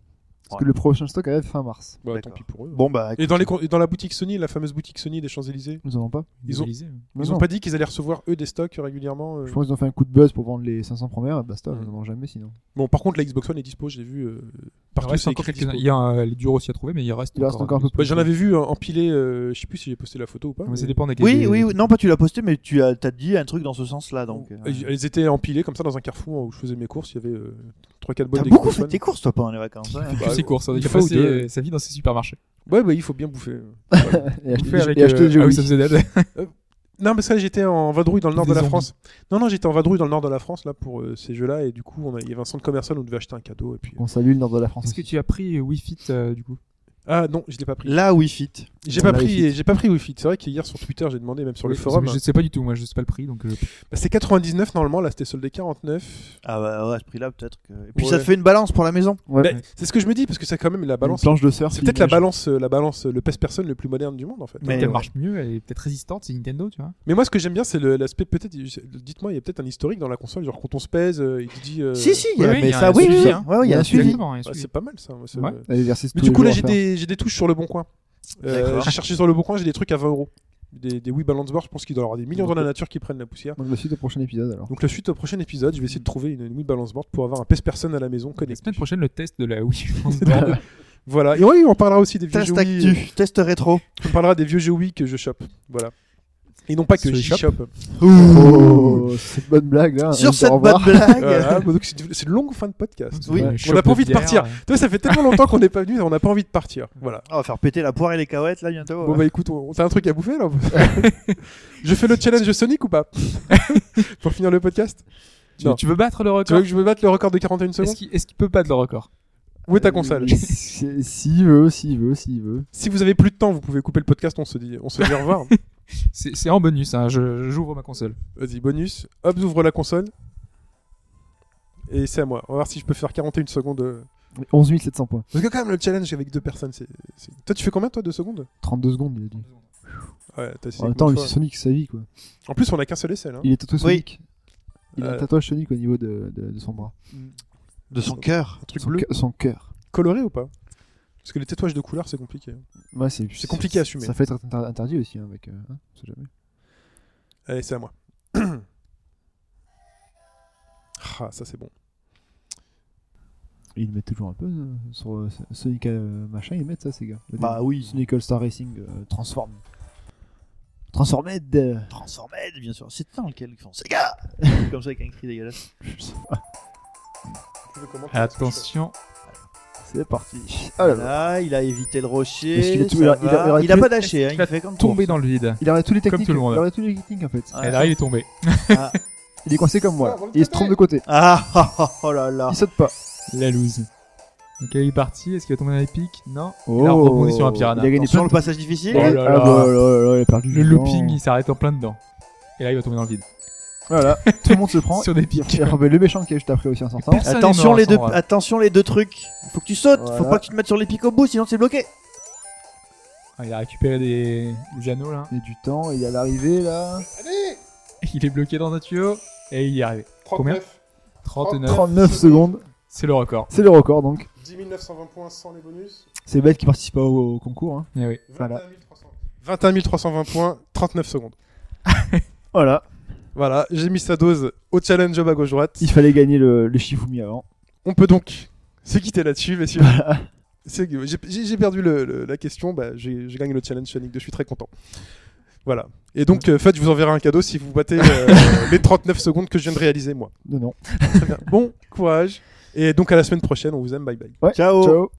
S7: Parce que
S6: Ouais.
S7: le prochain stock arrive fin mars.
S4: Bah, tant
S6: D'accord.
S4: pis pour eux.
S6: Bon bah,
S4: Et dans, les, con- et dans la boutique Sony, la fameuse boutique Sony des Champs-Élysées,
S7: Nous avons pas.
S4: Ils ont-
S5: Mobilisé, ouais.
S7: Mais
S4: ils
S7: non.
S4: ont pas dit qu'ils allaient recevoir eux des stocks régulièrement. euh.
S7: Je pense qu'ils ont fait un coup de buzz pour vendre les 500 premières, et basta,
S4: Mm.
S7: ils n'en ont jamais sinon.
S4: Bon, par contre, la Xbox One est dispo, j'ai vu euh, partout.
S5: Il reste
S4: c'est
S5: Ah encore
S4: écrit
S5: quelques-uns. Il
S4: dispo.
S5: y a euh, les durs aussi à trouver, mais il reste
S7: Il reste encore un peu
S4: Bah,
S7: plus.
S4: J'en avais vu euh, empilé, euh, je sais plus si j'ai posté la photo ou pas.
S5: Ouais, Ah, mais
S4: mais-
S5: Ça dépend des
S6: oui,
S5: des-
S6: oui, oui, non, pas tu l'as posté, mais tu as, t'as dit un truc dans ce sens-là.
S7: Oh,
S6: Donc, euh,
S4: Elles elles étaient empilées comme ça dans un carrefour où je faisais mes courses. Il y avait euh, 3-4
S6: t'as
S4: boîtes d'Xbox
S6: beaucoup fait
S4: One.
S6: tes courses toi pendant les vacances. hein.
S5: Plus
S4: Bah,
S5: ses courses. hein.
S4: une
S5: Il a
S4: fois ou
S5: passé
S4: deux.
S5: euh, sa vie dans ses supermarchés.
S4: Ouais, bah, il faut bien bouffer.
S7: Et acheter,
S5: Fait
S7: des-
S5: avec,
S7: et acheter
S5: euh,
S7: des jeux
S5: Ah oui,
S7: Wii.
S5: ça faisait d'aide.
S4: non, parce que là, j'étais en vadrouille dans le nord
S5: Des
S4: de la
S5: zombies.
S4: France. Non, non, j'étais en vadrouille dans le nord de la France là pour euh, ces jeux-là. Et du coup, on a- il y avait un centre commercial, on devait acheter un cadeau. Et puis, euh.
S7: On salue le nord de la France.
S5: Est-ce que
S7: aussi.
S5: tu as pris euh, Wii Fit euh, du coup
S4: Ah non, je l'ai pas pris.
S6: Là, Wii Fit.
S4: J'ai
S7: on
S4: pas
S7: l'a
S4: pris,
S7: Wii
S4: j'ai pas pris Wi-Fi. C'est vrai qu'hier sur Twitter, j'ai demandé même sur le
S5: Oui,
S4: forum.
S5: Je sais pas du tout, moi je sais pas le prix donc. euh,
S4: Bah, c'est 99 normalement, là c'était soldé 49.
S6: Ah bah ouais, à ce prix-là, peut-être que. Et puis
S4: Ouais.
S6: ça te fait une balance pour la maison.
S7: Ouais.
S4: Bah, c'est ce que je me dis parce que c'est quand même la
S7: Une
S4: balance.
S7: planche de surf.
S4: C'est
S7: il
S4: peut-être la
S7: neige.
S4: balance, euh, la balance, euh, le pèse personne le plus moderne du monde en fait.
S6: Mais
S5: peut-être qu'elle
S6: ouais.
S5: marche mieux, elle est peut-être résistante, c'est Nintendo, tu vois.
S4: Mais moi, ce que j'aime bien, c'est le- l'aspect peut-être. Dites-moi, il y a peut-être un historique dans la console, genre quand on se pèse, euh, il te dit. euh,
S6: Si, si, il y
S5: oui,
S6: a,
S5: oui,
S6: mais
S5: il y a
S6: ça,
S5: un
S6: oui,
S5: suivi,
S6: oui,
S5: hein.
S6: ouais, ouais, Oh, il y a un suivi.
S5: Exactement, ouais,
S4: bah,
S5: suivi.
S4: c'est pas mal ça. moi, ça
S5: Ouais.
S4: me-
S7: Les exercices
S4: Mais
S7: tous
S4: du
S7: les
S4: coup, là,
S7: jours à
S4: j'ai
S7: faire.
S4: des, j'ai des touches sur le bon coin. Euh,
S6: D'accord.
S4: j'ai cherché sur le bon coin, j'ai des trucs à 20 euros. Des, des Wii Balance Board, je pense qu'il doit y avoir des millions dans la nature qui prennent la poussière.
S7: Donc, la suite au prochain épisode alors.
S4: Donc la suite au prochain épisode, je vais essayer de trouver une, une Wii Balance Board pour avoir un pèse personne à la maison
S5: La
S4: connecté.
S5: semaine prochaine, le test de la Wii. je pense, dans-
S4: Voilà. Et oui, on parlera aussi des vieux jeux
S6: Test
S4: Wii.
S6: actu, test rétro.
S4: On parlera des vieux jeux Wii que je chope. Voilà. Et non pas que
S5: Sur les
S4: j'y chope.
S7: Oh, cette bonne blague là. on
S6: Sur
S7: te
S6: cette
S7: revoit.
S6: bonne <laughs> blague.
S4: Voilà. Ah, bah, Donc, C'est c'est une longue fin de
S5: <laughs>
S4: podcast.
S5: Ouais,
S6: Oui.
S5: euh,
S4: On n'a
S5: chope
S4: pas envie de
S5: bière,
S4: partir.
S5: ouais.
S4: Toi, ça fait tellement longtemps qu'on n'est pas venu, on n'a pas envie de partir. Voilà.
S6: On va faire péter la poire et les cahuètes là bientôt. hein.
S4: Bon bah écoute, on- t'as un truc à bouffer là Je fais le challenge Sonic ou pas Pour finir le podcast
S5: Tu,
S4: Non.
S5: tu veux battre le
S4: Tu veux
S5: record
S4: que je me batte le record de 41
S5: Est-ce
S4: secondes
S5: qu'il est-ce qu'il peut battre le record
S4: Où est ta console
S7: <laughs> Si- S'il veut, s'il veut, s'il veut.
S4: Si vous avez plus de temps, vous pouvez couper le podcast, on se dit, on se dit au revoir.
S5: C'est c'est en bonus, hein, je- j'ouvre ma console.
S4: Vas-y, bonus. Hop, j'ouvre la console. Et c'est à moi. On va voir si je peux faire 41 secondes. euh.
S7: 11 700 points.
S4: Parce que quand même, le challenge avec deux personnes, c'est... c'est- Toi, tu fais combien, toi, deux secondes
S7: 32 secondes, il a dit.
S4: Ouais, t'as essayé
S7: En même temps,
S4: combien de
S7: lui,
S4: fois
S7: c'est Sonic, c'est sa vie quoi.
S4: En plus, on a qu'un seul aisselle. hein.
S7: Il est tatoué
S6: Oui.
S7: Sonic. Il a un
S4: Euh.
S7: tatouage Sonic au niveau de, de, de son bras.
S6: De son cœur.
S4: Un truc
S7: Son
S4: bleu.
S7: cœur- Son cœur.
S4: Coloré ou pas Parce que les tatouages de couleur, c'est compliqué.
S7: Ouais, c'est
S4: C'est compliqué à assumer.
S7: Ça fait être inter- interdit aussi hein, avec. euh, hein, on sait jamais.
S4: Allez, c'est à moi. <coughs> ah, ça, c'est bon.
S7: Ils mettent toujours un peu euh, sur euh, Sonic euh, machin, ils mettent ça, ces gars. Le
S6: Bah
S7: dé-
S6: oui.
S7: Sonic All Star Racing euh, Transform. Transformed euh,
S6: Transformed, bien sûr. C'est dans lequel ils font Sega Comme ça, avec un cri dégueulasse.
S7: je sais pas. <laughs>
S4: Tu veux comment
S5: Attention,
S7: C'est parti. Oh là là.
S6: Voilà, il a évité le
S7: Parce
S6: rocher.
S7: qu'il a tout-
S6: ça
S7: il a-
S6: va.
S7: il a- il aurait
S6: il a
S7: pu-
S6: pas lâché, hein, il
S5: il a
S6: fait comme
S5: tombé dans le vide.
S7: Il aurait tous les
S5: Comme
S7: techniques.
S5: tout le monde.
S7: Il aurait tous les techniques en fait.
S6: Ah.
S5: Et là, il est tombé.
S7: Il est coincé comme moi.
S4: Ah, bon,
S7: il se trompe de côté.
S6: Ah ah, ah, <laughs> oh là là.
S7: Il saute pas.
S5: La loose. Donc là, il est parti. Est-ce qu'il va tomber dans les pics Non.
S7: Oh.
S5: Il a rebondi sur un piranha.
S7: Il a gagné
S6: Sur
S7: plein
S6: le
S7: de
S6: passage difficile.
S5: Oh là
S7: Ah
S5: là.
S7: bah, là, là, il a perdu
S5: Le
S7: du
S5: looping,
S7: temps.
S5: il s'arrête en plein dedans. Et là, il va tomber dans le vide.
S7: Voilà, tout le monde se
S5: <laughs>
S7: prend.
S5: Sur des
S7: Il
S5: pics.
S7: y a le méchant qui est juste après aussi en sortant.
S5: Personne n'est
S6: Attention
S5: mort à
S6: les
S5: cet
S6: deux,
S5: endroit.
S6: attention les deux trucs. Faut que tu sautes, faut
S7: Voilà.
S6: pas que tu te mettes sur les pics au bout, sinon c'est bloqué.
S5: Ah, il a récupéré des... des anneaux là.
S7: Il y a du temps, il y a l'arrivée là.
S5: Il est bloqué dans un tuyau. Et il y est arrivé. Combien 39.
S7: 39 secondes,
S5: C'est le record.
S7: c'est le record donc.
S4: 10 920 points sans les bonus.
S7: C'est bête qui participe pas au, au concours. Hein.
S5: Eh oui.
S7: Voilà.
S4: 21 320 points, 39 secondes.
S7: Voilà,
S4: Voilà, j'ai mis sa dose au challenge à gauche droite.
S7: il fallait gagner le, le Shifumi avant.
S4: On peut donc se quitter là-dessus, messieurs. C'est- j'ai- J'ai j'ai perdu le- le- la question, bah, j'ai j'ai gagné le challenge Sonic 2, je suis très content. Voilà. Et donc, euh, Fudge, je vous enverrai un cadeau si vous battez euh,
S7: <laughs>
S4: les 39 secondes que je viens de réaliser, moi.
S7: Non, non.
S4: Très bien. Bon courage. Et donc, à la semaine prochaine, on vous aime, bye bye.
S6: Oh.
S7: Ouais. Ciao.